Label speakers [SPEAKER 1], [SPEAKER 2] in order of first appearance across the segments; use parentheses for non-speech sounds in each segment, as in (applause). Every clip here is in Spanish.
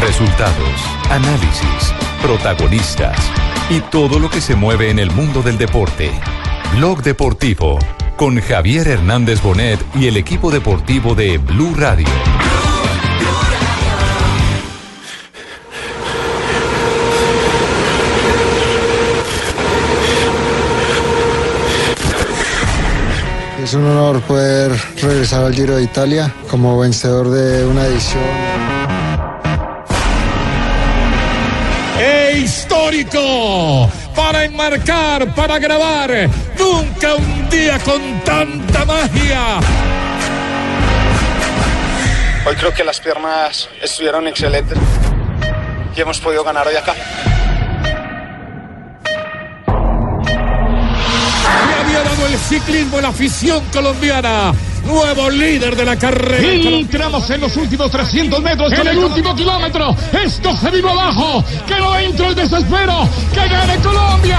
[SPEAKER 1] Resultados, análisis, protagonistas y todo lo que se mueve en el mundo del deporte. Blog Deportivo con Javier Hernández Bonet y el equipo deportivo de Blue Radio.
[SPEAKER 2] Es un honor poder regresar al Giro de Italia como vencedor de una edición.
[SPEAKER 3] ¡E histórico! Para enmarcar, para grabar. Nunca un día con tanta magia.
[SPEAKER 4] Hoy creo que las piernas estuvieron excelentes y hemos podido ganar hoy acá.
[SPEAKER 3] el ciclismo en la afición colombiana. Nuevo líder de la carrera.
[SPEAKER 5] Entramos en los últimos 300 metros. En el último kilómetro. Esto se vino abajo. Que no entro el desespero. Que gane Colombia.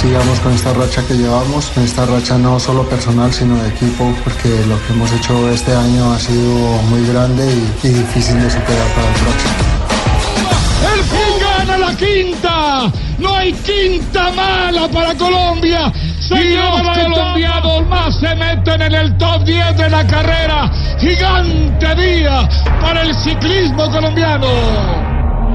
[SPEAKER 2] Sigamos con esta racha que llevamos, esta racha no solo personal sino de equipo, porque lo que hemos hecho este año ha sido muy grande y, y difícil de superar para el próximo.
[SPEAKER 5] ¡El fin gana la quinta! ¡No hay quinta mala para Colombia! y los colombianos más se meten en el top 10 de la carrera. Gigante día para el ciclismo colombiano. (laughs)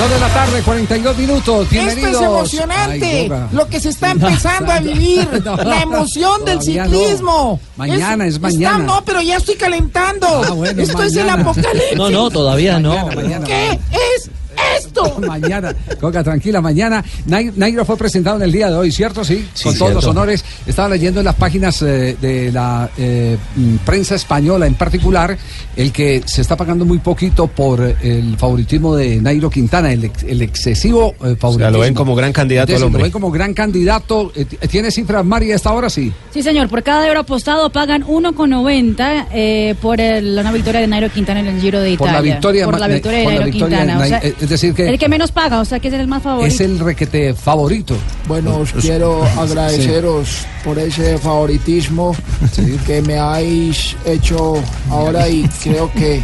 [SPEAKER 6] Dos de la tarde, 42 minutos. Bienvenidos.
[SPEAKER 7] Esto es emocionante. Ay, lo que se está
[SPEAKER 6] (laughs)
[SPEAKER 7] empezando a vivir. no, la emoción no, del ciclismo.
[SPEAKER 6] No. Mañana es, es mañana.
[SPEAKER 7] Está, no, pero ya estoy calentando. Ah, bueno, Esto mañana. es el apocalipsis.
[SPEAKER 8] No, no, todavía no.
[SPEAKER 7] Mañana, mañana, ¿Qué es? esto.
[SPEAKER 6] (laughs) mañana, Coca, tranquila, mañana. Nairo fue presentado en el día de hoy, ¿cierto? Sí, sí con todos cierto. los honores. Estaba leyendo en las páginas eh, de la eh, prensa española en particular, el que se está pagando muy poquito por eh, el favoritismo de Nairo Quintana, el, el excesivo eh, favoritismo. O sea,
[SPEAKER 9] lo ven como gran candidato Entonces, el hombre.
[SPEAKER 6] Lo ven como gran candidato. Eh, ¿Tiene cifras, María, a esta hora sí?
[SPEAKER 10] Sí, señor. Por cada euro apostado pagan 1,90 eh, por el, una victoria de Nairo Quintana en el Giro de Italia.
[SPEAKER 6] Por la victoria,
[SPEAKER 10] por la victoria de,
[SPEAKER 6] por
[SPEAKER 10] Nairo, la victoria Quintana, de Nairo eh,
[SPEAKER 6] Quintana. O sea, es decir, que
[SPEAKER 10] el que menos paga, o sea que es el más favorito.
[SPEAKER 6] Es el requete favorito.
[SPEAKER 11] Bueno, os
[SPEAKER 6] (laughs)
[SPEAKER 11] quiero agradeceros sí. por ese favoritismo sí. que me habéis hecho ahora y creo que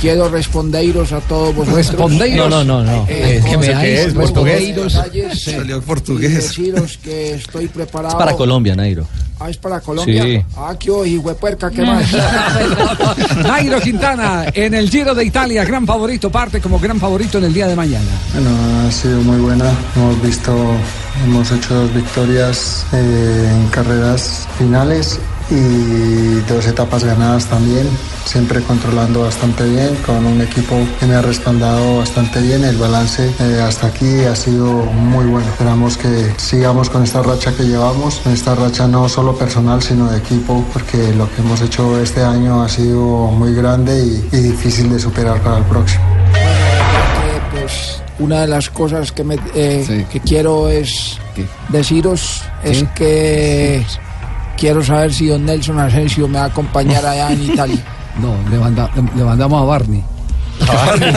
[SPEAKER 11] quiero responderos a todos vosotros.
[SPEAKER 6] Respondeiros.
[SPEAKER 8] No, no, no, no.
[SPEAKER 9] Eh, que me que es portugués.
[SPEAKER 11] Detalles, Salió portugués. Deciros que estoy preparado.
[SPEAKER 8] Es para Colombia, Nairo.
[SPEAKER 11] Ah, es para Colombia. Sí. Ah, qué hoy, huepuerca, qué más.
[SPEAKER 6] Nairo Quintana en el Giro de Italia, gran favorito, parte como gran favorito en el día de mañana.
[SPEAKER 2] Bueno, ha sido muy buena. Hemos visto, hemos hecho dos victorias eh, en carreras finales y dos etapas ganadas también, siempre controlando bastante bien, con un equipo que me ha respaldado bastante bien. El balance eh, hasta aquí ha sido muy bueno. Esperamos que sigamos con esta racha que llevamos, esta racha no solo personal, sino de equipo, porque lo que hemos hecho este año ha sido muy grande y, y difícil de superar para el próximo.
[SPEAKER 11] Pues una de las cosas que, me, eh, sí. que quiero es ¿Qué? deciros es ¿Sí? que... Sí. Quiero saber si don Nelson Asensio me va a acompañar allá en Italia.
[SPEAKER 6] (laughs) No, le, manda, le mandamos a Barney. A
[SPEAKER 11] (laughs)
[SPEAKER 6] Barney.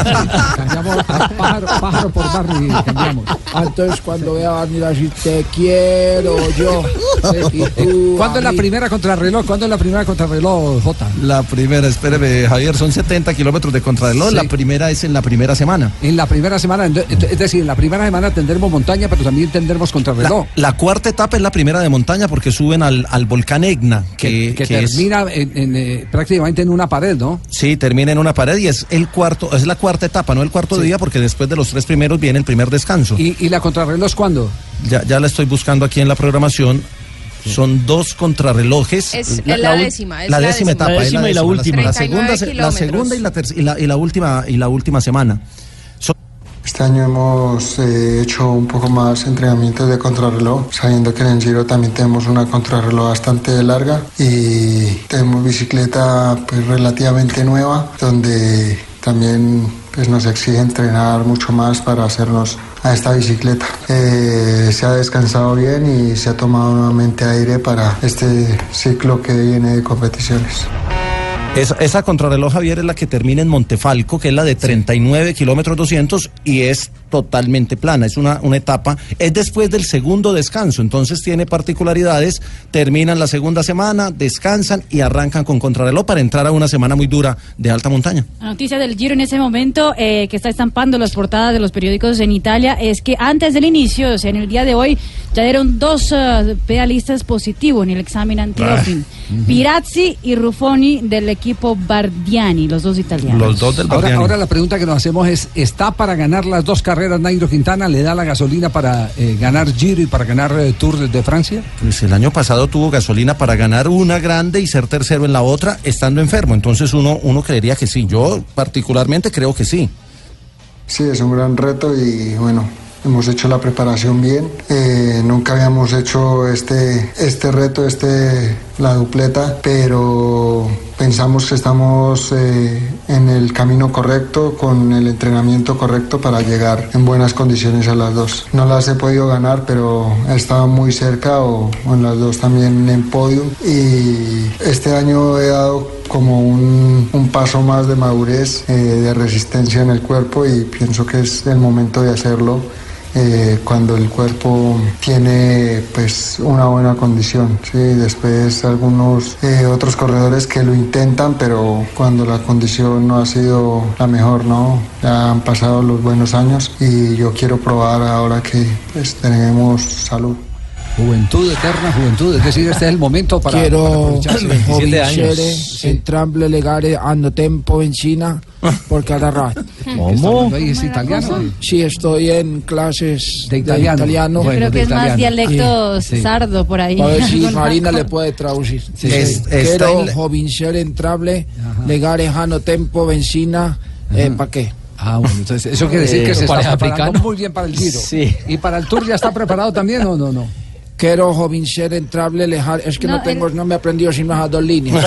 [SPEAKER 6] cambiamos a pájaro, pájaro, por Barney. Cambiamos.
[SPEAKER 11] Ah, entonces cuando vea a Barney va a decir, te quiero
[SPEAKER 6] (laughs)
[SPEAKER 11] yo.
[SPEAKER 6] Y tú, ¿Cuándo es la primera contrarreloj? ¿Cuándo es la primera contrarreloj, Jota?
[SPEAKER 9] La primera, espéreme, Javier, son 70 kilómetros de contrarreloj. Sí. La primera es en la primera semana.
[SPEAKER 6] En la primera semana, es decir, en la primera semana tendremos montaña, pero también tendremos contrarreloj.
[SPEAKER 9] La, la cuarta etapa es la primera de montaña porque suben al, al volcán Egna, que,
[SPEAKER 6] que, que, que termina es... en, en, prácticamente en una pared, ¿no?
[SPEAKER 9] Sí, termina en una pared y es el cuarto, es la cuarta etapa, no el cuarto sí. día, porque después de los tres primeros viene el primer descanso.
[SPEAKER 6] ¿Y, y la contrarreloj cuándo?
[SPEAKER 9] Ya, ya la estoy buscando aquí en la programación. Sí. Son dos contrarrelojes.
[SPEAKER 12] Es la, la, décima,
[SPEAKER 9] es la, décima, la décima etapa.
[SPEAKER 8] La décima
[SPEAKER 9] es
[SPEAKER 8] la décima, y la última.
[SPEAKER 9] La segunda, la segunda y la, y, y la última y la última semana. Son...
[SPEAKER 2] Este año hemos eh, hecho un poco más entrenamientos de contrarreloj, sabiendo que en el Giro también tenemos una contrarreloj bastante larga y tenemos bicicleta pues, relativamente nueva, donde también pues, nos exige entrenar mucho más para hacernos a esta bicicleta. Eh, se ha descansado bien y se ha tomado nuevamente aire para este ciclo que viene de competiciones.
[SPEAKER 9] Esa, esa contrarreloj, Javier, es la que termina en Montefalco, que es la de 39 kilómetros 200 y es totalmente plana, es una, una etapa, es después del segundo descanso, entonces tiene particularidades, terminan la segunda semana, descansan y arrancan con contrarreloj para entrar a una semana muy dura de alta montaña.
[SPEAKER 10] La noticia del Giro en ese momento eh, que está estampando las portadas de los periódicos en Italia es que antes del inicio, o sea, en el día de hoy, ya dieron dos uh, pedalistas positivos en el examen antidoping. Ah, uh -huh. Pirazzi y Ruffoni del equipo Bardiani, los dos italianos.
[SPEAKER 9] Los dos del
[SPEAKER 6] ahora, ahora, la pregunta que nos hacemos es, ¿está para ganar las dos carreras Nairo Quintana? ¿Le da la gasolina para eh, ganar Giro y para ganar eh, Tour de Francia?
[SPEAKER 9] Pues el año pasado tuvo gasolina para ganar una grande y ser tercero en la otra estando enfermo. Entonces uno, uno creería que sí. Yo particularmente creo que sí.
[SPEAKER 2] Sí, es un gran reto y bueno, hemos hecho la preparación bien. Eh, nunca habíamos hecho este, este reto, este, la dupleta, pero pensamos que estamos eh, en el camino correcto, con el entrenamiento correcto para llegar en buenas condiciones a las dos. No las he podido ganar, pero he estado muy cerca o, o en las dos también en podium. Y este año he dado como un, un, paso más de madurez, eh, de resistencia en el cuerpo y pienso que es el momento de hacerlo eh, cuando el cuerpo tiene pues una buena condición. ¿sí? Después algunos eh, otros corredores que lo intentan, pero cuando la condición no ha sido la mejor, ¿no? Ya han pasado los buenos años y yo quiero probar ahora que pues, tenemos salud.
[SPEAKER 6] Juventud, eterna juventud. Es decir, este es el momento para.
[SPEAKER 11] Quiero entramble legare anno tempo en China, porque ahora.
[SPEAKER 6] (laughs) ¿Cómo? ¿Es italiano?
[SPEAKER 11] Sí, estoy en clases
[SPEAKER 6] de italiano.
[SPEAKER 10] De italiano. Bueno, Yo creo que es más dialecto sí. sardo por ahí.
[SPEAKER 11] A ver
[SPEAKER 10] (laughs)
[SPEAKER 11] si Marina le puede traducir. Sí, sí. Quiero jovincere entrable legare anno tempo en China, eh, ¿para qué?
[SPEAKER 6] Ah, bueno, entonces eso quiere decir que eh, se está preparando muy bien para el giro. ¿Y para el tour ya está preparado también o no? no?
[SPEAKER 11] quiero joven ser entrable lejar es que no, no tengo el... no me he aprendido sino esas dos líneas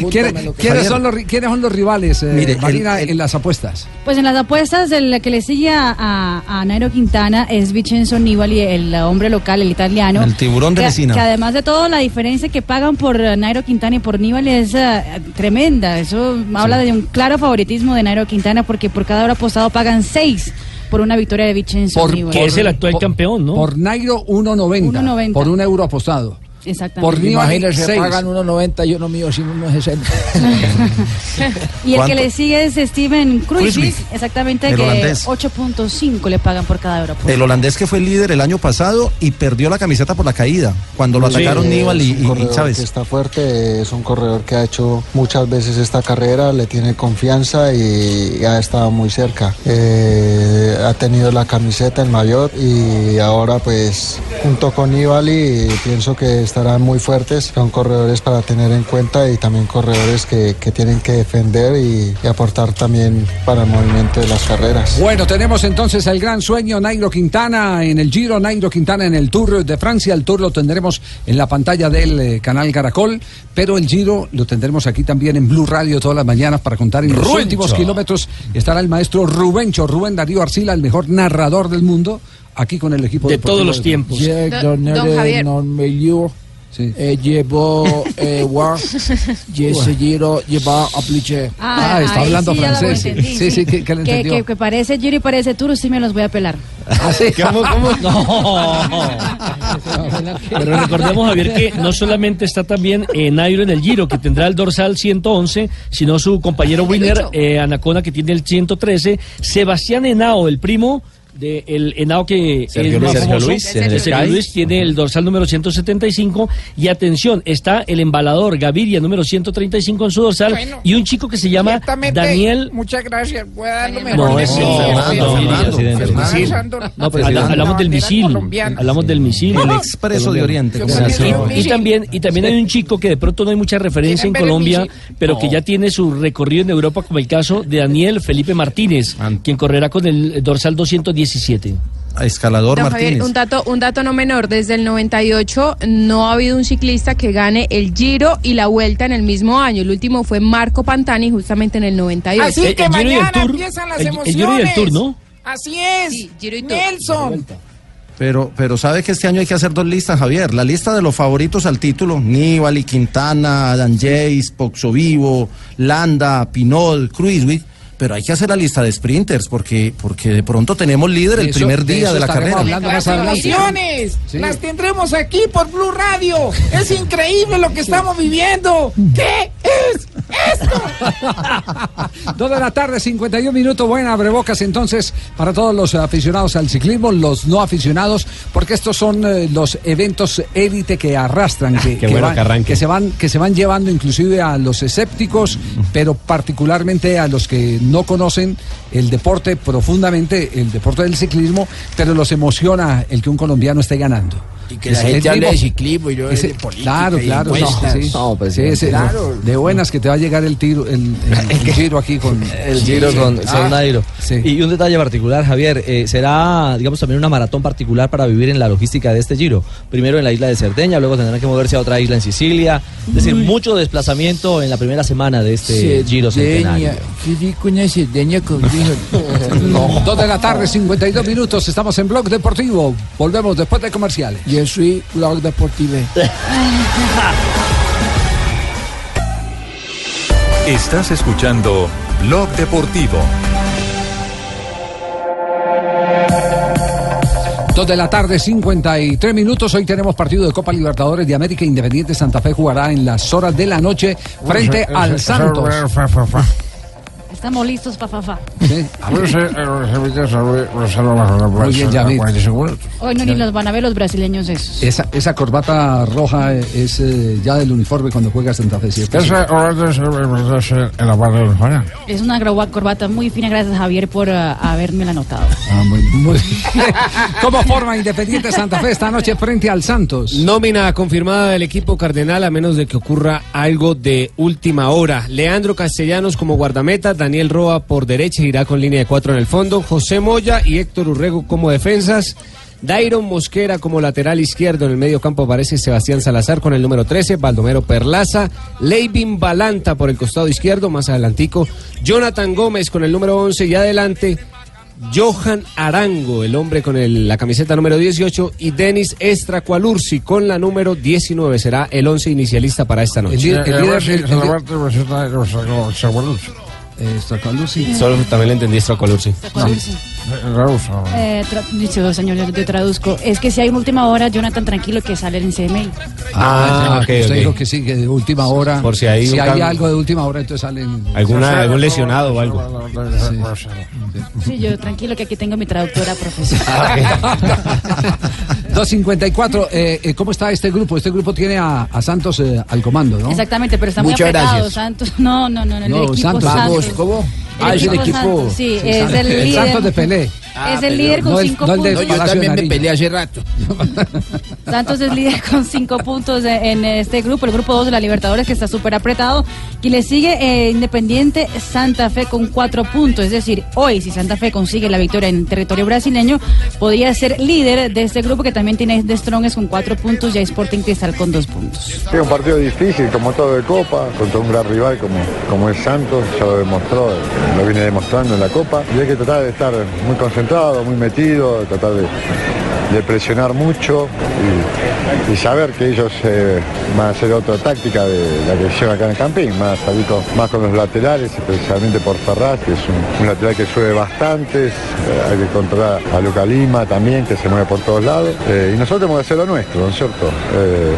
[SPEAKER 6] no, ¿Quiénes, son los, ¿Quiénes son los rivales, eh, Mire, Marina, el, el... en las apuestas?
[SPEAKER 10] Pues en las apuestas, el que le sigue a, a, a Nairo Quintana es Vincenzo Nibali, el hombre local, el italiano.
[SPEAKER 9] El tiburón de
[SPEAKER 10] que,
[SPEAKER 9] vecina.
[SPEAKER 10] Que además de todo, la diferencia que pagan por Nairo Quintana y por Nibali es uh, tremenda. Eso sí. habla de un claro favoritismo de Nairo Quintana porque por cada hora apostado pagan seis por una victoria de Vicenzo.
[SPEAKER 13] Porque es el actual
[SPEAKER 6] por,
[SPEAKER 13] campeón, ¿no?
[SPEAKER 6] Por Nairo 1.90. Por un euro apostado.
[SPEAKER 10] Exactamente.
[SPEAKER 11] Por Imagínense, se pagan 1.90 y uno mío sin 1.60.
[SPEAKER 10] y el ¿Cuánto? que le sigue es Steven Cruyff, exactamente, el que 8.5 le pagan por cada euro. Pues, Por
[SPEAKER 9] el holandés que fue líder el año pasado y perdió la camiseta por la caída, cuando lo sí, atacaron Níbal y, y Chávez.
[SPEAKER 2] Está fuerte, es un corredor que ha hecho muchas veces esta carrera, le tiene confianza y ha estado muy cerca. Eh, ha tenido la camiseta, el mayor, y ahora pues junto con Nibali pienso que está estarán muy fuertes, son corredores para tener en cuenta y también corredores que, que tienen que defender y, y, aportar también para el movimiento de las carreras.
[SPEAKER 6] Bueno, tenemos entonces el gran sueño Nairo Quintana en el Giro, Nairo Quintana en el Tour de Francia, el Tour lo tendremos en la pantalla del eh, canal Caracol, pero el Giro lo tendremos aquí también en Blue Radio todas las mañanas para contar en Rubencho. los últimos kilómetros estará el maestro Rubencho, Rubén Darío Arcila, el mejor narrador del mundo. Aquí con el equipo
[SPEAKER 13] de todos los tiempos.
[SPEAKER 11] Sí. Eh, llevó eh, War y ese giro lleva a Pliché.
[SPEAKER 6] Ah, ah, está hablando sí, francés. Entendí, sí, sí, sí, que, que,
[SPEAKER 10] que, que, que parece giro y parece tour, sí me los voy a pelar.
[SPEAKER 13] ¿Ah, sí? ¿Cómo, cómo? No. Pero recordemos, Javier, que no solamente está también eh, Nairo en el Giro, que tendrá el dorsal 111, sino su compañero Winner, eh, Anacona, que tiene el 113, Sebastián Henao, el primo de el enao que
[SPEAKER 9] Sergio, Luis, Sergio Luis,
[SPEAKER 13] Sergio Sky. Luis tiene el dorsal número 175 y atención, está el embalador Gaviria número 135 en su dorsal bueno, y un chico que se llama Daniel
[SPEAKER 11] Muchas gracias, voy a dar lo mejor. No, es no,
[SPEAKER 6] Ah,
[SPEAKER 13] no, no, hablamos del misil, hablamos del misil,
[SPEAKER 9] el expreso de Oriente.
[SPEAKER 13] Y también y también hay un chico que de pronto no hay mucha referencia en Colombia, pero que ya tiene su recorrido en Europa como el caso de Daniel Felipe Martínez, quien correrá con el dorsal 210 17.
[SPEAKER 9] Escalador Don Martínez. Javier,
[SPEAKER 14] un dato, un dato no menor, desde el 98 no ha habido un ciclista que gane el Giro y la Vuelta en el mismo año. El último fue Marco Pantani justamente en el 98.
[SPEAKER 11] Así Ah, que el, el mañana Tour, empiezan las emociones. El, Giro y el
[SPEAKER 13] Tour, ¿no?
[SPEAKER 11] Así es. Sí, Giro y Tour. Nelson.
[SPEAKER 9] Pero, pero sabe que este año hay que hacer dos listas, Javier. La lista de los favoritos al título, Nibali, Quintana, Dan Jace, Poxovivo, Landa, Pinol, Cruiswick
[SPEAKER 15] pero hay que hacer la lista de sprinters porque, porque de pronto tenemos líder el
[SPEAKER 6] eso-
[SPEAKER 15] primer
[SPEAKER 6] de
[SPEAKER 15] día
[SPEAKER 6] eso
[SPEAKER 15] de, la
[SPEAKER 6] estaremos
[SPEAKER 15] carrera.
[SPEAKER 6] hablando más adelante.
[SPEAKER 16] emociones
[SPEAKER 6] Sí.
[SPEAKER 16] las tendremos aquí por Blue Radio. Es increíble lo que estamos viviendo. ¿Qué es?
[SPEAKER 6] Dos de la tarde, 51 minutos. Buena abrebocas entonces para todos los aficionados al ciclismo, los no aficionados, porque estos son eh, los eventos élite que arrastran, que,
[SPEAKER 17] Ah, qué bueno que
[SPEAKER 6] van,
[SPEAKER 17] arranque.
[SPEAKER 6] se van, que se van llevando inclusive a los escépticos, pero particularmente a los que no conocen el deporte profundamente, el deporte del ciclismo, pero los emociona el que un colombiano esté ganando.
[SPEAKER 11] Y que la gente hable de ciclismo y yo
[SPEAKER 6] Ese-
[SPEAKER 11] de política
[SPEAKER 6] Claro,
[SPEAKER 11] y
[SPEAKER 6] claro. no,
[SPEAKER 11] encuestas.
[SPEAKER 6] sí.
[SPEAKER 11] No,
[SPEAKER 6] Sí,
[SPEAKER 11] presidente,
[SPEAKER 6] sí,
[SPEAKER 11] claro.
[SPEAKER 6] De buenas que te va a llegar el tiro, el,
[SPEAKER 11] (laughs)
[SPEAKER 6] el- el giro aquí con
[SPEAKER 8] El giro
[SPEAKER 6] Sí,
[SPEAKER 8] con,
[SPEAKER 6] sí.
[SPEAKER 8] con
[SPEAKER 6] Ah,
[SPEAKER 8] Nairo. Y un detalle particular, Javier, eh, será, digamos, también una maratón particular para vivir en la logística de este giro. Primero en la isla de Cerdeña, luego tendrán que moverse a otra isla en Sicilia. Es decir, mucho desplazamiento en la primera semana de este giro centenario.
[SPEAKER 11] ¿Qué rico una Cerdeña con
[SPEAKER 6] No. Dos de la tarde, 52 minutos. Estamos en Blog Deportivo. Volvemos después de comerciales.
[SPEAKER 11] Yo soy Blog Deportivo.
[SPEAKER 1] Estás escuchando Blog Deportivo.
[SPEAKER 6] (laughs) Dos de la tarde, 53 minutos. Hoy tenemos partido de Copa Libertadores de América. Independiente Santa Fe jugará en las horas de la noche frente al Santos.
[SPEAKER 10] Estamos listos, papafá.
[SPEAKER 6] Muy bien, Yamil.
[SPEAKER 10] Hoy no ni los van a ver los brasileños esos.
[SPEAKER 6] Esa, esa corbata roja eh, es eh, ya del uniforme cuando juega Santa Fe, ¿cierto?
[SPEAKER 11] pues,
[SPEAKER 10] Es una grava- corbata muy fina, gracias Javier por ah, habérmela anotado.
[SPEAKER 6] Ah, muy, muy bien.
[SPEAKER 10] Ah.
[SPEAKER 6] ¿Cómo forma Independiente Santa Fe esta noche frente al Santos?
[SPEAKER 17] Nómina confirmada del equipo cardenal a menos de que ocurra algo de última hora. Leandro Castellanos como guardameta, Daniel Roa por derecha irá con línea de cuatro en el fondo, José Moya y Héctor Urrego como defensas. Dairon Mosquera como lateral izquierdo en el medio campo aparece Sebastián Salazar con el número 13, Baldomero Perlaza, Leivin Balanta por el costado izquierdo, más adelantico, Jonathan Gómez con el número 11 y adelante Johan Arango, el hombre con el- la camiseta número 18, y Denis Estracualursi con la número 19. Será el 11 inicialista para esta noche.
[SPEAKER 11] eh,
[SPEAKER 6] Eh,
[SPEAKER 17] Solo también le entendí Estracualursi.
[SPEAKER 10] Eh, tra- dice, oh, señor, yo, yo traduzco. Es que si hay una última hora, Jonathan, tranquilo que sale en CMI.
[SPEAKER 6] Ah,
[SPEAKER 17] Ah, ok,
[SPEAKER 6] que usted
[SPEAKER 17] ok.
[SPEAKER 6] dijo que sí, que de última hora.
[SPEAKER 17] Por si hay un cambio.
[SPEAKER 6] algo de última hora, entonces salen.
[SPEAKER 17] ¿Alguna, ¿Algún lesionado o algo?
[SPEAKER 10] Sí, yo tranquilo que aquí tengo mi traductora profesional.
[SPEAKER 17] (laughs)
[SPEAKER 6] 254. Eh, eh, ¿Cómo está este grupo? Este grupo tiene a, a Santos eh, al comando, ¿no?
[SPEAKER 10] Exactamente, pero está muy
[SPEAKER 6] Muchas
[SPEAKER 10] apretado,
[SPEAKER 6] gracias.
[SPEAKER 10] Santos. (laughs) No, no, no, no,
[SPEAKER 6] No,
[SPEAKER 10] el equipo
[SPEAKER 6] Santos.
[SPEAKER 10] Santos.
[SPEAKER 6] Vamos, ¿cómo? Ah,
[SPEAKER 10] El equipo Santos, sí, es el líder.
[SPEAKER 6] Santos de Pelé.
[SPEAKER 10] Es el líder con
[SPEAKER 6] No el-
[SPEAKER 10] cinco
[SPEAKER 6] no el de
[SPEAKER 10] puntos.
[SPEAKER 11] Ah, yo
[SPEAKER 6] Palacio
[SPEAKER 11] también me
[SPEAKER 6] Nariño.
[SPEAKER 11] peleé hace rato.
[SPEAKER 10] (laughs) Santos es líder con cinco puntos de- en este grupo, el grupo 2 de la Libertadores que está súper apretado. Y le sigue eh, Independiente Santa Fe con cuatro puntos. Es decir, hoy si Santa Fe consigue la victoria en territorio brasileño, podría ser líder de este grupo que también tiene de Stronges con cuatro puntos y a Sporting Cristal con dos puntos.
[SPEAKER 18] Es un partido difícil, como todo de Copa, contra un gran rival como, como es Santos, ya lo demostró, lo viene demostrando en la Copa. Y hay que tratar de estar muy concentrado, muy metido, tratar de, de presionar mucho y, y saber que ellos eh, van a hacer otra táctica de la que llevan acá en el Campín, van a salir con- más con los laterales, especialmente por Ferraz, que es un, un lateral que sube bastante, es, eh, hay que controlar a Luca Lima también, que se mueve por todos lados. Eh, y nosotros tenemos que hacer lo nuestro, ¿no es cierto? Eh,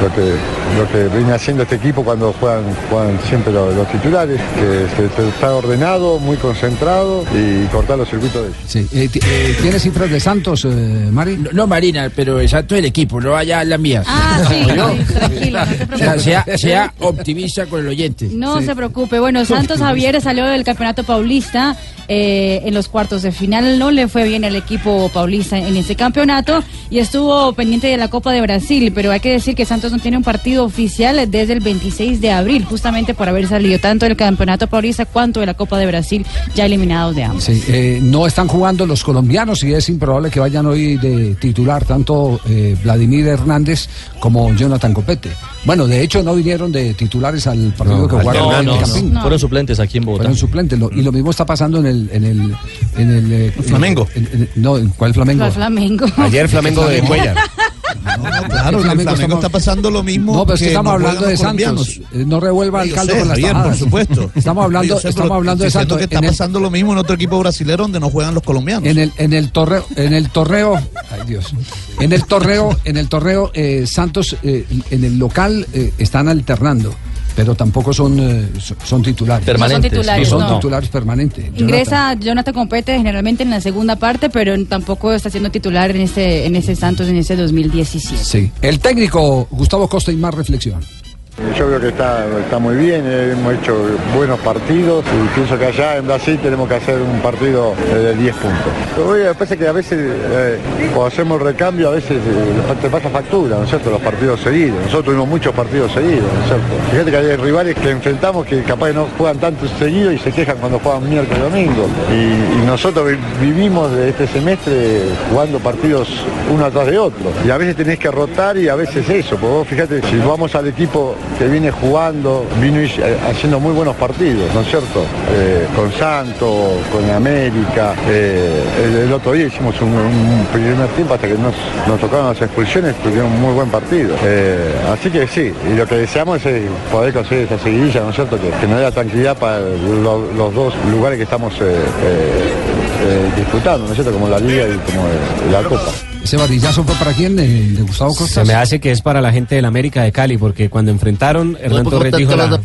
[SPEAKER 18] lo que, lo que viene haciendo este equipo cuando juegan, juegan siempre lo- los, titulares, que se- se está ordenado, muy concentrado y cortar los circuitos de ellos.
[SPEAKER 6] Sí, eh, ti- eh, ¿Tiene cifras de Santos, eh, Mari? No,
[SPEAKER 11] Marina, pero el Santos del equipo, no allá las mías.
[SPEAKER 10] Ah,
[SPEAKER 11] (laughs)
[SPEAKER 10] sí, sí, tranquilo, no te
[SPEAKER 11] O sea,
[SPEAKER 10] preocupes.
[SPEAKER 11] sea, sea optimista con el oyente.
[SPEAKER 10] No se preocupe. Bueno, Santos Javier salió del campeonato paulista eh, en los cuartos de final. No le fue bien al equipo paulista en ese campeonato y estuvo pendiente de la Copa de Brasil. Pero hay que decir que Santos no tiene un partido oficial desde el 26 de abril, justamente por haber salido tanto del campeonato paulista cuanto de la Copa de Brasil, ya eliminados de ambos.
[SPEAKER 6] Sí, eh, no están jugando los colombianos y es improbable que vayan hoy de titular tanto eh, Vladimir Hernández como Jonathan Copete. Bueno, de hecho no vinieron de titulares al partido que jugaron hoy en el
[SPEAKER 8] Alternados.
[SPEAKER 6] Campín.
[SPEAKER 8] Fueron suplentes aquí en Bogotá.
[SPEAKER 6] Fueron suplentes. lo- y lo mismo está pasando en el... En el, en el eh,
[SPEAKER 8] Flamengo.
[SPEAKER 6] en- en- no, ¿en ¿cuál Flamengo?
[SPEAKER 10] Al Flamengo.
[SPEAKER 6] Ayer Flamengo de Cuellar. claro, el Flamengo,
[SPEAKER 4] está pasando lo mismo.
[SPEAKER 6] No, pero es que estamos
[SPEAKER 4] nos
[SPEAKER 6] hablando
[SPEAKER 4] juegan
[SPEAKER 6] de
[SPEAKER 4] los
[SPEAKER 6] Santos.
[SPEAKER 4] colombianos.
[SPEAKER 6] Eh, No revuelva el
[SPEAKER 4] Yo
[SPEAKER 6] caldo
[SPEAKER 4] sé,
[SPEAKER 6] con las
[SPEAKER 4] Javier, por
[SPEAKER 6] tajadas.
[SPEAKER 4] supuesto.
[SPEAKER 6] Estamos hablando,
[SPEAKER 4] Yo sé, pero
[SPEAKER 6] estamos hablando de
[SPEAKER 4] estoy diciendo
[SPEAKER 6] Santos.
[SPEAKER 4] que está
[SPEAKER 6] En el-
[SPEAKER 4] pasando lo mismo en otro equipo brasilero donde no juegan los colombianos.
[SPEAKER 6] En el, en el torneo, en el torneo, ay Dios, en el torneo, en el torneo, eh, Santos eh, en el local eh, están alternando, pero tampoco son, eh, so- son titulares.
[SPEAKER 10] Permanentes. No son titulares,
[SPEAKER 6] No son
[SPEAKER 10] no.
[SPEAKER 6] titulares permanentes. Jonathan.
[SPEAKER 10] (laughs) Ingresa Jonathan Compete generalmente en la segunda parte, pero tampoco está siendo titular en ese, en ese Santos en ese 2017.
[SPEAKER 6] Sí. El técnico Gustavo Costa y más reflexión.
[SPEAKER 18] Yo creo que está, está muy bien, eh, hemos hecho buenos partidos y pienso que allá en Brasil tenemos que hacer un partido eh, de 10 puntos. Pero bueno, lo que pasa es que a veces eh, cuando hacemos el recambio a veces eh, te pasa factura, ¿no es cierto? Los partidos seguidos. Nosotros tuvimos muchos partidos seguidos, ¿no es cierto? Fíjate que hay rivales que enfrentamos que capaz que no juegan tanto seguido y se quejan cuando juegan miércoles y domingo. Y, y nosotros vi- vivimos de este semestre jugando partidos uno atrás de otro. Y a veces tenés que rotar y a veces eso. Porque vos fíjate, si vamos al equipo que viene jugando, vino y- eh, haciendo muy buenos partidos, ¿no es cierto? Eh, con Santo, con América. eh, el, el otro día hicimos un, un primer tiempo hasta que nos, nos tocaron las expulsiones, tuvieron un muy buen partido. Eh, así que sí, y lo que deseamos es poder conseguir esa seguidilla, ¿no es cierto? Que, que nos dé la tranquilidad para lo- los dos lugares que estamos eh, eh, eh, disputando, ¿no es cierto? Como la Liga y como eh, la Copa.
[SPEAKER 6] Ese varillazo fue para quién, el de Gustavo Costa.
[SPEAKER 17] Se me hace que es para la gente del América de Cali, porque cuando enfrentaron,
[SPEAKER 11] pues
[SPEAKER 7] pues,
[SPEAKER 17] Hernán Torres dijo la-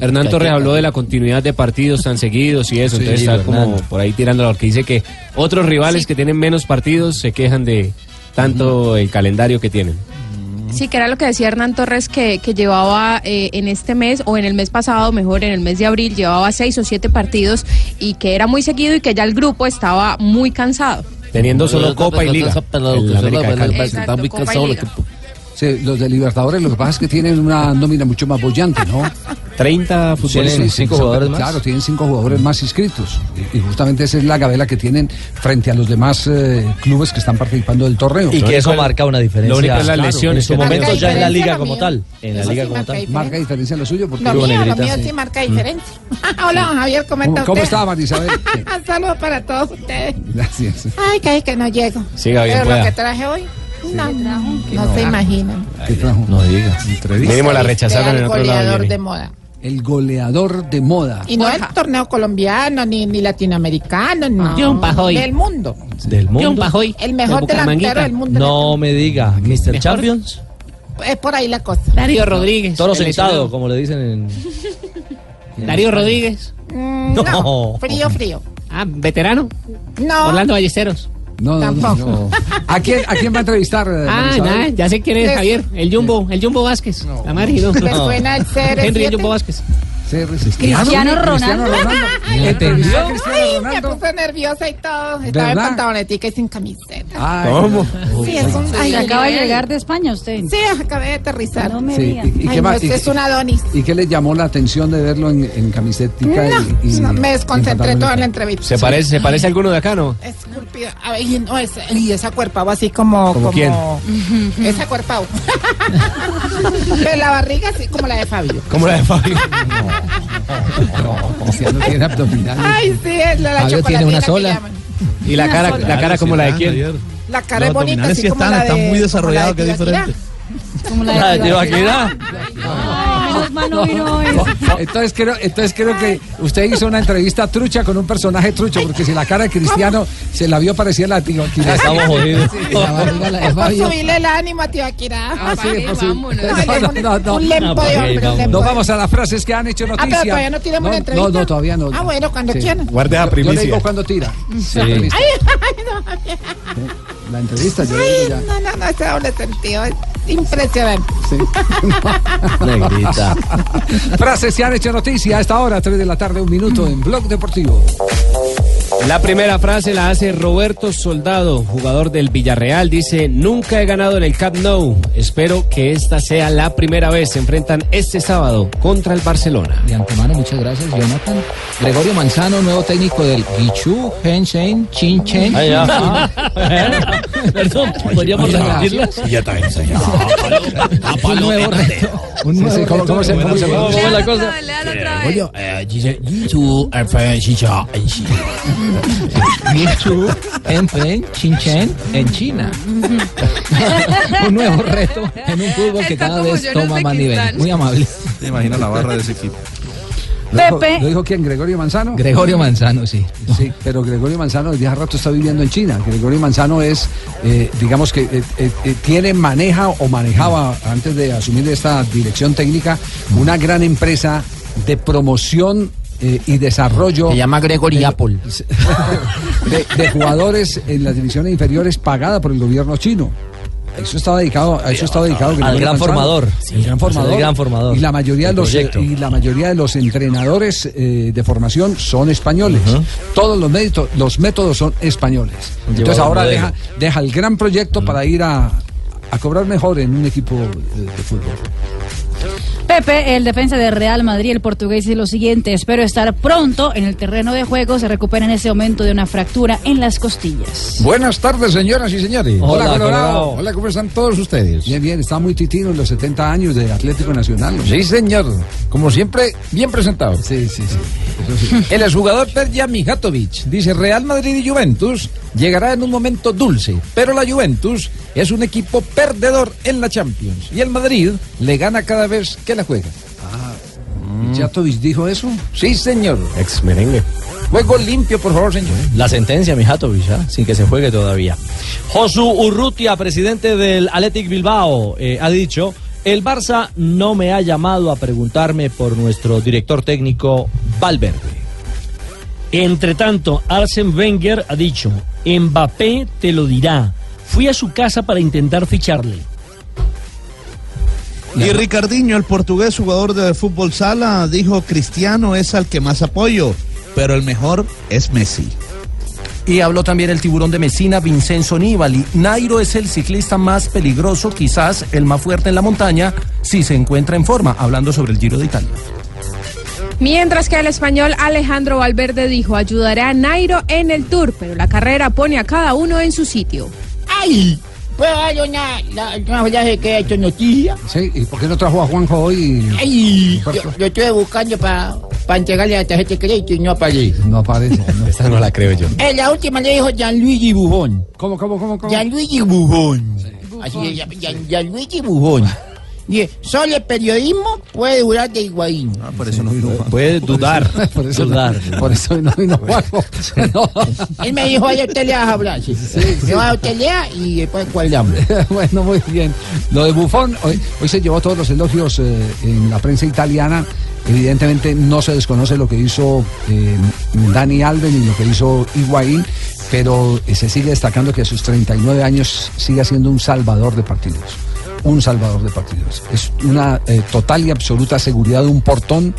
[SPEAKER 17] Hernán Torres habló de la continuidad de partidos tan seguidos y eso,
[SPEAKER 19] Sí,
[SPEAKER 17] entonces está
[SPEAKER 19] Hernán.
[SPEAKER 17] como por ahí tirando porque dice que otros rivales que tienen menos partidos se quejan de tanto el calendario que tienen.
[SPEAKER 14] Sí, que era lo que decía Hernán Torres, que, que llevaba eh, en este mes, o en el mes pasado, mejor, en el mes de abril, llevaba seis o siete partidos y que era muy seguido y que ya el grupo estaba muy cansado.
[SPEAKER 17] Teniendo solo Copa y Liga. en la América de Cali.
[SPEAKER 14] Exacto, Copa y Liga.
[SPEAKER 6] Sí, los de Libertadores, lo que pasa es que tienen una nómina mucho más bollante, ¿no?
[SPEAKER 17] 30 futbolistas.
[SPEAKER 6] Sí, sí,
[SPEAKER 17] cinco
[SPEAKER 6] sí,
[SPEAKER 17] jugadores más.
[SPEAKER 6] Claro, tienen cinco jugadores más inscritos. Y, y justamente esa es la gabela que tienen frente a los demás eh, clubes que están participando del torneo.
[SPEAKER 8] Y que eso marca una diferencia. Claro, En su momento ya en la liga como tal. En la
[SPEAKER 6] Eso
[SPEAKER 8] liga
[SPEAKER 6] sí
[SPEAKER 8] como
[SPEAKER 6] marca
[SPEAKER 8] tal.
[SPEAKER 6] Marca diferencia en lo suyo porque
[SPEAKER 7] Lo mío, lo mío sí marca
[SPEAKER 8] Mm.
[SPEAKER 7] diferencia. (laughs) Hola, don Javier, ¿cómo está
[SPEAKER 6] ¿Cómo, cómo
[SPEAKER 7] usted? (laughs)
[SPEAKER 6] está, María Isabel?
[SPEAKER 7] Saludos para todos ustedes.
[SPEAKER 6] Gracias.
[SPEAKER 7] Ay, que, ay, que no llego.
[SPEAKER 6] Siga bien,
[SPEAKER 7] Pero
[SPEAKER 6] pueda.
[SPEAKER 7] lo
[SPEAKER 6] Ah,
[SPEAKER 7] que traje hoy, no, no, se imaginan.
[SPEAKER 6] No digas.
[SPEAKER 17] Mínimo la rechazaron
[SPEAKER 7] Era
[SPEAKER 17] en
[SPEAKER 7] el
[SPEAKER 17] otro lado.
[SPEAKER 7] goleador
[SPEAKER 17] Jenny.
[SPEAKER 7] de moda.
[SPEAKER 6] El goleador de moda.
[SPEAKER 7] Y no el torneo colombiano, ni, ni latinoamericano, no.
[SPEAKER 6] De Ah. un Pajoy.
[SPEAKER 7] Del mundo.
[SPEAKER 8] Del mundo.
[SPEAKER 7] El mejor delantero del mundo. este
[SPEAKER 8] No me diga, Mr. Champions.
[SPEAKER 7] Es por ahí la cosa.
[SPEAKER 8] Toro sentado, como le dicen en. en-
[SPEAKER 7] Mm,
[SPEAKER 8] No.
[SPEAKER 7] no. Frío, frío.
[SPEAKER 12] Ah, veterano.
[SPEAKER 7] No.
[SPEAKER 12] Orlando Ballesteros.
[SPEAKER 6] No, no, no, no. ¿A quién, ¿A quién va a entrevistar? eh, María
[SPEAKER 12] Ah,
[SPEAKER 6] Isabel?
[SPEAKER 12] nada, ya sé quién es
[SPEAKER 7] Les-
[SPEAKER 12] Javier. El Jumbo, el Jumbo Vázquez. La Mari, no.
[SPEAKER 7] ¿Les suena el CR7?
[SPEAKER 12] (laughs) Henry el Jumbo Vázquez.
[SPEAKER 6] Cristiano Ronaldo. (laughs) ¿Entendió?
[SPEAKER 7] Ay, me puse nerviosa y todo. Estaba en
[SPEAKER 6] ¿Verdad?
[SPEAKER 7] pantalonetica y sin camiseta.
[SPEAKER 6] Ay,
[SPEAKER 17] ¿Cómo?
[SPEAKER 7] Sí, es un
[SPEAKER 10] Ay, acaba de
[SPEAKER 7] nivel.
[SPEAKER 10] llegar de España usted.
[SPEAKER 7] Sí, acabé de aterrizar. No
[SPEAKER 6] Sí, diga. ¿y- y qué
[SPEAKER 7] Ay, no,
[SPEAKER 6] más?
[SPEAKER 7] este
[SPEAKER 6] ¿Y-
[SPEAKER 7] es un Adonis.
[SPEAKER 6] ¿Y qué le llamó la atención de verlo en, en camisetica?
[SPEAKER 7] No,
[SPEAKER 6] y, y-
[SPEAKER 7] no, me
[SPEAKER 6] y
[SPEAKER 7] desconcentré
[SPEAKER 6] pantalón?
[SPEAKER 7] toda la entrevista.
[SPEAKER 17] ¿Se parece, ¿Se parece a alguno de acá, no?
[SPEAKER 7] Esculpido. Ay, no, ese- y esa cuerpa así como...
[SPEAKER 17] ¿Como quién?
[SPEAKER 7] Ujú, (laughs) Esa cuerpa. (laughs) Pero la barriga así como la de Fabio.
[SPEAKER 17] Como la
[SPEAKER 7] (laughs)
[SPEAKER 17] de Fabio.
[SPEAKER 6] Cristiano tiene abdominales.
[SPEAKER 7] Ay, sí, es la, la
[SPEAKER 6] Fabio tiene
[SPEAKER 7] chocolatina
[SPEAKER 6] una
[SPEAKER 7] que
[SPEAKER 6] sola.
[SPEAKER 7] llaman.
[SPEAKER 17] Y la
[SPEAKER 7] Una
[SPEAKER 17] cara,
[SPEAKER 7] sola.
[SPEAKER 17] la cara como la de quién.
[SPEAKER 7] La cara
[SPEAKER 17] Los
[SPEAKER 7] es bonita,
[SPEAKER 17] abdominales
[SPEAKER 7] así
[SPEAKER 17] sí
[SPEAKER 7] como
[SPEAKER 17] están,
[SPEAKER 7] la de...
[SPEAKER 17] están muy
[SPEAKER 7] como la de
[SPEAKER 17] desarrollados,
[SPEAKER 7] Tibaquirá.
[SPEAKER 17] qué
[SPEAKER 7] Como la de Tibaquirá.
[SPEAKER 6] (laughs) Entonces creo, entonces creo que usted hizo una entrevista trucha con un personaje trucho, porque si la cara de Cristiano se la vio parecía la tío.
[SPEAKER 8] Estamos jodidos.
[SPEAKER 7] Es por subirle el ánimo a Tibaquirá. Ah,
[SPEAKER 6] sí, es por su-
[SPEAKER 7] No, no, no, no. Un lempo
[SPEAKER 17] Ah,
[SPEAKER 7] de hombre, un lempo
[SPEAKER 6] pues, Nos
[SPEAKER 7] de-
[SPEAKER 6] vamos a las frases que han hecho
[SPEAKER 7] Ah,
[SPEAKER 6] noticia.
[SPEAKER 7] pero todavía no tiramos una entrevista.
[SPEAKER 6] No, no, todavía no.
[SPEAKER 7] Ah, bueno, cuando quieran.
[SPEAKER 6] Guarde
[SPEAKER 17] esa
[SPEAKER 6] Yo
[SPEAKER 17] primicia.
[SPEAKER 6] le digo cuando tira.
[SPEAKER 7] Sí.
[SPEAKER 6] La
[SPEAKER 7] Ay,
[SPEAKER 6] entrevista.
[SPEAKER 7] ay, no, Javier.
[SPEAKER 6] La entrevista, yo le digo
[SPEAKER 7] Ay, (laughs)
[SPEAKER 6] ya.
[SPEAKER 7] no, no, no, ese doble sentido es impresionante. (laughs)
[SPEAKER 6] (laughs) Frases que han hecho noticia a esta hora, 3 de la tarde, un minuto en Blog Deportivo.
[SPEAKER 17] La primera frase la hace Roberto Soldado, jugador del Villarreal. Dice, nunca he ganado en el Camp Nou. Espero que esta sea la primera vez. Se enfrentan este sábado contra el Barcelona.
[SPEAKER 11] De antemano, muchas gracias, Jonathan. Gregorio Manzano, nuevo técnico del Guichu, Henshen, Chinchen.
[SPEAKER 8] Ah, ya.
[SPEAKER 6] (laughs)
[SPEAKER 11] Perdón,
[SPEAKER 8] podríamos repetirlas?
[SPEAKER 11] Ya está, ya. Un nuevo
[SPEAKER 6] Un nuevo ¿Cómo
[SPEAKER 11] reto.
[SPEAKER 6] se cómo se-
[SPEAKER 11] ¿Cómo
[SPEAKER 6] cómo
[SPEAKER 11] se
[SPEAKER 6] se-
[SPEAKER 11] la
[SPEAKER 6] cosa?
[SPEAKER 11] Oye, eh, dice Guichu, Alfred, Chicha, Enchi.
[SPEAKER 17] Guichu Enfen Chinchen en China. un nuevo reto en un fútbol que
[SPEAKER 6] Está
[SPEAKER 17] cada
[SPEAKER 6] como
[SPEAKER 17] vez
[SPEAKER 6] yo en
[SPEAKER 17] toma más
[SPEAKER 6] Uzbekistán.
[SPEAKER 17] nivel. Muy amable.
[SPEAKER 4] Te imaginas la barra de ese equipo.
[SPEAKER 6] Pepe. ¿Lo dijo quién? ¿Gregorio Manzano?
[SPEAKER 17] Gregorio Manzano, sí.
[SPEAKER 6] Sí, pero Gregorio Manzano desde hace rato está viviendo en China. Gregorio Manzano es, eh, digamos que eh, eh, eh, tiene, maneja o manejaba antes de asumir esta dirección técnica una gran empresa de promoción eh, y desarrollo. Se
[SPEAKER 17] llama Gregory Apple.
[SPEAKER 6] De, de jugadores en las divisiones inferiores pagada por el gobierno chino. A Eso estaba dedicado, a eso estaba dedicado
[SPEAKER 8] Al
[SPEAKER 6] Gregorio
[SPEAKER 8] gran
[SPEAKER 6] Manzano.
[SPEAKER 8] formador.
[SPEAKER 6] El gran formador.
[SPEAKER 8] El gran formador.
[SPEAKER 6] Y la mayoría de
[SPEAKER 8] El
[SPEAKER 6] los eh,
[SPEAKER 8] proyecto.
[SPEAKER 6] y la mayoría de los entrenadores eh, de formación son españoles. Todos los métodos, los métodos son españoles.
[SPEAKER 8] Llevado
[SPEAKER 6] Entonces
[SPEAKER 8] el
[SPEAKER 6] ahora
[SPEAKER 8] modelo.
[SPEAKER 6] deja, deja el gran proyecto para ir a, a cobrar mejor en un equipo eh, de fútbol.
[SPEAKER 10] Pepe, el defensa de Real Madrid, el portugués, dice lo siguiente: Espero estar pronto en el terreno de juego. Se recupera en ese momento de una fractura en las costillas.
[SPEAKER 11] Buenas tardes, señoras y señores.
[SPEAKER 6] Hola, Colorado.
[SPEAKER 11] Hola, ¿cómo están todos ustedes?
[SPEAKER 6] Bien, bien, está muy titino en los 70 años de Atlético Nacional.
[SPEAKER 11] Sí, señor. Como siempre, bien presentado.
[SPEAKER 6] Sí, sí,
[SPEAKER 11] sí. El exjugador Peja Mijatovic dice: Real Madrid y Juventus llegará en un momento dulce, pero la Juventus es un equipo perdedor en la Champions y el Madrid le gana cada vez que la juega. Mm.
[SPEAKER 6] ¿Mijatovic dijo eso?
[SPEAKER 11] Sí, señor. Ex merengue. Juego limpio, por favor, señor.
[SPEAKER 8] La sentencia, Mijatovic, ¿ah? sin que se juegue todavía. Josu Urrutia, presidente del Athletic Bilbao, eh, ha dicho, el Barça no me ha llamado a preguntarme por nuestro director técnico Valverde.
[SPEAKER 13] Entre tanto, Arsen Wenger ha dicho, Mbappé te lo dirá. Fui a su casa para intentar ficharle.
[SPEAKER 4] Y Ricardinho, el portugués jugador de fútbol sala, dijo Cristiano es al que más apoyo, pero el mejor es Messi.
[SPEAKER 9] Y habló también el tiburón de Messina, Vincenzo Nibali. Nairo es el ciclista más peligroso, quizás el más fuerte en la montaña, si se encuentra en forma, hablando sobre el Giro de Italia.
[SPEAKER 14] Mientras que el español Alejandro Valverde dijo ayudará a Nairo en el Tour, pero la carrera pone a cada uno en su sitio.
[SPEAKER 6] ¡Ay!
[SPEAKER 14] Pues hay una,
[SPEAKER 6] que ha hecho noticia. Sí, ¿y por qué no trajo a Juanjo hoy?
[SPEAKER 7] Ay, yo, yo estuve buscando para entregarle la tarjeta de crédito y no aparece.
[SPEAKER 6] No aparece.
[SPEAKER 11] (laughs)
[SPEAKER 20] Esta no la creo yo.
[SPEAKER 7] En la última le dijo Gianluigi Bujón.
[SPEAKER 6] ¿Cómo, cómo, cómo? cómo?
[SPEAKER 7] Gianluigi Bujón. Así es, Gian- Gian- Gianluigi Bujón. Dice, solo el periodismo puede durar de Higuaín.
[SPEAKER 11] Ah,
[SPEAKER 4] Por eso no vino Juan.
[SPEAKER 11] (laughs)
[SPEAKER 8] Puede dudar.
[SPEAKER 6] Por eso, No, por eso no vino Juanjo. No.
[SPEAKER 7] Él me dijo, ayer usted le vas a hablar. Sí, Le vas a usted lea y después cuadramos.
[SPEAKER 6] (laughs) bueno, muy bien. Lo de Bufón, hoy, hoy se llevó todos los elogios eh, en la prensa italiana. Evidentemente no se desconoce lo que hizo eh, Dani Alves y lo que hizo Higuaín, pero eh, se sigue destacando que a sus 39 años sigue siendo un salvador de partidos. Un salvador de partidos. Es una eh, total y absoluta seguridad de un portón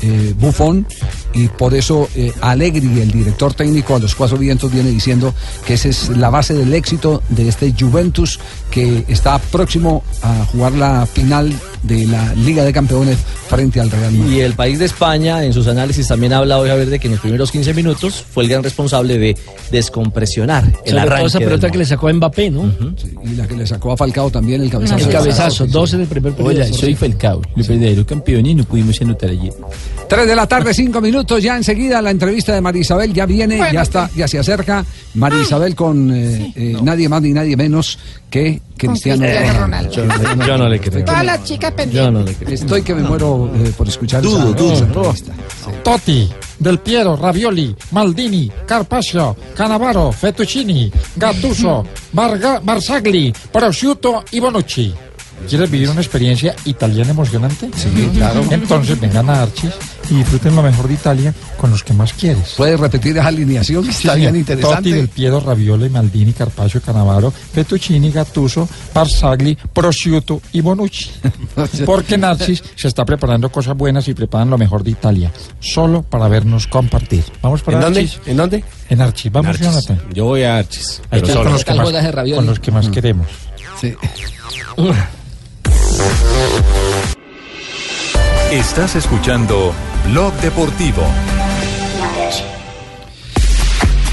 [SPEAKER 6] eh, Buffon y por eso eh, Allegri, el director técnico a los cuatro vientos, viene diciendo que esa es la base del éxito de este Juventus que está próximo a jugar la final de la Liga de Campeones frente al Real Madrid.
[SPEAKER 8] Y el país de España, en sus análisis, también ha hablado Javier de que en los primeros 15 minutos fue el gran responsable de descompresionar el
[SPEAKER 13] Sobre todo
[SPEAKER 8] arranque.
[SPEAKER 13] esa
[SPEAKER 8] del
[SPEAKER 13] pelota
[SPEAKER 8] Madrid.
[SPEAKER 13] que le sacó a Mbappé, ¿no?
[SPEAKER 6] Y la que le sacó a Falcao también el cabezazo.
[SPEAKER 13] El cabezazo, dos en el primer periodo.
[SPEAKER 21] Hola, soy Falcao, el verdadero campeón y no pudimos anotar ayer.
[SPEAKER 6] Tres de la tarde, cinco minutos, ya enseguida la entrevista de Marisabel ya viene, ya está, ya se acerca. Marisabel con eh, eh, nadie más ni nadie menos que Cristiano,
[SPEAKER 22] Cristiano Ronaldo.
[SPEAKER 6] Yo no-
[SPEAKER 8] Yo no le creo.
[SPEAKER 22] Todas las chicas
[SPEAKER 8] Yo no
[SPEAKER 22] pendientes.
[SPEAKER 8] le creo.
[SPEAKER 6] Estoy que me muero eh, por escuchar
[SPEAKER 21] Dudo,
[SPEAKER 6] esa-
[SPEAKER 21] dudo.
[SPEAKER 6] esa entrevista.
[SPEAKER 21] Totti, Del Piero, Ravioli, Maldini, Carpaccio, Canavaro, Fettuccini,
[SPEAKER 6] (laughs)
[SPEAKER 21] Gattuso, Marga- Marsagli, Prosciutto y Bonucci. ¿Quieres vivir una experiencia italiana emocionante? Sí,
[SPEAKER 6] claro.
[SPEAKER 21] Entonces vengan a Archis y disfruten lo mejor de Italia con los que más quieres.
[SPEAKER 6] ¿Puedes repetir esa alineación? que Está bien
[SPEAKER 21] Totti,
[SPEAKER 6] interesante.
[SPEAKER 21] Del Piero, Ravioli, Maldini, Carpaccio, Canavaro, Fettuccini, Gattuso, Barzagli, Prosciutto
[SPEAKER 6] (laughs)
[SPEAKER 21] y Bonucci. Porque Narcis se está preparando cosas buenas y preparan lo mejor de Italia. Solo para vernos compartir. Vamos para
[SPEAKER 17] ¿En dónde?
[SPEAKER 21] Archis. ¿En dónde? En Archis. Vamos,
[SPEAKER 17] En Archis.
[SPEAKER 21] Jonathan.
[SPEAKER 17] Yo voy a Archis.
[SPEAKER 21] Ahí
[SPEAKER 17] pero
[SPEAKER 21] está,
[SPEAKER 17] solo.
[SPEAKER 21] con los que
[SPEAKER 17] Tal
[SPEAKER 21] más,
[SPEAKER 17] bodas de Ravioli.
[SPEAKER 21] con los que más queremos.
[SPEAKER 1] Estás escuchando Blog Deportivo.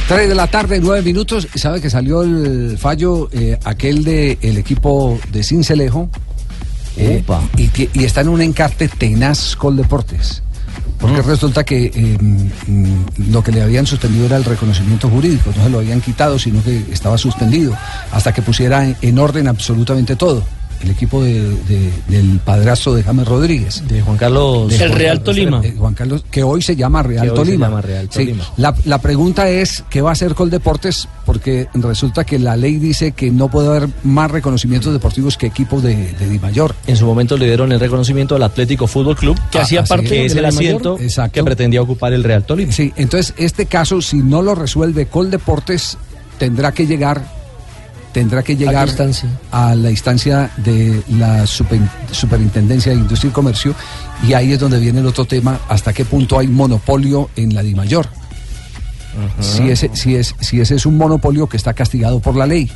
[SPEAKER 6] Tres de la tarde, nueve minutos. Sabe que salió el fallo eh, aquel del equipo de Cincelejo. Eh, y, tie- y está en un encarte tenaz con Deportes. Porque resulta que eh, mm, lo que le habían suspendido era el reconocimiento jurídico, no se lo habían quitado, sino que estaba suspendido, hasta que pusiera en- en orden absolutamente todo. El equipo de- de- del padrastro de James Rodríguez. De Juan Carlos.
[SPEAKER 13] El Real Tolima.
[SPEAKER 6] eh, Juan Carlos, que hoy se llama Real
[SPEAKER 8] Que hoy se
[SPEAKER 6] Tolima.
[SPEAKER 8] llama Real
[SPEAKER 6] Sí,
[SPEAKER 8] Tolima.
[SPEAKER 6] la, la pregunta es, ¿qué va a hacer Coldeportes? Porque resulta que la ley dice que no puede haber más reconocimientos deportivos que equipos de, de Di Mayor.
[SPEAKER 8] En su momento le dieron el reconocimiento al Atlético Fútbol Club, Ah,
[SPEAKER 6] Que hacía parte
[SPEAKER 8] que es
[SPEAKER 6] de
[SPEAKER 8] el
[SPEAKER 6] la mayor.
[SPEAKER 8] asiento que pretendía ocupar el Real Tolima.
[SPEAKER 6] Sí, entonces este caso, si no lo resuelve Coldeportes, tendrá que llegar tendrá que llegar a, la instancia de la super- Superintendencia de Industria y Comercio y ahí es donde viene el otro tema, hasta qué punto hay monopolio en la DIMAYOR. si ese, si, es, si ese es un monopolio que está castigado por la ley.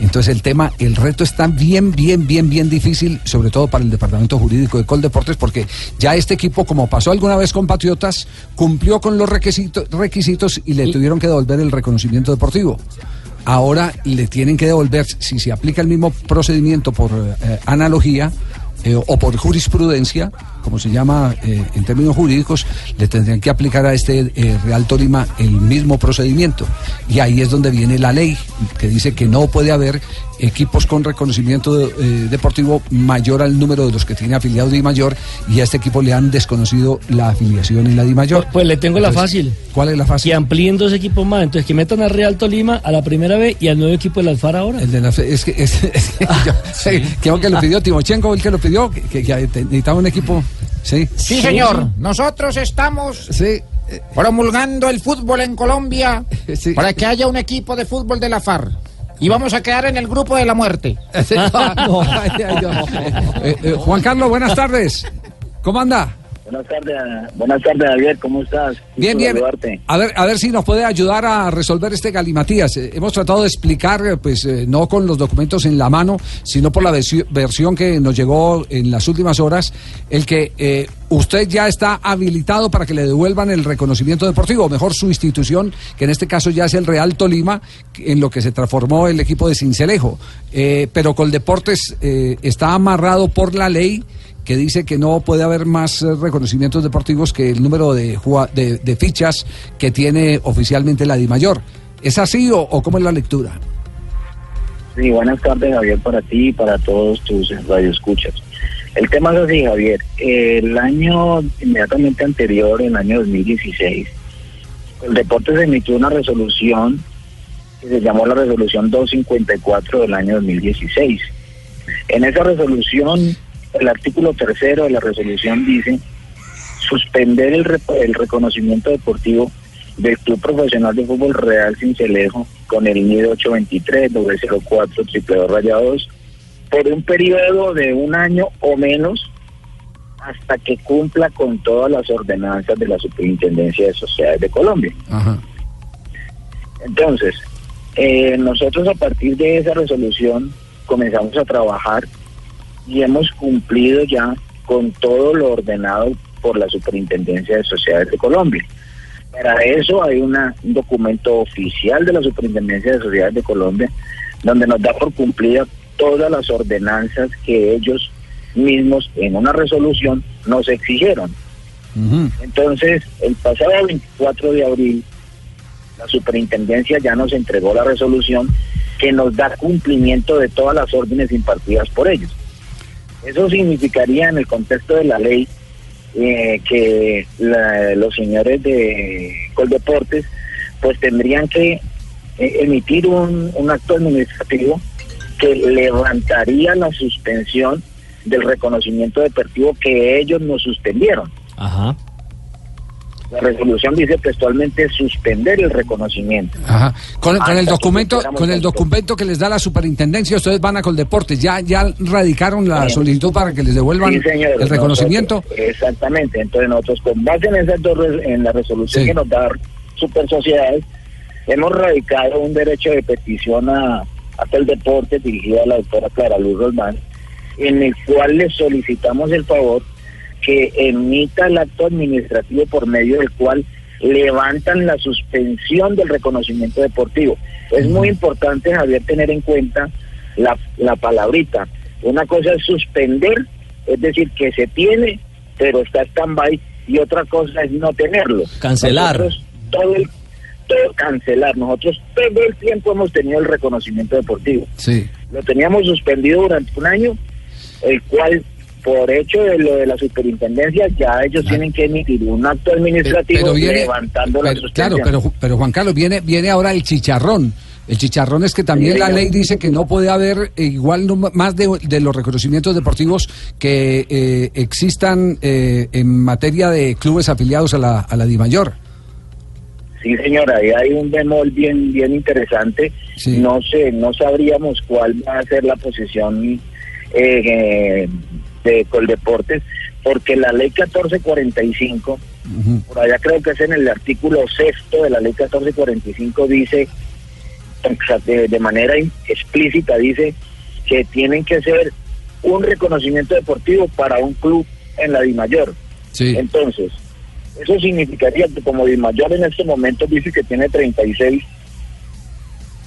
[SPEAKER 6] Entonces el tema, el reto está bien, bien, bien, bien difícil, sobre todo para el departamento jurídico de Coldeportes, porque ya este equipo, como pasó alguna vez con Patriotas, cumplió con los requisitos, requisitos y le tuvieron que devolver el reconocimiento deportivo. Ahora le tienen que devolver, si se aplica el mismo procedimiento por eh, analogía eh, o por jurisprudencia, como se llama eh, en términos jurídicos, le tendrían que aplicar a este eh, Real Tolima el mismo procedimiento. Y ahí es donde viene la ley, que dice que no puede haber equipos con reconocimiento eh, deportivo mayor al número de los que tiene afiliado Di Mayor, y a este equipo le han desconocido la afiliación en la Di Mayor. Pues,
[SPEAKER 13] le tengo la fácil.
[SPEAKER 6] ¿Cuál es la fácil?
[SPEAKER 13] Que amplíen dos equipos más. Entonces que metan al Real Tolima a la primera vez y al nuevo equipo del Alfara ahora.
[SPEAKER 6] El de la fe- es que es, es
[SPEAKER 13] (laughs)
[SPEAKER 6] que yo- sí, creo (laughs) que lo pidió Timochenko, el que lo pidió, que, que- que necesitaba un equipo. Sí.
[SPEAKER 16] Sí, señor. Nosotros estamos promulgando el fútbol en Colombia para que haya un equipo de fútbol de la FARC. Y vamos a quedar en el grupo de la
[SPEAKER 6] (laughs)
[SPEAKER 16] muerte.
[SPEAKER 6] No, (laughs) ay, ay, no. Eh, eh, Juan Carlos, buenas tardes. ¿Cómo anda?
[SPEAKER 3] Buenas tardes, buenas tardes Javier, ¿cómo estás?
[SPEAKER 6] Bien,
[SPEAKER 3] Gusto
[SPEAKER 6] bien.
[SPEAKER 3] saludarte.
[SPEAKER 6] A ver, a ver si nos puede ayudar a resolver este galimatías. Eh, hemos tratado de explicar, eh, pues, eh, no con los documentos en la mano, sino por la versi- versión que nos llegó en las últimas horas, el que eh, usted ya está habilitado para que le devuelvan el reconocimiento deportivo, o mejor su institución, que en este caso ya es el Real Tolima, en lo que se transformó el equipo de Cincelejo. Eh, pero Coldeportes eh, está amarrado por la ley que dice que no puede haber más eh, reconocimientos deportivos que el número de, jua- de, de fichas que tiene oficialmente la DIMAYOR. ¿Es así o, o cómo es la lectura?
[SPEAKER 3] Sí, buenas tardes Javier para ti y para todos tus radioescuchas. El tema es así Javier, el año inmediatamente anterior, el año 2016, el Deportes emitió una resolución que se llamó la resolución 254 del año 2016. En esa resolución, el artículo tercero de la resolución dice suspender el, re- el reconocimiento deportivo del Club Profesional de Fútbol Real Cincelejo con el NID 823 904 triple rayados por un periodo de un año o menos hasta que cumpla con todas las ordenanzas de la Superintendencia de Sociedades de Colombia. Entonces, eh, nosotros a partir de esa resolución comenzamos a trabajar y hemos cumplido ya con todo lo ordenado por la Superintendencia de Sociedades de Colombia. Para eso hay una- un documento oficial de la Superintendencia de Sociedades de Colombia donde nos da por cumplida todas las ordenanzas que ellos mismos en una resolución nos exigieron. Entonces, el pasado 24 de abril, la superintendencia ya nos entregó la resolución que nos da cumplimiento de todas las órdenes impartidas por ellos. Eso significaría en el contexto de la ley eh, que la- los señores de Coldeportes pues tendrían que eh, emitir un, un acto administrativo que levantaría la suspensión del reconocimiento deportivo que ellos nos suspendieron.
[SPEAKER 6] (laughs)
[SPEAKER 8] Ajá.
[SPEAKER 3] La resolución dice textualmente suspender el reconocimiento.
[SPEAKER 6] Ajá. Con, con
[SPEAKER 3] Hasta
[SPEAKER 6] el
[SPEAKER 3] que
[SPEAKER 6] documento,
[SPEAKER 3] superamos
[SPEAKER 6] con el
[SPEAKER 3] esto.
[SPEAKER 6] documento que les da la superintendencia, ustedes van a Coldeportes, ya, ya radicaron la solicitud para que les devuelvan
[SPEAKER 3] Sí, señor,
[SPEAKER 6] el reconocimiento.
[SPEAKER 3] nosotros- exactamente. Entonces nosotros con base en esas dos res- en la resolución que nos da Super Sociedades, hemos radicado un derecho de petición a, hasta el deporte dirigido a la doctora Clara Luz Roldán, en el cual le solicitamos el favor que emita el acto administrativo por medio del cual levantan la suspensión del reconocimiento deportivo. Es muy importante, Javier, tener en cuenta la, la palabrita. Una cosa es suspender, es decir, que se tiene, pero está stand-by, y otra cosa es no tenerlo.
[SPEAKER 8] Cancelar.
[SPEAKER 3] Nosotros todo el todo- cancelar. Nosotros todo el tiempo hemos tenido el reconocimiento deportivo.
[SPEAKER 6] Sí.
[SPEAKER 3] Lo teníamos suspendido durante un año, el cual por hecho de lo de la superintendencia ya ellos tienen que emitir un acto administrativo
[SPEAKER 6] Ah. Pero viene-
[SPEAKER 3] levantando la
[SPEAKER 6] pero- claro,
[SPEAKER 3] suspensión.
[SPEAKER 6] pero, Ju- pero Juan Carlos, viene, viene ahora el chicharrón. El chicharrón es que también
[SPEAKER 3] Sí,
[SPEAKER 6] la
[SPEAKER 3] señor.
[SPEAKER 6] ley dice que no puede haber eh, igual num- más de, de los reconocimientos deportivos que eh, existan eh, en materia de clubes afiliados a la, a la DIMAYOR.
[SPEAKER 3] Sí, señora, ahí hay un bemol bien bien interesante. No sé, no sabríamos cuál va a ser la posición eh, de Coldeportes, porque la ley 1445, por allá creo que es en el artículo sexto de la ley 1445, dice exa- de de manera in- explícita, dice que tienen que ser un reconocimiento deportivo para un club en la DIMAYOR. Entonces, eso significaría que como Dimayor en este momento dice que tiene 36,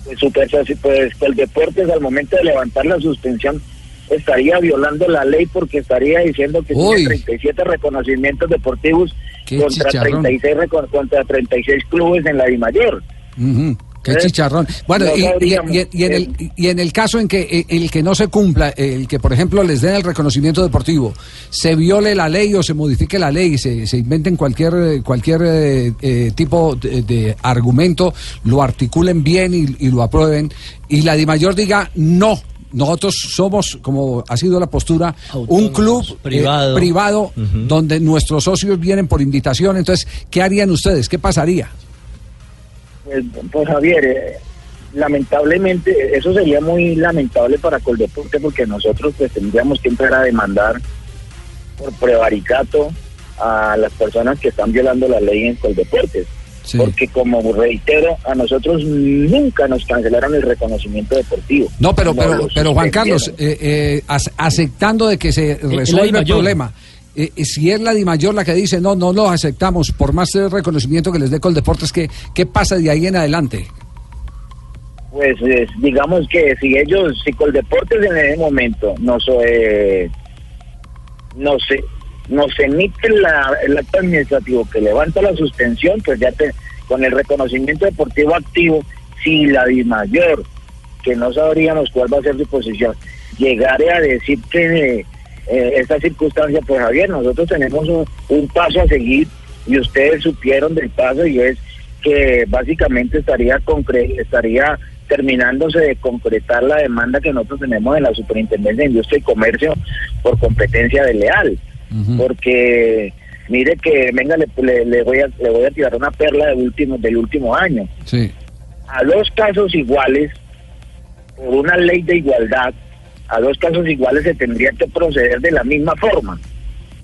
[SPEAKER 3] pues, su peso así, pues el deportes al momento de levantar la suspensión estaría violando la ley porque estaría diciendo que
[SPEAKER 6] Uy.
[SPEAKER 3] tiene 37 reconocimientos deportivos
[SPEAKER 6] Qué
[SPEAKER 3] contra
[SPEAKER 6] chicharrón.
[SPEAKER 3] 36, recon- contra 36 clubes en la Dimayor.
[SPEAKER 6] Ujú, Qué
[SPEAKER 3] ¿Eh?
[SPEAKER 6] chicharrón. Bueno,
[SPEAKER 3] No
[SPEAKER 6] y, y-
[SPEAKER 3] sabríamos.
[SPEAKER 6] y- y en el, y en el caso en que eh, el que no se cumpla, el que por ejemplo les den el reconocimiento deportivo, se viole la ley o se modifique la ley, se, se inventen cualquier, eh, cualquier eh, eh, tipo de, de argumento, lo articulen bien y, y lo aprueben, y la DIMAYOR diga no. Nosotros somos, como ha sido la postura, un club eh,
[SPEAKER 8] privado.
[SPEAKER 6] privado donde nuestros socios vienen por invitación. Entonces, ¿qué harían ustedes? ¿Qué pasaría?
[SPEAKER 3] Pues, pues, Javier, eh, lamentablemente, eso sería muy lamentable para Coldeporte porque nosotros pues tendríamos que entrar a demandar por prevaricato a las personas que están violando la ley en Coldeportes. Porque como reitero, a nosotros nunca nos cancelaron el reconocimiento deportivo.
[SPEAKER 6] No, pero,
[SPEAKER 3] Nos
[SPEAKER 6] pero,
[SPEAKER 3] lo
[SPEAKER 6] pero Juan Carlos,
[SPEAKER 3] suspendieron.
[SPEAKER 6] eh, eh, ac- aceptando de que se
[SPEAKER 3] la
[SPEAKER 6] resuelva el
[SPEAKER 3] DIMAYOR.
[SPEAKER 6] problema, eh, eh, si es la DIMAYOR la que dice no, no lo aceptamos, por más eh, reconocimiento que les dé Coldeportes, ¿qué, ¿qué pasa de ahí en adelante?
[SPEAKER 3] Pues eh, digamos que si ellos, si Coldeportes en ese momento nos, eh, nos, eh, nos emite la, el acto administrativo que levanta la suspensión, pues ya te, con el reconocimiento deportivo activo, si la DIMAYOR, que no sabríamos cuál va a ser su posición, llegare a decir que eh, eh, esta circunstancia, pues Javier, nosotros tenemos un, un paso a seguir y ustedes supieron del paso y es que básicamente estaría concre- estaría terminándose de concretar la demanda que nosotros tenemos en la Superintendencia de Industria y Comercio por competencia desleal. Porque mire que venga le, le- le voy a le voy a tirar una perla de último del último año.
[SPEAKER 6] Sí.
[SPEAKER 3] A dos casos iguales por una ley de igualdad, a dos casos iguales se tendría que proceder de la misma forma,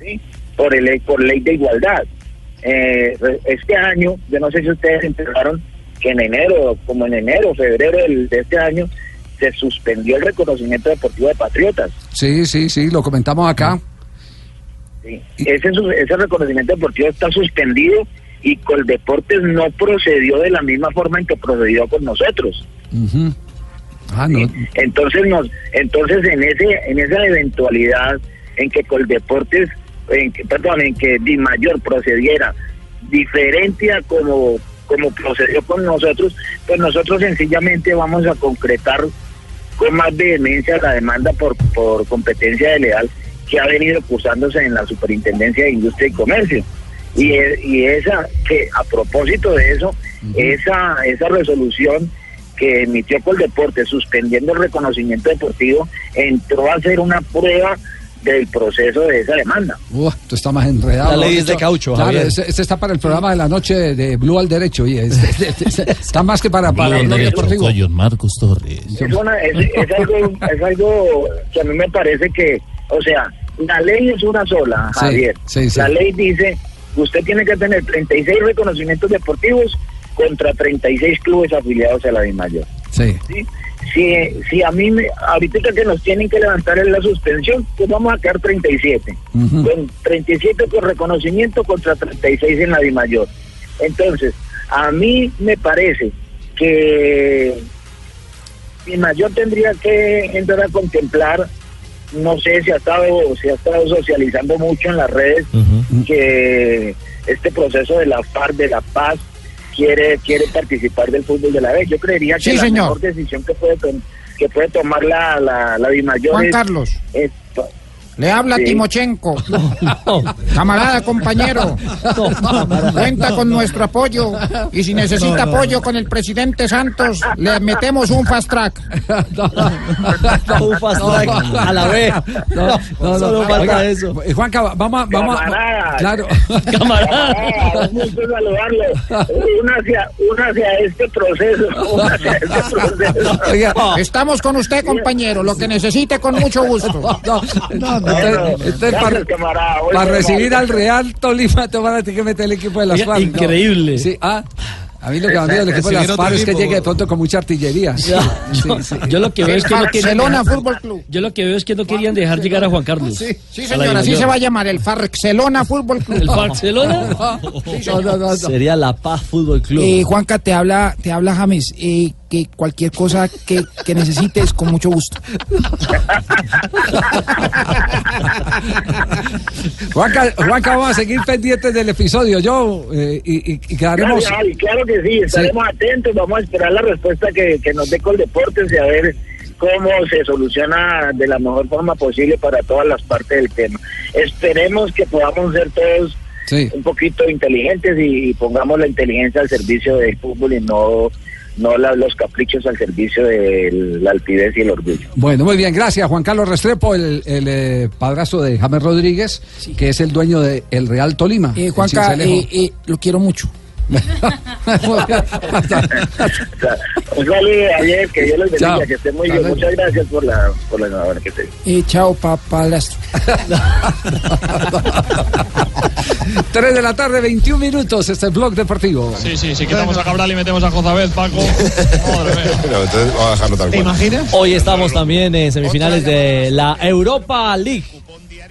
[SPEAKER 3] ¿sí? por, el, por ley de igualdad. Eh, re- este año, yo no sé si ustedes enteraron que en enero, como en enero, febrero del- de este año, se suspendió el reconocimiento deportivo de Patriotas.
[SPEAKER 6] Sí, sí, sí, lo comentamos acá.
[SPEAKER 8] Ah.
[SPEAKER 3] ¿sí? Ese, su- ese reconocimiento deportivo está suspendido y Coldeportes no procedió de la misma forma en que procedió con nosotros.
[SPEAKER 6] Ujú. Ah, no.
[SPEAKER 3] Entonces nos, entonces en ese, en esa eventualidad en que Coldeportes, en que, perdón, en que Di Mayor procediera diferente a como, como procedió con nosotros, pues nosotros sencillamente vamos a concretar con más vehemencia la demanda por, por competencia de leal que ha venido cursándose en la Superintendencia de Industria y Comercio. Y, e- y esa, que a propósito de eso, esa, esa resolución que emitió Coldeporte suspendiendo el reconocimiento deportivo entró a ser una prueba del proceso de esa demanda.
[SPEAKER 6] Uf, tú estás más enredado.
[SPEAKER 8] La ley es
[SPEAKER 6] Esto-
[SPEAKER 8] de caucho,
[SPEAKER 6] Claro,
[SPEAKER 8] Javier.
[SPEAKER 6] Este, este está para el programa de la noche de Blue al Derecho. oye, este- este-
[SPEAKER 8] (laughs)
[SPEAKER 6] este- está más que para, para Blog Deportivo.
[SPEAKER 5] Marcos Torres.
[SPEAKER 3] Es, una- es- es
[SPEAKER 6] (laughs)
[SPEAKER 3] algo, es algo que a mí me parece que, o sea, la ley es una sola,
[SPEAKER 6] Sí,
[SPEAKER 3] Javier.
[SPEAKER 6] sí, sí.
[SPEAKER 3] La ley dice, usted tiene que tener 36 reconocimientos deportivos contra 36 clubes afiliados a la DIMAYOR.
[SPEAKER 6] Sí.
[SPEAKER 3] Si, si a mí, me, ahorita que nos tienen que levantar en la suspensión, pues vamos a quedar 37.
[SPEAKER 23] Ujú.
[SPEAKER 3] Con 37 con reconocimiento contra 36 en la DIMAYOR. Entonces, a mí me parece que mi mayor tendría que entrar a contemplar no sé si ha estado, si ha estado socializando mucho en las redes que este proceso de la FARC, de la paz, quiere, quiere participar del fútbol de la vez. Yo creería que
[SPEAKER 7] Sí,
[SPEAKER 3] la
[SPEAKER 7] señor.
[SPEAKER 3] mejor decisión que puede, tom- que puede tomar la, la, la Dimayor
[SPEAKER 7] Juan
[SPEAKER 3] es-
[SPEAKER 7] Carlos.
[SPEAKER 3] es-
[SPEAKER 7] Le habla
[SPEAKER 3] Sí.
[SPEAKER 7] Timochenko. Camarada, compañero. Cuenta con nuestro apoyo. Y si necesita
[SPEAKER 6] No, no.
[SPEAKER 7] apoyo con el presidente Santos, le metemos un fast track.
[SPEAKER 8] un
[SPEAKER 6] (laughs)
[SPEAKER 8] fast track a la vez. (laughs)
[SPEAKER 6] No, no, no.
[SPEAKER 8] Solo falta
[SPEAKER 6] eso. Juanca, vamos a. Vamos a
[SPEAKER 3] Camarada.
[SPEAKER 6] claro.
[SPEAKER 3] Camarada, un gusto saludarlo. Únase a, únase a este proceso. (laughs) únase a este proceso.
[SPEAKER 7] Estamos con usted, compañero. Lo que necesite con mucho gusto.
[SPEAKER 6] Entonces, entonces, para, este para recibir al Real Tolima, te van a tener que meter el equipo de las
[SPEAKER 13] Oye,
[SPEAKER 6] FARC. ¿no?
[SPEAKER 13] increíble.
[SPEAKER 6] Sí, ah, a mí lo que me da miedo el
[SPEAKER 11] Eh,
[SPEAKER 6] equipo de
[SPEAKER 13] Recibir
[SPEAKER 6] las
[SPEAKER 13] otro
[SPEAKER 6] FARC es que
[SPEAKER 13] equipo.
[SPEAKER 6] llegue de pronto con mucha artillería. Sí,
[SPEAKER 13] yo, yo lo que veo es que no quieren
[SPEAKER 7] Barcelona
[SPEAKER 13] dejar-
[SPEAKER 7] Fútbol Club.
[SPEAKER 13] Yo lo que veo es que no querían dejar llegar a Juan Carlos.
[SPEAKER 7] Sí, señor, así se va a llamar el Barcelona Fútbol Club.
[SPEAKER 13] ¿El Barcelona?
[SPEAKER 7] Sí, señor.
[SPEAKER 8] Sería La Paz Fútbol Club.
[SPEAKER 11] Eh, Juanca, te habla, te habla James. eh, que cualquier cosa que, que necesites, con mucho gusto.
[SPEAKER 6] Juanca, Juanca, vamos a seguir pendientes del episodio, yo, eh, y, y- y quedaremos.
[SPEAKER 3] Claro, Javi, claro que sí, estaremos atentos, vamos a esperar la respuesta que, que nos dé Coldeportes y a ver cómo se soluciona de la mejor forma posible para todas las partes del tema. Esperemos que podamos ser todos
[SPEAKER 6] Sí.
[SPEAKER 3] un poquito inteligentes y, y pongamos la inteligencia al servicio del fútbol y no, no la- los caprichos al servicio de la altivez y el
[SPEAKER 6] (laughs)
[SPEAKER 3] orgullo. (laughs)
[SPEAKER 6] Bueno, muy bien, gracias. Juan Carlos Restrepo, el, el, eh, padrazo de James Rodríguez, que es el dueño del el Real Tolima.
[SPEAKER 11] Eh,
[SPEAKER 6] el
[SPEAKER 11] Juanca,
[SPEAKER 6] Cincelejo.
[SPEAKER 11] eh, eh, lo quiero mucho.
[SPEAKER 3] Un saludo, Javier, que Dios los bendiga,
[SPEAKER 11] Chao.
[SPEAKER 3] que estén muy
[SPEAKER 11] Hasta
[SPEAKER 3] bien.
[SPEAKER 11] luego.
[SPEAKER 3] Muchas gracias por la, por la enhorabuena que te
[SPEAKER 11] Eh, chao, papá. Lastro.
[SPEAKER 6] 3 de la tarde, 21 minutos, este es Blog Deportivo.
[SPEAKER 21] Sí, sí, si quitamos a Cabral y metemos a Jozabel, Paco.
[SPEAKER 8] Pero entonces vamos a dejarlo tal
[SPEAKER 21] ¿Te cual. imaginas?
[SPEAKER 8] Hoy estamos también en semifinales de la Europa League.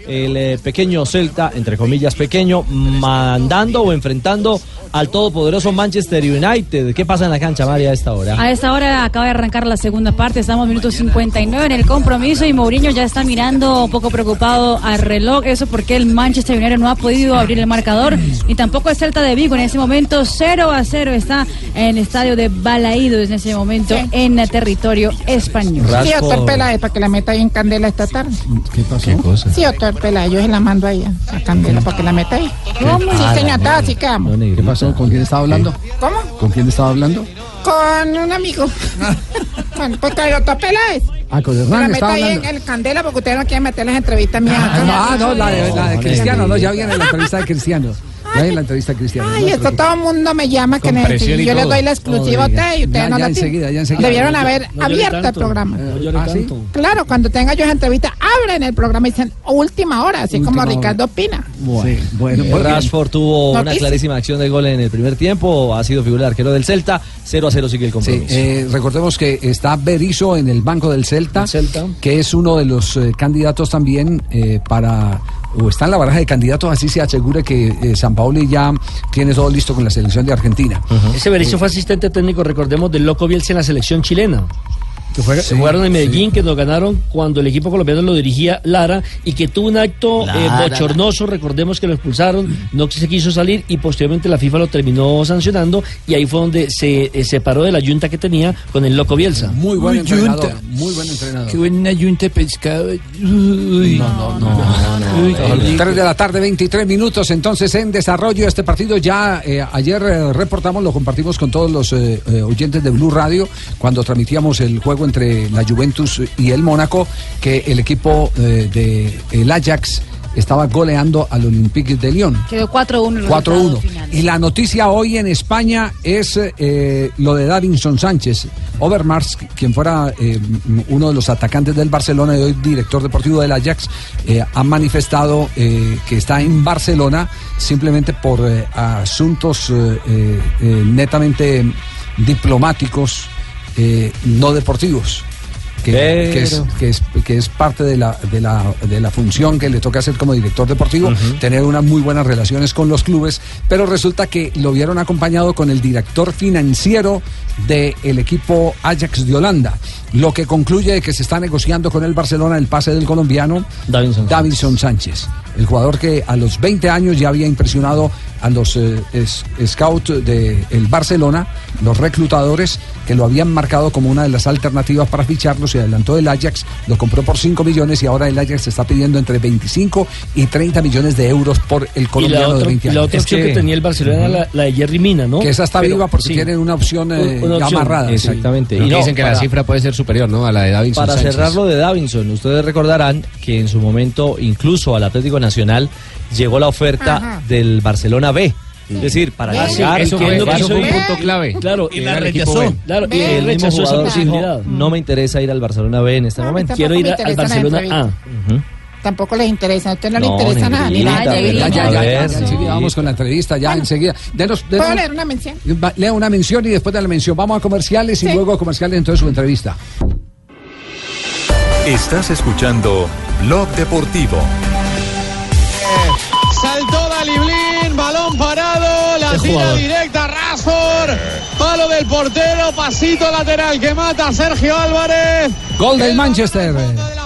[SPEAKER 8] El eh, pequeño Celta, entre comillas pequeño, mandando o enfrentando al todopoderoso Manchester United. ¿Qué pasa en la cancha, María, a esta hora?
[SPEAKER 10] A esta hora acaba de arrancar la segunda parte, estamos minuto 59 en el compromiso y Mourinho ya está mirando un poco preocupado al reloj, eso porque el Manchester United no ha podido abrir el marcador y tampoco el Celta de Vigo en ese momento 0 a 0 está en el estadio de Balaídos en ese momento en el territorio español.
[SPEAKER 7] Sí, doctor Peláez, para que la meta ahí en candela esta tarde.
[SPEAKER 6] ¿Qué pasó? ¿Qué cosa?
[SPEAKER 7] Sí, doctor Peláez, yo se la mando ahí a candela para que la meta ahí. ¿Cómo? Sí, señor, está, así quedamos.
[SPEAKER 6] ¿Qué pasó? ¿Con quién estaba hablando?
[SPEAKER 7] ¿Cómo?
[SPEAKER 6] ¿Con quién estaba hablando?
[SPEAKER 7] Con un amigo. Con, pues con el doctor Peláez.
[SPEAKER 6] Ah, con
[SPEAKER 7] Se la
[SPEAKER 6] Hernán
[SPEAKER 7] meta
[SPEAKER 6] estaba
[SPEAKER 7] ahí en
[SPEAKER 6] hablando.
[SPEAKER 7] el candela porque ustedes no quieren meter las entrevistas mías. acá.
[SPEAKER 6] Ah, no, la de, la de Cristiano, no, ya viene la entrevista de Cristiano. Ya viene la entrevista de Cristiano.
[SPEAKER 7] Ay, esto todo el mundo me llama que
[SPEAKER 6] Con
[SPEAKER 7] necesito-
[SPEAKER 6] presión y
[SPEAKER 7] Yo les
[SPEAKER 6] todo.
[SPEAKER 7] doy la exclusiva a ustedes y
[SPEAKER 6] Ya,
[SPEAKER 7] ustedes no
[SPEAKER 6] ya
[SPEAKER 7] la tienen.
[SPEAKER 6] enseguida, ya enseguida.
[SPEAKER 7] Debieron
[SPEAKER 6] No,
[SPEAKER 7] haber
[SPEAKER 6] no llore
[SPEAKER 7] abierto el
[SPEAKER 6] tanto.
[SPEAKER 7] programa.
[SPEAKER 6] ¿Ah, sí?
[SPEAKER 7] Claro, cuando tenga yo esa entrevista, abren el programa y dicen última hora, así como Ricardo Pina.
[SPEAKER 8] Bueno,
[SPEAKER 6] bueno,
[SPEAKER 8] Eh, Rashford tuvo una
[SPEAKER 7] Noticia.
[SPEAKER 8] clarísima acción de gol en el primer tiempo. Ha sido figura el arquero del Celta. 0 a 0 sigue el compromiso.
[SPEAKER 6] Eh, recordemos que está Berizzo en el banco del Celta, que es uno de los eh, candidatos también eh, para o está en la baraja de candidatos, así se asegura que eh, San Paoli ya tiene todo listo con la selección de Argentina.
[SPEAKER 13] Ese Berizzo fue asistente técnico, recordemos, del Loco Bielsa en la selección chilena. Que fue-
[SPEAKER 6] Sí,
[SPEAKER 13] jugaron en Medellín, que nos ganaron cuando el equipo colombiano lo dirigía Lara y que tuvo un acto eh,
[SPEAKER 12] Lara.
[SPEAKER 13] bochornoso, recordemos que lo expulsaron, no se quiso salir y posteriormente la FIFA lo terminó sancionando y ahí fue donde se eh, separó de la yunta que tenía con el Loco Bielsa.
[SPEAKER 6] Muy buen entrenador,
[SPEAKER 13] yunta.
[SPEAKER 6] muy buen entrenador.
[SPEAKER 13] Qué buena yunta pescado. No, no, no. Eh,
[SPEAKER 6] Uy, 3 de la tarde, 23 minutos. Entonces, en desarrollo este partido, ya eh, ayer eh, reportamos, lo compartimos con todos los eh, eh, oyentes de Blue Radio, cuando transmitíamos el juego entre la Juventus y el Mónaco, que el equipo eh, de el Ajax estaba goleando al Olympique de Lyon.
[SPEAKER 10] Quedó 4-1 el resultado
[SPEAKER 6] 4-1.
[SPEAKER 10] final.
[SPEAKER 6] Y la noticia hoy en España es eh, lo de Davinson Sánchez. Overmars, quien fuera eh, m- uno de los atacantes del Barcelona y hoy director deportivo del Ajax, eh, ha manifestado eh, que está en Barcelona simplemente por eh, asuntos eh, eh, eh, netamente diplomáticos, eh, no deportivos. que,
[SPEAKER 24] Pero-
[SPEAKER 6] que es, que es- que es parte de la, de, la, de la función que le toca hacer como director deportivo, tener unas muy buenas relaciones con los clubes, pero resulta que lo vieron acompañado con el director financiero del equipo Ajax de Holanda, lo que concluye de que se está negociando con el Barcelona el pase del colombiano Davinson, Sánchez, el jugador que a los 20 años ya había impresionado a los eh, es- scouts del Barcelona, los reclutadores que lo habían marcado como una de las alternativas para ficharlo, se adelantó el Ajax, lo compró por 5 millones y ahora el Ajax está pidiendo entre 25 y 30 millones de euros por el
[SPEAKER 13] Y la,
[SPEAKER 6] colombiano de
[SPEAKER 13] otra-
[SPEAKER 6] 20 años.
[SPEAKER 13] la otra opción que, tenía el Barcelona era la, la de Jerry Mina, ¿no?
[SPEAKER 6] Que esa está viva porque tiene una opción, eh, amarrada, sí.
[SPEAKER 8] Exactamente.
[SPEAKER 6] Lo que dicen
[SPEAKER 2] que la cifra
[SPEAKER 8] puede ser superior, ¿no? A la de
[SPEAKER 2] Davinson
[SPEAKER 8] Para
[SPEAKER 2] Sánchez.
[SPEAKER 8] cerrar lo de Davinson, ustedes recordarán que en su momento, incluso al Atlético Nacional, llegó la oferta
[SPEAKER 2] Ajá.
[SPEAKER 8] del Barcelona B. Es decir, para
[SPEAKER 2] Ah, sí,
[SPEAKER 8] llegar,
[SPEAKER 2] eso
[SPEAKER 8] que
[SPEAKER 2] fue-
[SPEAKER 8] no
[SPEAKER 2] eso
[SPEAKER 8] quiso
[SPEAKER 2] fue un
[SPEAKER 8] ir.
[SPEAKER 2] punto
[SPEAKER 8] (laughs)
[SPEAKER 2] clave.
[SPEAKER 8] Claro,
[SPEAKER 2] Y la
[SPEAKER 8] era el equipo
[SPEAKER 2] rechazó.
[SPEAKER 8] B. Claro, y
[SPEAKER 2] Ve.
[SPEAKER 8] él rechazó esa
[SPEAKER 2] Tampoco.
[SPEAKER 8] posibilidad. No me interesa ir al Barcelona B en este
[SPEAKER 7] mí
[SPEAKER 8] momento.
[SPEAKER 7] tampoco Quiero ir me a- al interesa la Barcelona entrevista.
[SPEAKER 8] Ujú.
[SPEAKER 7] Tampoco les interesa, a usted no,
[SPEAKER 8] No,
[SPEAKER 7] le interesa nada. Ni
[SPEAKER 8] negrita,
[SPEAKER 7] nada.
[SPEAKER 8] pero
[SPEAKER 6] Ya, ya,
[SPEAKER 8] a
[SPEAKER 6] ya,
[SPEAKER 8] ver,
[SPEAKER 6] ya, enseguida
[SPEAKER 8] negrita.
[SPEAKER 6] vamos con la entrevista, ya enseguida. Denos, denos-
[SPEAKER 7] ¿Puedo leer una mención?
[SPEAKER 6] Va- Lea una mención y después de la mención vamos a comerciales y luego a comerciales entonces su entrevista.
[SPEAKER 1] Estás escuchando Blog Deportivo.
[SPEAKER 5] Saltó Daliblin, balón parado, la
[SPEAKER 1] Qué
[SPEAKER 5] tira
[SPEAKER 1] jugador.
[SPEAKER 5] directa Rashford, palo del portero, pasito lateral que mata Sergio Álvarez.
[SPEAKER 6] Gol del Manchester.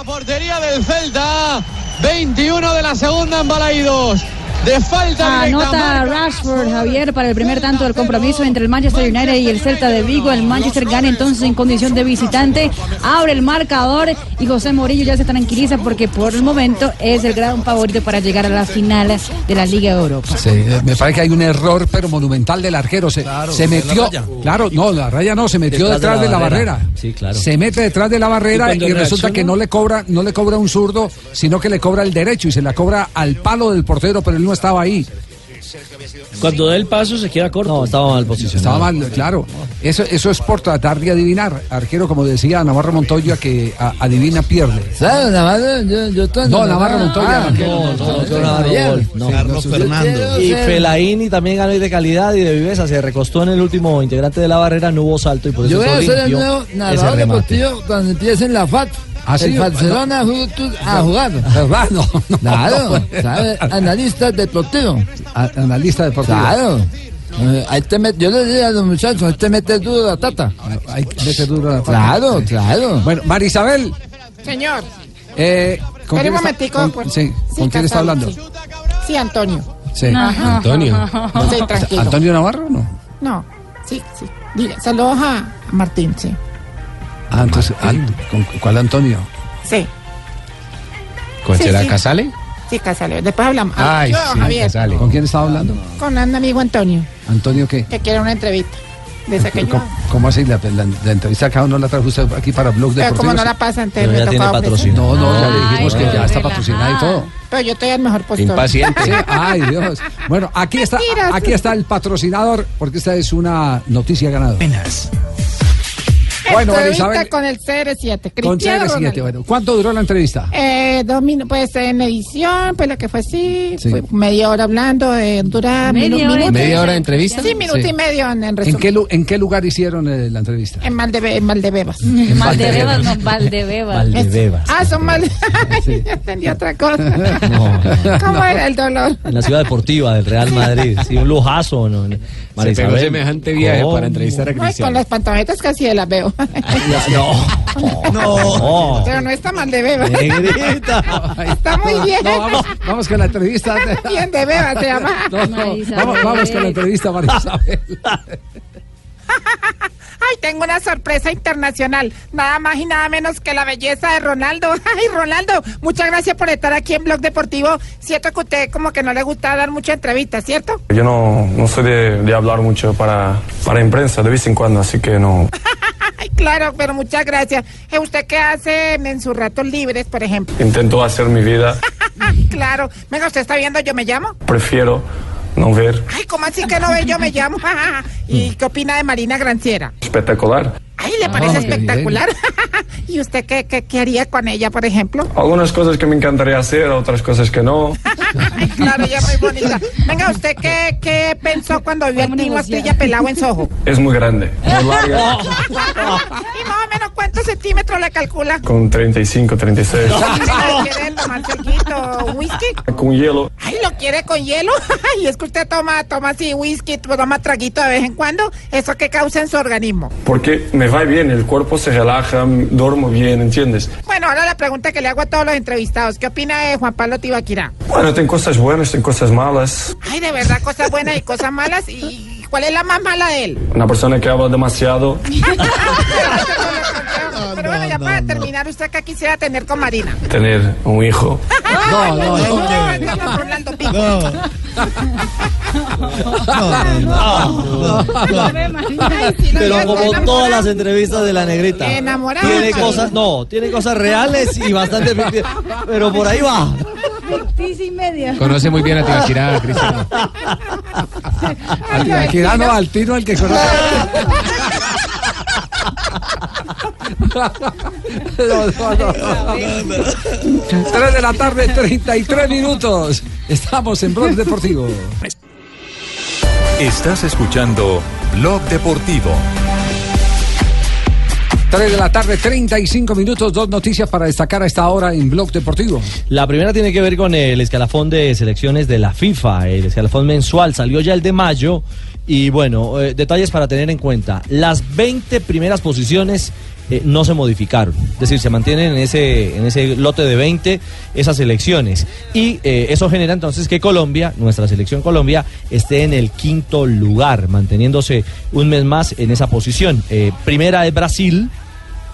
[SPEAKER 5] Portería del Celta, 21 de la segunda en Balaídos. De falta directa.
[SPEAKER 10] Anota Rashford, Javier, para el primer tanto del compromiso entre el Manchester United y el Celta de Vigo. El Manchester gana entonces en condición de visitante, abre el marcador y José Morillo ya se tranquiliza porque por el momento es el gran favorito para llegar a la final de la Liga de Europa.
[SPEAKER 6] Sí, eh, me parece que hay un error, pero monumental del arquero. Se, se
[SPEAKER 8] de la
[SPEAKER 6] metió.
[SPEAKER 8] raya.
[SPEAKER 6] Claro, no, la raya no, se metió detrás de la, barrera.
[SPEAKER 8] Sí, claro.
[SPEAKER 6] Se mete detrás de la barrera y,
[SPEAKER 8] cuando
[SPEAKER 6] resulta
[SPEAKER 8] reacciona?
[SPEAKER 6] que no le cobra, no le cobra un zurdo, sino que le cobra el derecho y se la cobra al palo del portero, pero él no estaba ahí.
[SPEAKER 13] Cuando da el paso se queda corto. No,
[SPEAKER 8] estaba mal posicionado.
[SPEAKER 6] Estaba mal, claro. Eso, eso es por tratar de adivinar. Arquero, como decía Navarro Montoya, que a- adivina pierde.
[SPEAKER 2] ¿Sabes, Navarro? Yo, yo estoy-
[SPEAKER 6] No, Navarro Montoya.
[SPEAKER 2] Ah, no, no, yo Navarro Montoya.
[SPEAKER 8] Carlos
[SPEAKER 2] Fernando.
[SPEAKER 8] Y Felaini también ganó y de calidad y de viveza. Se recostó en el último integrante de la barrera, no hubo salto y por eso
[SPEAKER 2] Yo voy a
[SPEAKER 8] fue
[SPEAKER 2] ser el
[SPEAKER 8] limpio
[SPEAKER 2] nuevo
[SPEAKER 8] ese
[SPEAKER 2] narrador
[SPEAKER 8] remate.
[SPEAKER 2] deportivo cuando empiece en la FAT.
[SPEAKER 8] ¿Ah, sí?
[SPEAKER 2] el Barcelona Fútbol Club a
[SPEAKER 6] (laughs)
[SPEAKER 2] jugar.
[SPEAKER 6] Ah, No, no. (laughs)
[SPEAKER 2] Claro, ¿sabe? analista deportivo.
[SPEAKER 6] analista deportivo.
[SPEAKER 2] Claro. Eh, ahí te met- yo le digo a los muchachos, ahí te mete duro la tata.
[SPEAKER 6] Hay que meter duro la tata.
[SPEAKER 2] Claro, claro.
[SPEAKER 6] Bueno, Marisabel,
[SPEAKER 7] Señor,
[SPEAKER 6] eh, ¿con
[SPEAKER 7] Espere
[SPEAKER 6] quién
[SPEAKER 7] un
[SPEAKER 6] está-
[SPEAKER 7] momentico,
[SPEAKER 6] con-
[SPEAKER 7] pues.
[SPEAKER 6] sí, ¿con quién
[SPEAKER 7] Casado,
[SPEAKER 6] está hablando?
[SPEAKER 7] sí. sí, Antonio.
[SPEAKER 6] Sí.
[SPEAKER 7] Ajá. (laughs) Sí, tranquilo.
[SPEAKER 6] ¿Antonio Navarro o no?
[SPEAKER 7] No, sí, sí. Diga, saludos a Martín, sí.
[SPEAKER 6] Ah, entonces, ah, ¿con cuál Antonio?
[SPEAKER 7] Sí,
[SPEAKER 2] ¿Con
[SPEAKER 7] Sí, será sí.
[SPEAKER 2] Casale?
[SPEAKER 7] sí, Casale. Después hablamos. Ah, yo, Javier,
[SPEAKER 6] ¿Con quién estaba hablando?
[SPEAKER 7] con un amigo Antonio,
[SPEAKER 6] ¿Antonio qué?
[SPEAKER 7] que quiere una entrevista. Desde que yo...
[SPEAKER 6] ¿Cómo, cómo así? La, la- la entrevista acá no la trajo usted aquí para Blog
[SPEAKER 7] Pero
[SPEAKER 6] Deportivo.
[SPEAKER 7] como no la pasa, entonces
[SPEAKER 6] Pero
[SPEAKER 7] me
[SPEAKER 6] ya tiene
[SPEAKER 7] tocaba ofrecer. Ah,
[SPEAKER 6] patrocinio. No, no, ya le dijimos que ya está patrocinada y todo.
[SPEAKER 7] Pero yo estoy al mejor postor.
[SPEAKER 6] Sí, ay,
[SPEAKER 7] (laughs)
[SPEAKER 6] Dios. Bueno, aquí está,
[SPEAKER 7] Mentiras.
[SPEAKER 6] aquí está el patrocinador, porque esta es una noticia ganadora. Bueno,
[SPEAKER 7] Entrevista
[SPEAKER 6] Isabel,
[SPEAKER 7] con el CR7.
[SPEAKER 6] con
[SPEAKER 7] Cristiano
[SPEAKER 6] CR7,
[SPEAKER 7] Ronaldo.
[SPEAKER 6] bueno, ¿cuánto duró la entrevista?
[SPEAKER 7] Eh, dos minu- pues en edición, pues lo que fue así,
[SPEAKER 6] Sí.
[SPEAKER 7] fue media hora hablando, eh, dura
[SPEAKER 6] Media
[SPEAKER 7] minu-
[SPEAKER 6] hora
[SPEAKER 7] minuto.
[SPEAKER 6] de ¿Media hora de entrevista?
[SPEAKER 7] Sí, minuto
[SPEAKER 6] Sí.
[SPEAKER 7] y medio en, en
[SPEAKER 6] ¿En
[SPEAKER 7] resumen.
[SPEAKER 6] qué, lu- ¿En qué lugar hicieron eh, la
[SPEAKER 2] (laughs)
[SPEAKER 6] entrevista?
[SPEAKER 7] En Maldebe- en Maldebebas.
[SPEAKER 6] Valdebebas,
[SPEAKER 10] no, Valdebebas.
[SPEAKER 8] Valdebebas.
[SPEAKER 7] Ah, son mal. (laughs) Yo entendí otra cosa. ¿Cómo era el dolor?
[SPEAKER 8] En la ciudad deportiva del Real Madrid. Sí, un lujazo, ¿no? María
[SPEAKER 17] pegó
[SPEAKER 8] Isabel,
[SPEAKER 17] semejante viaje
[SPEAKER 8] ¿cómo?
[SPEAKER 17] para entrevistar a
[SPEAKER 7] Ay, con las pantaletas casi de las veo.
[SPEAKER 8] No.
[SPEAKER 17] No.
[SPEAKER 7] (laughs) Pero no está Maldebebas.
[SPEAKER 6] Eh, (laughs)
[SPEAKER 8] Negrita.
[SPEAKER 7] Está muy bien.
[SPEAKER 6] No, vamos, vamos con la entrevista.
[SPEAKER 7] Bien de beba se llama.
[SPEAKER 6] No, no, vamos, vamos con la entrevista, Marisabel.
[SPEAKER 7] Ay, tengo una sorpresa internacional. Nada más y nada menos que la belleza de Ronaldo. (laughs) Ay, Ronaldo, muchas gracias por estar aquí en Blog Deportivo. Siento que a usted como que no le gusta dar muchas entrevistas, ¿cierto?
[SPEAKER 23] Yo no, no soy de, de hablar mucho para, para imprensa de vez en cuando, así que no.
[SPEAKER 7] Ay, claro, pero muchas gracias. ¿Eh, ¿Usted qué hace en sus ratos libres, por ejemplo?
[SPEAKER 23] Intento hacer mi vida,
[SPEAKER 7] Ay, claro. Venga, ¿usted está viendo Yo Me Llamo?
[SPEAKER 23] prefiero no ver
[SPEAKER 7] Ay, ¿cómo así que no ve Yo Me Llamo? ¿Y qué opina de Marina Granciera?
[SPEAKER 23] espectacular.
[SPEAKER 7] Ay, ¿le parece
[SPEAKER 23] Ah, qué
[SPEAKER 7] espectacular? (laughs) ¿Y usted qué, qué, qué haría con ella, por ejemplo?
[SPEAKER 23] Algunas cosas que me encantaría hacer, otras cosas que no.
[SPEAKER 7] Ay, claro, ella es muy bonita. Venga, ¿usted qué, qué pensó cuando vio al Tino Astilla pelado en Soho?
[SPEAKER 23] Es muy grande, muy larga,
[SPEAKER 7] ¿Y más o menos cuántos centímetros le calcula?
[SPEAKER 23] con 35, 36.
[SPEAKER 7] Ay, ¿Quiere tomar cerquito whisky?
[SPEAKER 23] Con hielo.
[SPEAKER 7] Ay, ¿lo quiere con hielo? (laughs) Ay, es que usted toma, toma así whisky, toma traguito de vez en cuando. ¿Eso qué causa en su organismo?
[SPEAKER 23] Porque me va bien, el cuerpo se relaja, duermo bien, ¿entiendes?
[SPEAKER 7] Bueno, ahora la pregunta que le hago a todos los entrevistados. ¿Qué opina de Juan Pablo Tibaquirá?
[SPEAKER 23] Bueno, tengo cosas buenas, tengo cosas malas.
[SPEAKER 7] Ay, de verdad, cosas buenas y cosas malas. ¿Y cuál es la más mala de él?
[SPEAKER 23] Una persona que habla demasiado.
[SPEAKER 7] Pero bueno, ya para terminar, ¿usted qué quisiera tener con Marina?
[SPEAKER 23] Tener un hijo.
[SPEAKER 7] (laughs) No,
[SPEAKER 23] no, no,
[SPEAKER 7] no, estamos hablando pico. Ay, sí, lo
[SPEAKER 8] Pero
[SPEAKER 7] veo
[SPEAKER 8] como
[SPEAKER 7] enamorado.
[SPEAKER 8] todas las entrevistas de la negrita.
[SPEAKER 7] Enamorada.
[SPEAKER 8] Tiene cosas, no, tiene cosas reales y bastante ficticias, Pero por ahí va.
[SPEAKER 10] Ficticia y media.
[SPEAKER 2] Conoce muy bien
[SPEAKER 6] (laughs)
[SPEAKER 2] a
[SPEAKER 18] (laughs)
[SPEAKER 2] Tibaquirá, Cristian.
[SPEAKER 6] Al Tibaquirá no, al Tino al
[SPEAKER 7] (laughs)
[SPEAKER 6] que conoce. No, no, no, no. Tres de la tarde, 33 minutos. Estamos en Blog Deportivo.
[SPEAKER 1] Estás escuchando Blog Deportivo.
[SPEAKER 6] 3 de la tarde, 35 minutos. Dos noticias para destacar a esta hora en Blog Deportivo.
[SPEAKER 8] La primera tiene que ver con el escalafón de selecciones de la FIFA, el escalafón mensual, salió ya el de mayo y bueno, eh, detalles para tener en cuenta. Las 20 primeras posiciones eh, no se modificaron, es decir, se mantienen en ese, en ese lote de 20 esas selecciones y eh, eso genera entonces que Colombia, nuestra selección Colombia, esté en el quinto lugar, manteniéndose un mes más en esa posición. Eh, primera es Brasil.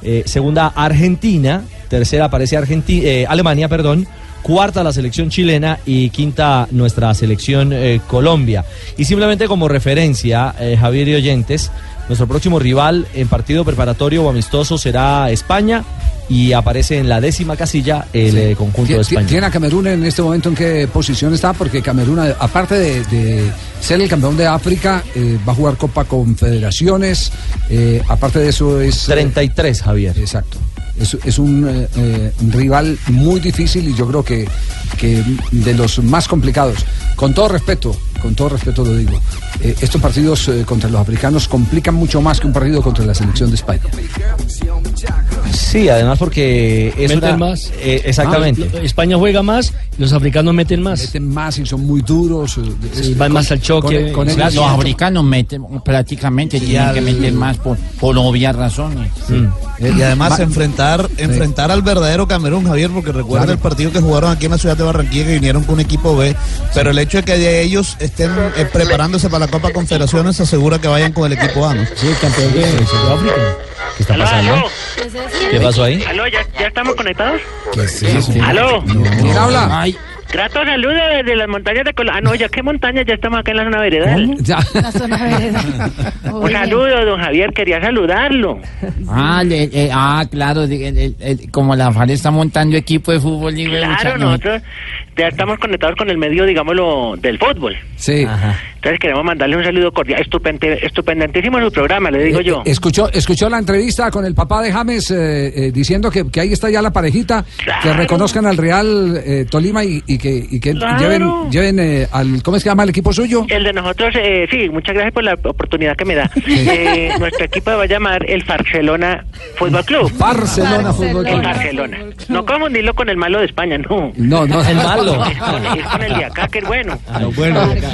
[SPEAKER 8] Eh, segunda Argentina, tercera aparece Argenti- eh, Alemania, perdón, cuarta la selección chilena y quinta nuestra selección eh, Colombia. Y simplemente como referencia, eh, Javier y Oyentes, nuestro próximo rival en partido preparatorio o amistoso será España y aparece en la décima casilla el eh, conjunto de
[SPEAKER 6] Tie- tie-
[SPEAKER 8] España.
[SPEAKER 6] ¿Tiene a Camerún en este momento en qué posición está? Porque Camerún, a- aparte de, de ser el campeón de África, eh, va a jugar Copa Confederaciones. eh, aparte de eso es... eh,
[SPEAKER 8] 33, Javier.
[SPEAKER 6] Exacto. Es, es un eh, eh, un rival muy difícil y yo creo que, que de los más complicados. Con todo respeto, con todo respeto lo digo, eh, estos partidos eh, contra los africanos complican mucho más que un partido contra la selección de España. eh,
[SPEAKER 8] Sí, además porque es
[SPEAKER 13] Meten
[SPEAKER 8] una-
[SPEAKER 13] más.
[SPEAKER 8] eh, exactamente.
[SPEAKER 13] Ah, España juega más, los africanos meten más. Meten
[SPEAKER 6] más y son muy duros. eh,
[SPEAKER 13] van más al choque.
[SPEAKER 25] Claro, los africanos meten, prácticamente tienen que meter más por, por obvias razones.
[SPEAKER 4] Eh, Y además enfrentar, enfrentar al verdadero Camerún, Javier, porque recuerda el partido que jugaron aquí en la ciudad de Barranquilla que vinieron con un equipo B. Pero el hecho de que de ellos estén eh, preparándose para la Copa Confederaciones asegura que vayan con el equipo A. ¿no? Sí, campeón de África.
[SPEAKER 8] ¿Qué está
[SPEAKER 4] Aló, pasando? aló.
[SPEAKER 8] ¿Qué pasó ahí?
[SPEAKER 12] Aló, ¿ya, ya estamos conectados?
[SPEAKER 8] Aló.
[SPEAKER 6] ¿Quién habla?
[SPEAKER 12] Grato saludo desde las montañas de Colombia. Ah, no, ya qué montaña, ya estamos acá en la zona veredal. Un saludo, don Javier, quería saludarlo.
[SPEAKER 25] Ah, le- eh, ah, claro, de- el- el- el- como la FARC está montando equipo de fútbol libre.
[SPEAKER 12] Claro,
[SPEAKER 25] muchachos.
[SPEAKER 12] nosotros ya estamos conectados con el medio, digámoslo, del fútbol.
[SPEAKER 6] Sí.
[SPEAKER 12] Entonces queremos mandarle un saludo cordial. Estupende, estupendantísimo su programa, le digo
[SPEAKER 6] Eh,
[SPEAKER 12] yo.
[SPEAKER 6] eh, Escuchó, escuchó la entrevista con el papá de James eh, eh, diciendo que, que ahí está ya la parejita, que reconozcan al Real eh, Tolima y, y que, y que
[SPEAKER 12] Claro.
[SPEAKER 6] lleven, lleven eh, al, ¿cómo es que llama el equipo suyo?
[SPEAKER 12] El de nosotros, eh, sí, muchas gracias por la oportunidad que me
[SPEAKER 6] (laughs)
[SPEAKER 12] da. Eh, nuestro equipo va a llamar el Barcelona Fútbol Club.
[SPEAKER 6] Barcelona Fútbol Club.
[SPEAKER 12] El Barcelona. No confundirlo con el malo de España, no.
[SPEAKER 6] No, no. El malo. Ah,
[SPEAKER 12] Es con, es con el de acá, que es bueno.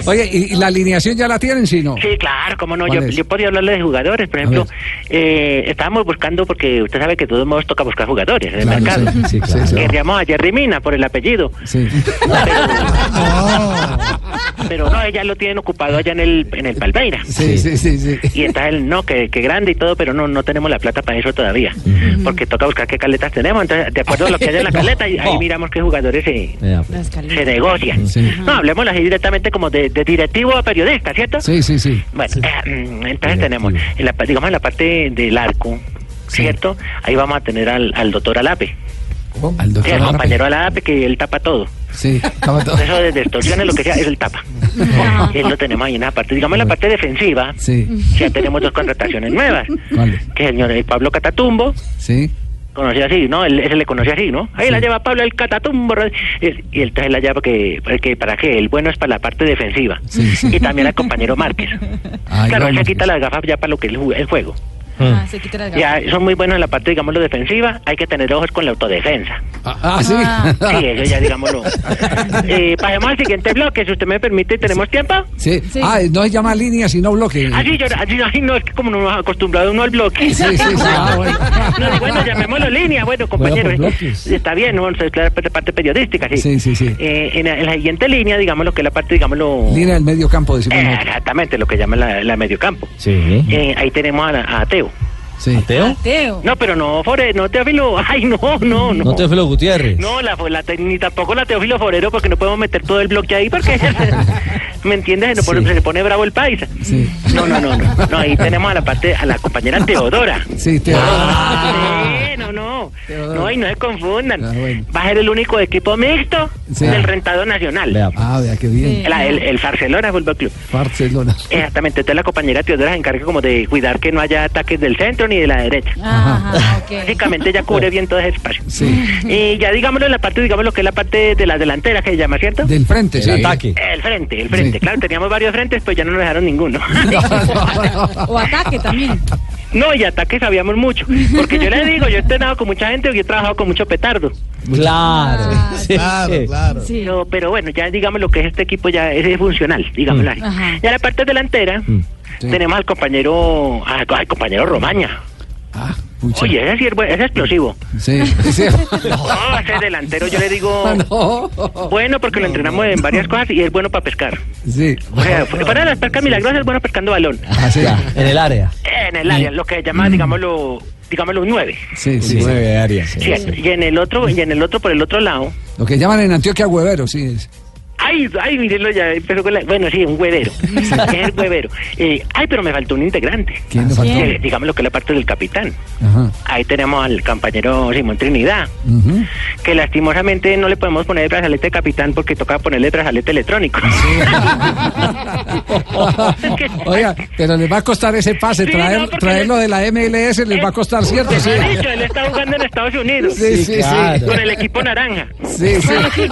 [SPEAKER 6] Oye, ¿y, y la alineación ya la tienen, sí, no?
[SPEAKER 12] Sí, claro, cómo no. Yo,
[SPEAKER 6] ¿Cuál es?
[SPEAKER 12] yo podía hablarle de jugadores, por ejemplo. Eh, estábamos buscando, porque usted sabe que de todos modos toca buscar jugadores en el
[SPEAKER 6] Claro,
[SPEAKER 12] mercado.
[SPEAKER 6] sí, sí, claro. Sí, sí.
[SPEAKER 12] Queríamos a Jerry Mina por el apellido.
[SPEAKER 6] Sí.
[SPEAKER 12] Pero no, ella lo tienen ocupado allá en el, en el Palmeira.
[SPEAKER 6] Sí, sí, sí, sí.
[SPEAKER 12] Y está el no, que, que grande y todo, pero no, no tenemos la plata para eso todavía. Porque toca buscar qué caletas tenemos. Entonces, de acuerdo a lo que hay en la
[SPEAKER 6] (laughs)
[SPEAKER 8] No,
[SPEAKER 12] caleta, y
[SPEAKER 6] Oh.
[SPEAKER 12] ahí
[SPEAKER 8] no.
[SPEAKER 12] miramos qué jugadores se, se
[SPEAKER 8] negocia.
[SPEAKER 12] negocian. No, hablemos así directamente como de, de directivo a periodista, ¿cierto?
[SPEAKER 6] Sí, sí, sí.
[SPEAKER 12] Bueno, eh, mm, entonces tenemos, en la, pa- digamos, en la parte del arco, ¿cierto? Ahí vamos a tener al, al doctor Alape.
[SPEAKER 6] Al
[SPEAKER 12] Sí, al compañero Alape que él tapa todo.
[SPEAKER 6] Sí, estamos todos.
[SPEAKER 12] Eso de distorsiones, lo que sea, es el tapa. Él lo tenemos ahí en la parte, digamos en la parte defensiva.
[SPEAKER 6] Sí.
[SPEAKER 12] Ya tenemos dos contrataciones nuevas.
[SPEAKER 6] ¿Cuál?
[SPEAKER 12] Que el señor eh, Pablo Catatumbo,
[SPEAKER 6] Sí.
[SPEAKER 12] conocía así, ¿no? Él, ese le conocía así, ¿no? Ahí la lleva Pablo el Catatumbo. ¿no? Y y él trae la lleva que, pues, que para qué, el bueno es para la parte defensiva. Y también al compañero Márquez. claro, él se quita las gafas ya para lo que es el ju- el juego.
[SPEAKER 2] Mm.
[SPEAKER 18] Ah, se quita las
[SPEAKER 12] Ya,
[SPEAKER 18] gafas.
[SPEAKER 12] son muy buenos en la parte, digámoslo, defensiva. Hay que tener ojos con la autodefensa.
[SPEAKER 6] Ah, sí.
[SPEAKER 12] Sí, eso ya,
[SPEAKER 6] (laughs)
[SPEAKER 12] digámoslo. Eh, pasemos al siguiente bloque, si usted me permite. ¿Tenemos tiempo?
[SPEAKER 6] Sí. Ah, no se llama línea, sino bloque.
[SPEAKER 12] Así, yo, así, así no, es que como no nos ha acostumbrado uno al bloque.
[SPEAKER 6] Sí, sí, sí.
[SPEAKER 12] (laughs)
[SPEAKER 6] Ah, bueno.
[SPEAKER 12] No, bueno, llamémoslo línea, bueno, compañero.
[SPEAKER 6] por
[SPEAKER 12] eh,
[SPEAKER 6] bloques.
[SPEAKER 12] está bien, ¿no? Entonces, la parte- parte periodística, sí.
[SPEAKER 6] Sí, sí, sí.
[SPEAKER 12] Eh, en, la, en la siguiente línea, digamos lo que es la parte, digámoslo...
[SPEAKER 6] Línea del medio campo, decimos
[SPEAKER 12] Eh,
[SPEAKER 6] nosotros.
[SPEAKER 12] Exactamente, lo que llaman la, la mediocampo.
[SPEAKER 6] Sí.
[SPEAKER 12] Eh, ahí tenemos a, la- a Teo.
[SPEAKER 6] Sí.
[SPEAKER 8] ¿Ateo?
[SPEAKER 12] No, pero no, Fore, no Teófilo. (laughs) Ay, no, no, no.
[SPEAKER 8] No te Felo Gutiérrez.
[SPEAKER 12] No, la, la- ni tampoco la Teófilo Forero porque no podemos meter todo el bloque ahí porque (laughs) me entiendes, se, pone, se pone bravo el paisa. No, no, no, no, no, ahí tenemos a la parte a la compañera Teodora.
[SPEAKER 6] Sí, Teodora.
[SPEAKER 12] Sí, no, no. No, y no se confundan. Va a ser el único equipo mixto
[SPEAKER 6] Ah, Sí.
[SPEAKER 12] del rentado nacional.
[SPEAKER 6] Ah, vea, qué bien.
[SPEAKER 12] La- el, el Barcelona Fútbol Club.
[SPEAKER 6] Barcelona.
[SPEAKER 12] Exactamente, entonces la compañera Teodora se encarga como de cuidar que no haya ataques del centro ni de la derecha. Básicamente ella cubre bien todo ese espacio. Y ya digámoslo en la parte, digamos lo que es la parte de la delantera que se llama, ¿cierto?
[SPEAKER 6] Del frente, El sí. ataque.
[SPEAKER 12] El frente, el frente. Claro, teníamos varios frentes, pues ya no nos dejaron ninguno.
[SPEAKER 18] O ataque también.
[SPEAKER 12] (laughs) No, y ataque sabíamos mucho. Porque yo le digo, yo he entrenado con mucha gente y he trabajado con mucho petardo.
[SPEAKER 8] Claro. (laughs) Sí,
[SPEAKER 12] Ah, claro,
[SPEAKER 8] sí.
[SPEAKER 12] claro. Pero, pero bueno, ya digamos lo que es este equipo ya es, es funcional, digámoslo
[SPEAKER 6] Mm.
[SPEAKER 12] así.
[SPEAKER 18] Ajá.
[SPEAKER 12] Ya la parte delantera tenemos al compañero, al, al compañero Romaña. Oye, ese sí es, buen- ese es explosivo.
[SPEAKER 6] Ah, Sí. sí.
[SPEAKER 12] No, ese delantero yo le
[SPEAKER 6] (laughs) Ah,
[SPEAKER 12] digo bueno porque lo entrenamos en varias cosas y es bueno para pescar.
[SPEAKER 6] Sí. Ah,
[SPEAKER 12] O sea, fu- fuera de las pescas milagrosas es bueno pescando balón.
[SPEAKER 6] Así.
[SPEAKER 8] En el área.
[SPEAKER 12] En el área, lo que se
[SPEAKER 6] Mm.
[SPEAKER 12] llama, digámoslo, digámoslo un 9.
[SPEAKER 6] Sí, sí.
[SPEAKER 8] Nueve áreas.
[SPEAKER 12] Y en el otro, y en el otro, por el otro lado,
[SPEAKER 6] Lo que llaman en Antioquia huevero, sí. es.
[SPEAKER 12] Ay, ay, mírenlo ya, empezó con la... Bueno, sí, un
[SPEAKER 6] (laughs)
[SPEAKER 12] huevero. Es el huevero. Eh, ay, pero me faltó un integrante.
[SPEAKER 6] ¿Quién le faltó?
[SPEAKER 12] Eh, digamos lo que es la parte del capitán.
[SPEAKER 6] Ajá.
[SPEAKER 12] Ahí tenemos al compañero Simón Trinidad,
[SPEAKER 6] Ujú.
[SPEAKER 12] que lastimosamente no le podemos poner el brazalete de capitán porque toca ponerle el brazalete electrónico. (laughs)
[SPEAKER 6] Oiga, pero les va a costar ese pase,
[SPEAKER 12] Sí,
[SPEAKER 6] traer,
[SPEAKER 12] no, porque
[SPEAKER 6] traerlo de la MLS les va a costar, ¿cierto?
[SPEAKER 12] Les
[SPEAKER 6] Sí.
[SPEAKER 12] ha dicho, Pues él está jugando en Estados Unidos.
[SPEAKER 6] Sí, Sí, sí, claro.
[SPEAKER 12] Con el equipo naranja.
[SPEAKER 6] Sí, sí.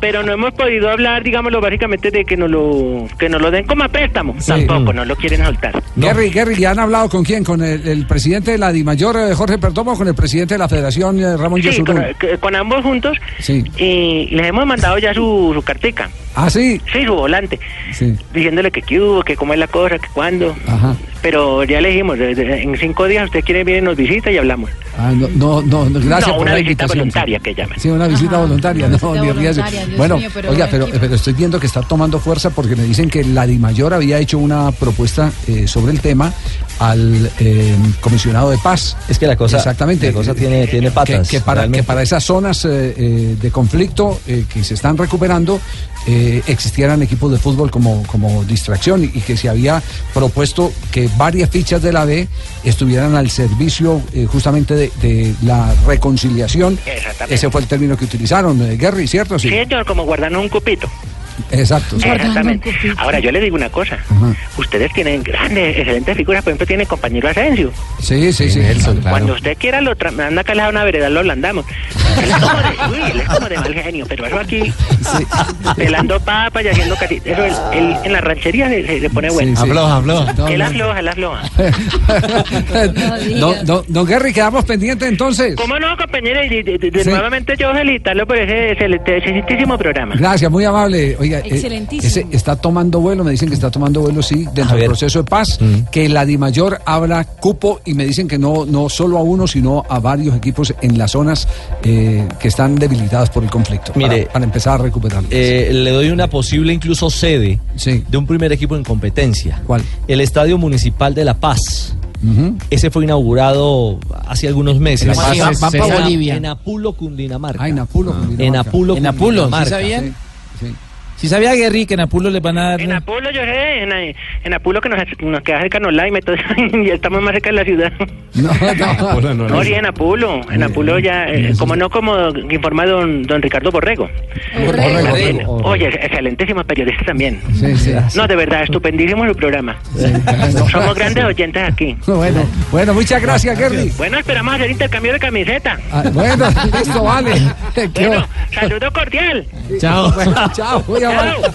[SPEAKER 12] Pero no hemos podido hablar, digámoslo, básicamente de que nos lo, que nos lo den como a préstamo. Tampoco, no lo quieren soltar.
[SPEAKER 6] Gary, Gary, ¿ya han hablado con quién? ¿Con el, el presidente de la Dimayor, eh, Jorge Perdomo, o con el presidente de la Federación, eh, Ramón
[SPEAKER 12] Sí,
[SPEAKER 6] Yesurún?
[SPEAKER 12] con, que- con ambos juntos.
[SPEAKER 6] Sí.
[SPEAKER 12] Y les hemos mandado ya su, su cartica.
[SPEAKER 6] Ah, sí.
[SPEAKER 12] Sí, su volante.
[SPEAKER 6] Sí.
[SPEAKER 12] Diciéndole que qué hubo, que cómo es la cosa, que cuándo.
[SPEAKER 6] Ajá.
[SPEAKER 12] Pero ya le dijimos, de- de- en cinco días usted quiere viene, nos visita y hablamos.
[SPEAKER 6] Ah, no, no, no, no, gracias
[SPEAKER 12] No,
[SPEAKER 6] por
[SPEAKER 12] una
[SPEAKER 6] la
[SPEAKER 12] visita
[SPEAKER 6] invitación.
[SPEAKER 12] voluntaria que llaman.
[SPEAKER 6] Sí, una visita voluntaria, no,
[SPEAKER 12] visita
[SPEAKER 6] ni ríase.
[SPEAKER 12] voluntaria, Dios
[SPEAKER 6] Bueno,
[SPEAKER 12] mío, pero
[SPEAKER 6] oiga,
[SPEAKER 12] buen
[SPEAKER 6] pero, pero estoy viendo que está tomando fuerza porque me dicen que la Dimayor había hecho una propuesta eh, sobre el tema al eh, comisionado de paz.
[SPEAKER 8] Es que la cosa-
[SPEAKER 6] Exactamente.
[SPEAKER 8] la cosa tiene- tiene patas,
[SPEAKER 6] Que, que para,
[SPEAKER 8] realmente.
[SPEAKER 6] que para esas zonas eh, eh, de conflicto eh, que se están recuperando eh, existieran equipos de fútbol como, como distracción y, y que se había propuesto que varias fichas de la B estuvieran al servicio eh, justamente de, de la reconciliación.
[SPEAKER 12] Exactamente.
[SPEAKER 6] Ese fue el término que utilizaron, eh, Gary, ¿cierto?
[SPEAKER 12] Sí, señor, como guardando un cupito.
[SPEAKER 6] Exacto. sí. (laughs)
[SPEAKER 12] Exactamente. Ahora yo le digo una cosa. Ustedes tienen grandes, excelentes figuras. Por ejemplo, tiene el compañero Asensio.
[SPEAKER 6] Sí, sí, sí.
[SPEAKER 12] Cuando usted quiera, lo tra- anda acá a la una vereda, lo andamos. Él es como de, uy, él es como de mal genio, pero eso aquí, pelando papas y haciendo cari- Eso él, él en la ranchería se, se- se pone bueno.
[SPEAKER 6] Sí, sí. Afloja, afloja. No,
[SPEAKER 12] Él
[SPEAKER 6] no.
[SPEAKER 12] afloja, él
[SPEAKER 6] (laughs)
[SPEAKER 12] afloja.
[SPEAKER 6] don, don- don Gary, quedamos pendientes entonces.
[SPEAKER 12] ¿Cómo no, compañero? Y de- de- de-
[SPEAKER 6] Sí.
[SPEAKER 12] Nuevamente yo felicitarlo por ese excelente- excelentísimo programa.
[SPEAKER 6] Gracias, muy amable. Oiga, eh,
[SPEAKER 12] Excelentísimo.
[SPEAKER 6] ese está tomando vuelo, me dicen que está tomando vuelo, sí, dentro
[SPEAKER 8] Javier.
[SPEAKER 6] del proceso de paz, que la Dimayor habrá cupo y me dicen que no, no solo a uno, sino a varios equipos en las zonas eh, que están debilitadas por el conflicto. para-
[SPEAKER 8] Mire.
[SPEAKER 6] para, empezar a recuperarlo.
[SPEAKER 8] Eh, le doy una posible incluso sede de un primer equipo en competencia.
[SPEAKER 6] ¿Cuál?
[SPEAKER 8] El Estadio Municipal de La Paz. Ese fue inaugurado hace algunos meses.
[SPEAKER 6] En La Paz,
[SPEAKER 8] En-
[SPEAKER 6] va pa'
[SPEAKER 8] en-
[SPEAKER 6] Bolivia.
[SPEAKER 8] En Apulo, Cundinamarca.
[SPEAKER 6] Ah, en Apulo, Cundinamarca.
[SPEAKER 8] En Apulo,
[SPEAKER 6] En Apulo, ¿sí
[SPEAKER 8] Cundinamarca.
[SPEAKER 6] sabían?
[SPEAKER 2] Si sabía Guerri que en Apulo les van a dar.
[SPEAKER 12] En Apulo, yo sé, en, en Apulo que nos, nos queda cerca en Olaime, entonces (laughs) ya estamos más cerca de la ciudad. No,
[SPEAKER 17] Ah,
[SPEAKER 12] (laughs)
[SPEAKER 6] Ah,
[SPEAKER 15] Apulo,
[SPEAKER 12] no,
[SPEAKER 15] no,
[SPEAKER 12] sí, en Apulo, en Apulo ya, eh, como no, como informa don, don Ricardo Borrego.
[SPEAKER 15] Borrego.
[SPEAKER 12] También.
[SPEAKER 15] Borrego.
[SPEAKER 12] Oye, excelentísimo periodista también.
[SPEAKER 6] Sí, sí.
[SPEAKER 12] No, de verdad, estupendísimo su programa. (laughs) Somos grandes oyentes aquí.
[SPEAKER 6] Bueno, bueno, muchas gracias, Gerry.
[SPEAKER 12] Bueno, esperamos hacer intercambio de camiseta.
[SPEAKER 6] Ah, bueno, (laughs) listo, vale. (laughs) Qué
[SPEAKER 12] Bueno, saludo cordial.
[SPEAKER 6] Chao. Bueno, (laughs) chao. Voy a
[SPEAKER 12] Chao.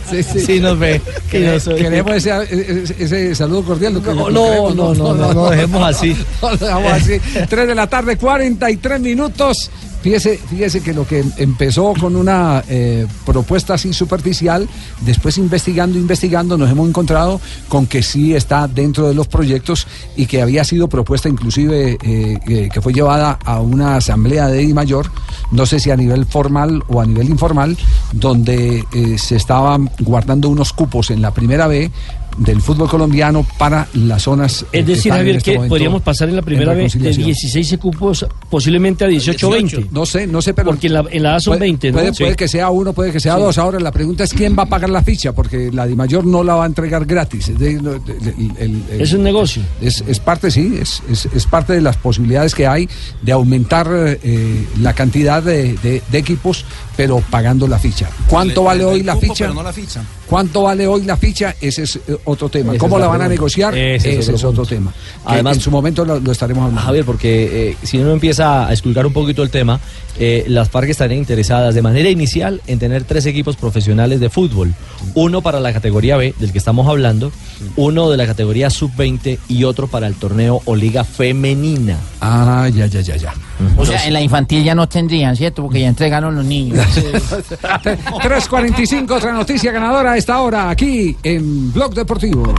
[SPEAKER 6] Sí, sí.
[SPEAKER 8] Sí, nos ve. Que yo soy-
[SPEAKER 6] Queremos ese, ese- ese saludo cordial. lo que- lo
[SPEAKER 8] No,
[SPEAKER 6] que
[SPEAKER 8] no,
[SPEAKER 6] queremos,
[SPEAKER 8] no, no, no, no, dejemos así.
[SPEAKER 6] No, lo dejamos así. 3 de la tarde, 43 minutos. Fíjese, fíjese que lo que em- empezó con una eh, propuesta así superficial, después investigando, investigando, nos hemos encontrado con que sí está dentro de los proyectos y que había sido propuesta inclusive eh, eh, que fue llevada a una asamblea de Di Mayor, no sé si a nivel formal o a nivel informal, donde eh, se estaban guardando unos cupos en la primera B del fútbol colombiano para las zonas eh,
[SPEAKER 13] Es decir, Javier,
[SPEAKER 6] este
[SPEAKER 13] que podríamos pasar en la primera vez de 16 cupos posiblemente a 18 o 20.
[SPEAKER 6] No sé, no sé, pero.
[SPEAKER 13] Porque en la, en la A son
[SPEAKER 6] Puede-
[SPEAKER 13] 20, ¿no?
[SPEAKER 6] Puede,
[SPEAKER 13] Sí.
[SPEAKER 6] puede que sea uno, puede que sea
[SPEAKER 13] Sí.
[SPEAKER 6] dos. Ahora la pregunta es quién va a pagar la ficha, porque la Dimayor no la va a entregar gratis. Es, de- no, de- el- el- el-
[SPEAKER 13] Es un negocio.
[SPEAKER 6] Es, es parte, sí, es, es- es parte de las posibilidades que hay de aumentar eh, la cantidad de, de- de equipos, pero pagando la ficha. ¿Cuánto
[SPEAKER 4] Le-
[SPEAKER 6] vale
[SPEAKER 4] le-
[SPEAKER 6] hoy
[SPEAKER 4] el
[SPEAKER 6] la
[SPEAKER 4] cupo,
[SPEAKER 6] ficha?
[SPEAKER 4] pero no la ficha.
[SPEAKER 6] ¿Cuánto vale hoy la ficha? Ese es eh, otro tema.
[SPEAKER 8] Esa
[SPEAKER 6] ¿Cómo
[SPEAKER 8] es
[SPEAKER 6] la,
[SPEAKER 8] la
[SPEAKER 6] van a
[SPEAKER 8] pregunta.
[SPEAKER 6] negociar?
[SPEAKER 8] Ese es
[SPEAKER 6] Ese
[SPEAKER 8] otro
[SPEAKER 6] es otro tema. Que
[SPEAKER 8] Además-
[SPEAKER 6] en su momento lo, lo estaremos hablando.
[SPEAKER 8] Javier, porque eh, si uno empieza a esculcar un poquito el tema, eh, las FARC estarían interesadas de manera inicial en tener tres equipos profesionales de fútbol. Uno para la categoría B, del que estamos hablando, uno de la categoría sub-20 y otro para el torneo o liga femenina.
[SPEAKER 6] Ah, ya, ya, ya, ya.
[SPEAKER 8] O
[SPEAKER 25] O sea, en la infantil ya no tendrían, ¿cierto? Porque ya entregaron los niños.
[SPEAKER 6] 3.45, otra noticia ganadora a esta hora aquí en Blog Deportivo.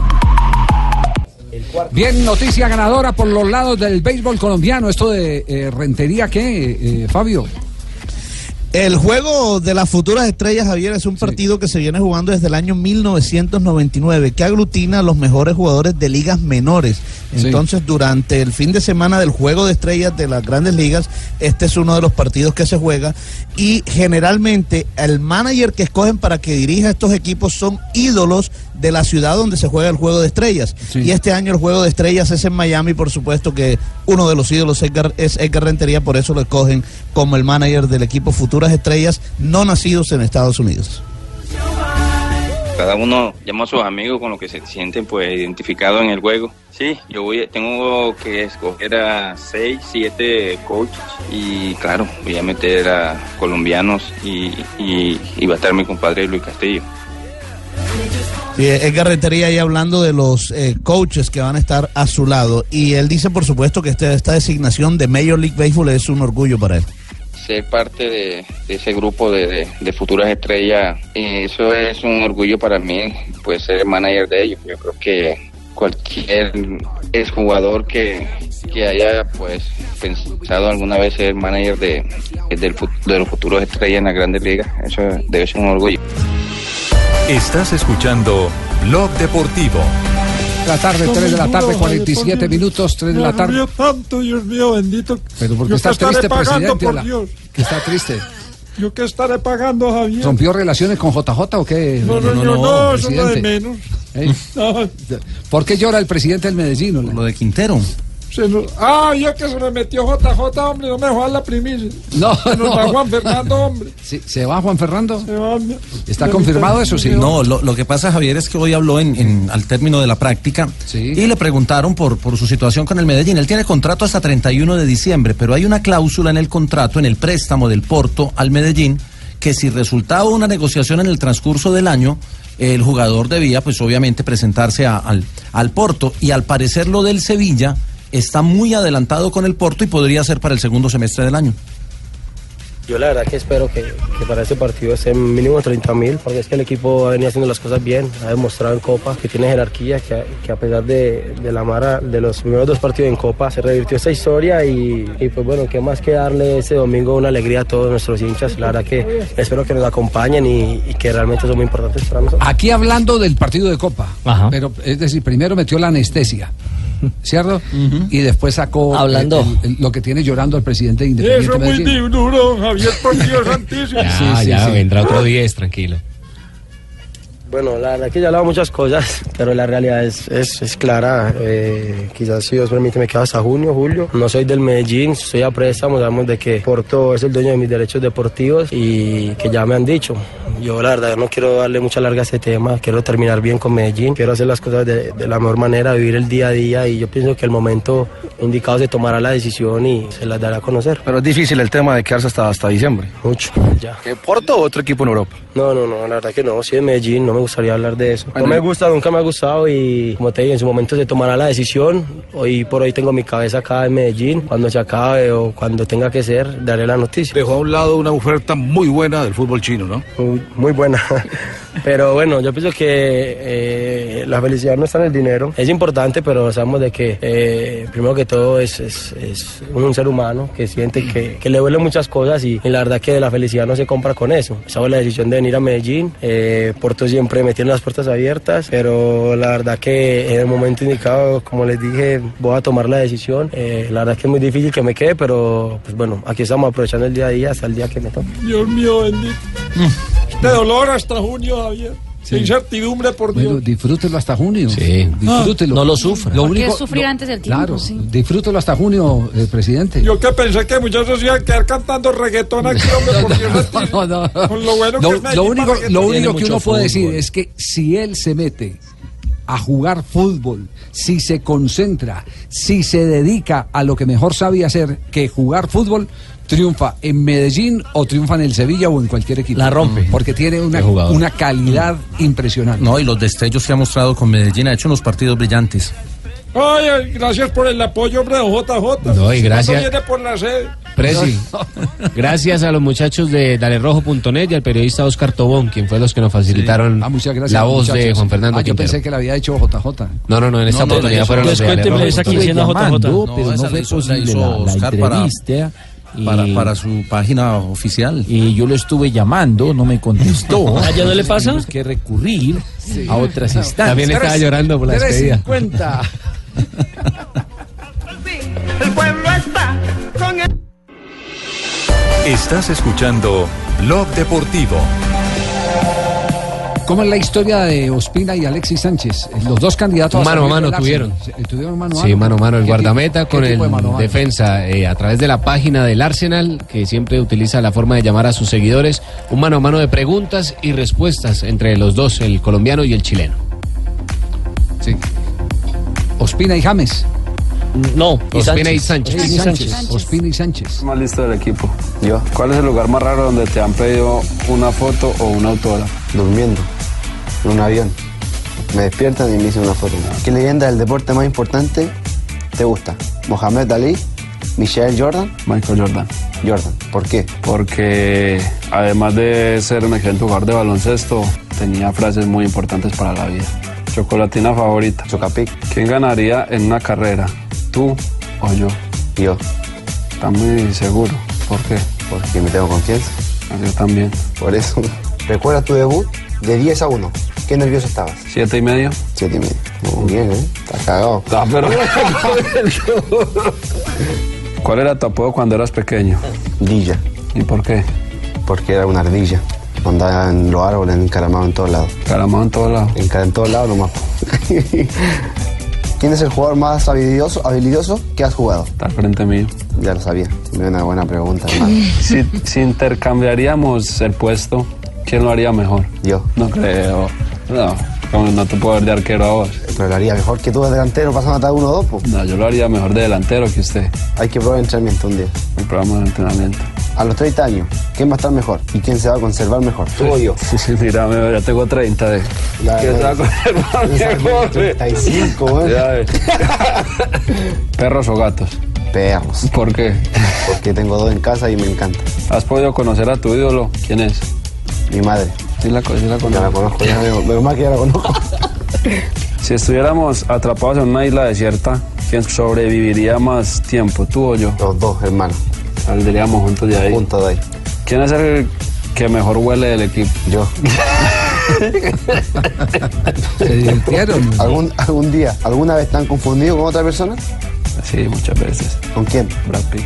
[SPEAKER 6] Bien, noticia ganadora por los lados del béisbol colombiano. Esto de eh, rentería, ¿qué, eh, Fabio?
[SPEAKER 4] El juego de las futuras estrellas, Javier, es un partido que se viene jugando desde el año 1999, que aglutina a los mejores jugadores de ligas menores.
[SPEAKER 6] Sí.
[SPEAKER 4] Entonces, durante el fin de semana del juego de estrellas de las grandes ligas, este es uno de los partidos que se juega. Y generalmente, el manager que escogen para que dirija estos equipos son ídolos de la ciudad donde se juega el juego de estrellas. Y este año el juego de estrellas es en Miami, por supuesto que uno de los ídolos Edgar- es Edgar Rentería, por eso lo escogen como el manager del equipo Futuras Estrellas no nacidos en Estados Unidos.
[SPEAKER 26] Cada uno llama a sus amigos con lo que se sienten pues identificados en el juego. Sí, yo voy, tengo que escoger a 6, 7 coaches y claro, voy a meter a colombianos y, y, y va a estar mi compadre Luis Castillo.
[SPEAKER 4] Sí, Edgar Rentería ahí hablando de los eh, coaches que van a estar a su lado. Y él dice, por supuesto, que este- esta designación de Major League Baseball es un orgullo para él.
[SPEAKER 26] (laughs) Ser parte de, de ese grupo de, de- de futuras estrellas, eh, eso es un orgullo para mí, pues ser el manager de ellos. Yo creo que cualquier exjugador que, que haya pues pensado alguna vez ser manager de, del fut- de los futuros estrellas en las grandes ligas, eso debe ser un orgullo.
[SPEAKER 1] Estás escuchando Blog Deportivo.
[SPEAKER 6] La tarde,
[SPEAKER 26] Son
[SPEAKER 6] 3 de la
[SPEAKER 26] muy
[SPEAKER 6] tarde,
[SPEAKER 26] duros,
[SPEAKER 6] 47 minutos, 3 de la tarde.
[SPEAKER 21] tanto, Dios mío, bendito.
[SPEAKER 6] Pero porque
[SPEAKER 21] Yo
[SPEAKER 6] está
[SPEAKER 21] que estaré
[SPEAKER 6] triste,
[SPEAKER 21] pagando,
[SPEAKER 6] presidente.
[SPEAKER 21] por
[SPEAKER 6] o la-
[SPEAKER 21] Dios.
[SPEAKER 6] que está triste.
[SPEAKER 21] Yo que estaré pagando, Javier.
[SPEAKER 6] ¿Rompió relaciones con JJ o qué?
[SPEAKER 21] No, no, no, no, eso es lo de
[SPEAKER 6] presidente.
[SPEAKER 21] menos.
[SPEAKER 6] ¿Eh? ¿Por qué llora el presidente del Medellín? Lo de Quintero.
[SPEAKER 21] Se nos- Ah, yo que se me metió JJ, hombre, no me dejó dar la primicia.
[SPEAKER 6] No,
[SPEAKER 21] se nos
[SPEAKER 6] no.
[SPEAKER 21] va Juan Fernando,
[SPEAKER 6] (laughs)
[SPEAKER 21] hombre.
[SPEAKER 6] Sí, ¿Se va Juan Fernando? ¿Está
[SPEAKER 21] Yo
[SPEAKER 6] confirmado eso, sí?
[SPEAKER 9] No, lo, lo que pasa, Javier, es que hoy habló en, en- al término de la práctica y le preguntaron por, por su situación con el Medellín. Él tiene contrato hasta 31 de diciembre, pero hay una cláusula en el contrato, en el préstamo del Porto al Medellín, que si resultaba una negociación en el transcurso del año, el jugador debía, pues obviamente, presentarse a- al, al Porto. Y al parecer lo del Sevilla está muy adelantado con el Porto y podría ser para el segundo semestre del año.
[SPEAKER 27] Yo la verdad que espero que, que para este partido estén mínimo 30 mil, porque es que el equipo ha venido haciendo las cosas bien, ha demostrado en Copa que tiene jerarquía, que, a- que a pesar de, de la mara de los primeros dos partidos en Copa, se revirtió esta historia y, y pues bueno, qué más que darle este domingo una alegría a todos nuestros hinchas, la verdad que espero que nos acompañen y, y que realmente son muy importantes para nosotros.
[SPEAKER 6] Aquí hablando del partido de Copa, pero es decir, primero metió la anestesia, ¿cierto? Y después sacó
[SPEAKER 21] Hablando.
[SPEAKER 6] el- el- lo que tiene llorando al presidente de Independiente
[SPEAKER 21] Eso es muy
[SPEAKER 6] Medellín. (laughs)
[SPEAKER 21] duro, Javier, por Dios santísimo.
[SPEAKER 17] Ah,
[SPEAKER 6] Ya, Sí, sí, ya, sí. vendrá otro
[SPEAKER 2] 10, tranquilo.
[SPEAKER 27] Bueno, la verdad que ya he hablado muchas cosas, pero la realidad es, es, es clara. Eh, quizás si Dios permite me quedo hasta junio, julio. No soy del Medellín, soy a préstamo, sabemos de que Porto es el dueño de mis derechos deportivos y que ya me han dicho. Yo la verdad no quiero darle mucha larga a este tema, quiero terminar bien con Medellín, quiero hacer las cosas de, de la mejor manera, vivir el día a día y yo pienso que el momento indicado se tomará la decisión y se las dará a conocer.
[SPEAKER 3] Pero es difícil el tema de quedarse hasta, hasta diciembre.
[SPEAKER 27] Mucho, ya.
[SPEAKER 3] ¿Que Porto o otro equipo en Europa?
[SPEAKER 27] No, no, no, la verdad que no, si es Medellín no me gustaría hablar de eso. No
[SPEAKER 3] Bueno.
[SPEAKER 27] me gusta, nunca me ha gustado y como te digo, en su momento se tomará la decisión. Hoy por hoy tengo mi cabeza acá en Medellín. Cuando se acabe o cuando tenga que ser, daré la noticia.
[SPEAKER 3] Dejó a un lado una oferta muy buena del fútbol chino, ¿no?
[SPEAKER 27] Muy, muy buena. (laughs) Pero bueno, yo pienso que eh, la felicidad no está en el dinero. Es importante, pero sabemos de que eh, primero que todo es, es- es un ser humano que siente que, que le duelen muchas cosas y, y la verdad que la felicidad no se compra con eso. Esa fue la decisión de venir a Medellín. Eh, Porto siempre me tiene las puertas abiertas, pero la verdad que en el momento indicado, como les dije, voy a tomar la decisión. Eh, la verdad que es muy difícil que me quede, pero pues bueno, aquí estamos aprovechando el día a día hasta el día que me toque.
[SPEAKER 21] Dios mío bendito.
[SPEAKER 6] Mm.
[SPEAKER 21] De dolor hasta junio, Javier. De Incertidumbre por Dios.
[SPEAKER 6] Bueno, disfrútelo hasta junio. Sí. Disfrútelo.
[SPEAKER 21] No lo
[SPEAKER 6] sufra.
[SPEAKER 10] Porque es sufrir antes del tiempo,
[SPEAKER 6] Claro,
[SPEAKER 10] sí.
[SPEAKER 6] disfrútelo hasta junio, eh, presidente.
[SPEAKER 21] Yo que pensé que muchachos iban a quedar cantando reggaetón
[SPEAKER 6] (laughs)
[SPEAKER 21] aquí, hombre, por Dios. Con lo bueno
[SPEAKER 6] Lo,
[SPEAKER 21] que
[SPEAKER 6] lo
[SPEAKER 21] es Medellín para
[SPEAKER 6] único,
[SPEAKER 21] reggaetón.
[SPEAKER 6] lo único que uno puede decir es que si él se mete a jugar fútbol, si se concentra, si se dedica a lo que mejor sabe hacer, que jugar fútbol, triunfa en Medellín o triunfa en el Sevilla o en cualquier equipo. La rompe. Porque tiene una,
[SPEAKER 9] Qué jugador.
[SPEAKER 6] una calidad impresionante.
[SPEAKER 9] No, y los destellos que ha mostrado con Medellín ha hecho unos partidos brillantes.
[SPEAKER 21] Ay, gracias por el apoyo, hombre, JJ.
[SPEAKER 9] No, y gracias-
[SPEAKER 21] Cuando viene por la sede.
[SPEAKER 9] Presi.
[SPEAKER 17] Gracias a los muchachos de DaleRojo.net y al periodista Oscar Tobón, quien fue los que nos facilitaron la voz de
[SPEAKER 6] muchachos.
[SPEAKER 17] Juan Fernando
[SPEAKER 6] Ah, yo
[SPEAKER 17] Quintero.
[SPEAKER 6] pensé que la había hecho JJ.
[SPEAKER 17] No, no, no, en esta
[SPEAKER 6] No, no,
[SPEAKER 17] oportunidad
[SPEAKER 6] no,
[SPEAKER 17] fueron
[SPEAKER 6] no,
[SPEAKER 17] los de
[SPEAKER 6] cuénteme
[SPEAKER 17] DaleRojo.
[SPEAKER 6] esa quincena
[SPEAKER 9] llamando,
[SPEAKER 6] JJ.
[SPEAKER 9] pero
[SPEAKER 6] No,
[SPEAKER 9] no
[SPEAKER 6] esa
[SPEAKER 9] fue
[SPEAKER 6] la hizo- la
[SPEAKER 9] posible
[SPEAKER 6] hizo
[SPEAKER 9] la, la
[SPEAKER 6] Oscar para-
[SPEAKER 9] entrevista. para- para
[SPEAKER 24] su página oficial. Y yo lo estuve llamando, no me contestó.
[SPEAKER 9] (laughs) ¿Ah, ya no le
[SPEAKER 24] pasa? Tuvimos que recurrir a otras instancias.
[SPEAKER 17] También estaba llorando por la despedida.
[SPEAKER 6] 350.
[SPEAKER 5] El pueblo está con el...
[SPEAKER 1] Estás escuchando Blog Deportivo.
[SPEAKER 6] ¿Cómo es la historia de Ospina y Alexis Sánchez? eh, Los dos candidatos
[SPEAKER 17] Mano a
[SPEAKER 6] salir
[SPEAKER 17] mano
[SPEAKER 6] del Arsenal.
[SPEAKER 17] tuvieron.
[SPEAKER 6] Sí, eh, Tuvieron mano a mano.
[SPEAKER 17] Sí, mano a mano, el
[SPEAKER 6] ¿Qué
[SPEAKER 17] guardameta
[SPEAKER 6] tipo-
[SPEAKER 17] con
[SPEAKER 6] qué
[SPEAKER 17] el
[SPEAKER 6] tipo de mano a mano?
[SPEAKER 17] defensa eh, a través de la página del Arsenal, que siempre utiliza la forma de llamar a sus seguidores, un mano a mano de preguntas y respuestas entre los dos, el colombiano y el chileno.
[SPEAKER 6] Sí. Ospina y James.
[SPEAKER 17] No, Ospina y Sánchez.
[SPEAKER 6] Ospina y Sánchez. Ospina y Sánchez.
[SPEAKER 15] más listo del equipo? Yo. ¿Cuál es el lugar más raro donde te han pedido una foto o una autógrafo?
[SPEAKER 11] durmiendo en un avión. Me despiertan y me dicen una foto. ¿Qué leyenda del deporte más importante te gusta? ¿Mohamed Ali? ¿Michael Jordan?
[SPEAKER 15] Michael Jordan.
[SPEAKER 11] Jordan. ¿Por qué?
[SPEAKER 15] Porque además de ser un excelente jugador de baloncesto, tenía frases muy importantes para la vida. Chocolatina favorita. Chocapic. ¿Quién ganaría en una carrera? ¿Tú o yo?
[SPEAKER 11] Yo.
[SPEAKER 15] Está muy seguro. ¿Por qué?
[SPEAKER 11] Porque me tengo confianza.
[SPEAKER 15] Yo también.
[SPEAKER 11] Por eso. ¿Recuerdas tu debut? De 10 a 1. ¿Qué nervioso estabas?
[SPEAKER 15] ¿Siete y medio? Ah,
[SPEAKER 11] Siete y medio. Muy bien, ¿eh? Estás cagado. (laughs)
[SPEAKER 15] ¿Cuál era tu apodo cuando eras pequeño?
[SPEAKER 11] Dilla.
[SPEAKER 15] ¿Y por qué?
[SPEAKER 11] Porque era una ardilla. Andaba en los árboles, encaramado en todos lados.
[SPEAKER 15] Encaramado en todos lados.
[SPEAKER 11] En, todos lados nomás. pues. ¿Quién es el jugador más habilidoso, habilidoso que has jugado?
[SPEAKER 15] Está al frente mío.
[SPEAKER 11] Ya lo sabía. Es una buena pregunta, hermano.
[SPEAKER 15] Si, si intercambiaríamos el puesto, ¿quién lo haría mejor?
[SPEAKER 11] Yo.
[SPEAKER 15] No creo. No, como no te puedo ver de arquero a vos.
[SPEAKER 11] Pero lo haría mejor que tú de delantero pasando hasta uno o dos, po.
[SPEAKER 15] No, yo lo haría mejor de delantero que usted.
[SPEAKER 11] Hay que probar entrenamiento un día.
[SPEAKER 15] El programa de entrenamiento.
[SPEAKER 11] A los 30 años, ¿quién va a estar mejor? ¿Y quién se va a conservar mejor? Tú o yo.
[SPEAKER 15] (laughs) Sí, sí, mira, me- ya tengo 30 de.
[SPEAKER 11] La-
[SPEAKER 15] ¿Quién se va a coger más mejor?
[SPEAKER 11] 35,
[SPEAKER 15] Ya
[SPEAKER 11] (laughs)
[SPEAKER 15] ves. ¿Perros o gatos?
[SPEAKER 11] Perros.
[SPEAKER 15] ¿Por qué?
[SPEAKER 11] Porque tengo dos en casa y me encanta.
[SPEAKER 15] ¿Has podido conocer a tu ídolo? ¿Quién es?
[SPEAKER 11] Mi madre.
[SPEAKER 15] Sí la, co- sí la
[SPEAKER 11] Ya la conozco, ya veo. Menos mal que ya la conozco.
[SPEAKER 15] (laughs) Si estuviéramos atrapados en una isla desierta, ¿quién sobreviviría más tiempo, tú o yo?
[SPEAKER 11] Los dos, hermano.
[SPEAKER 15] Saldríamos juntos de ahí.
[SPEAKER 11] Juntos de ahí.
[SPEAKER 15] ¿Quién es el que mejor huele del equipo?
[SPEAKER 11] Yo.
[SPEAKER 6] ¿Se divirtieron?
[SPEAKER 11] (laughs) ¿Algún, algún día, alguna vez están confundidos con otra persona?
[SPEAKER 15] (laughs) Sí, muchas veces.
[SPEAKER 11] ¿Con quién?
[SPEAKER 15] Brad Pitt.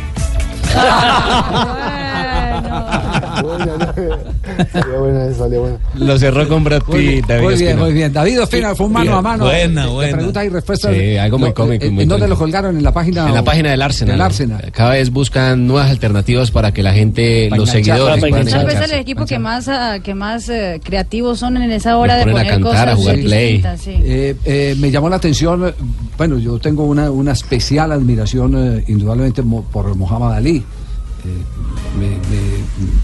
[SPEAKER 28] Salió buena, salió buena.
[SPEAKER 29] Lo cerró con Brad
[SPEAKER 6] Muy bien,
[SPEAKER 29] Pitt, David
[SPEAKER 6] muy bien,
[SPEAKER 29] Ospina.
[SPEAKER 6] muy bien. David Ospina fue un mano
[SPEAKER 29] Bien,
[SPEAKER 6] a mano.
[SPEAKER 29] buena,
[SPEAKER 6] de- de
[SPEAKER 29] buena.
[SPEAKER 6] preguntas y eh, respuestas.
[SPEAKER 29] Sí, algo muy
[SPEAKER 6] Lo-
[SPEAKER 29] cómico,
[SPEAKER 6] ¿En,
[SPEAKER 29] muy
[SPEAKER 6] en dónde
[SPEAKER 29] cómico.
[SPEAKER 6] lo colgaron? ¿En la página?
[SPEAKER 17] En la
[SPEAKER 6] o-
[SPEAKER 17] página del Arsenal.
[SPEAKER 6] Del Arsenal.
[SPEAKER 17] Cada vez buscan nuevas alternativas para que la gente,
[SPEAKER 6] Para
[SPEAKER 17] los
[SPEAKER 6] enganchar,
[SPEAKER 17] seguidores
[SPEAKER 6] para
[SPEAKER 17] puedan
[SPEAKER 10] Tal vez
[SPEAKER 17] engancharse.
[SPEAKER 10] el equipo que más, ah, que más eh, creativos son en esa hora de
[SPEAKER 17] ponen a
[SPEAKER 10] poner
[SPEAKER 17] cantar,
[SPEAKER 10] cosas
[SPEAKER 17] a jugar
[SPEAKER 10] eh,
[SPEAKER 17] play.
[SPEAKER 10] distintas, sí.
[SPEAKER 17] (laughs)
[SPEAKER 6] Eh, eh, me llamó la atención, eh, bueno, yo tengo una, una especial admiración eh, indudablemente mo- por Mohamed Ali. Eh, me, me-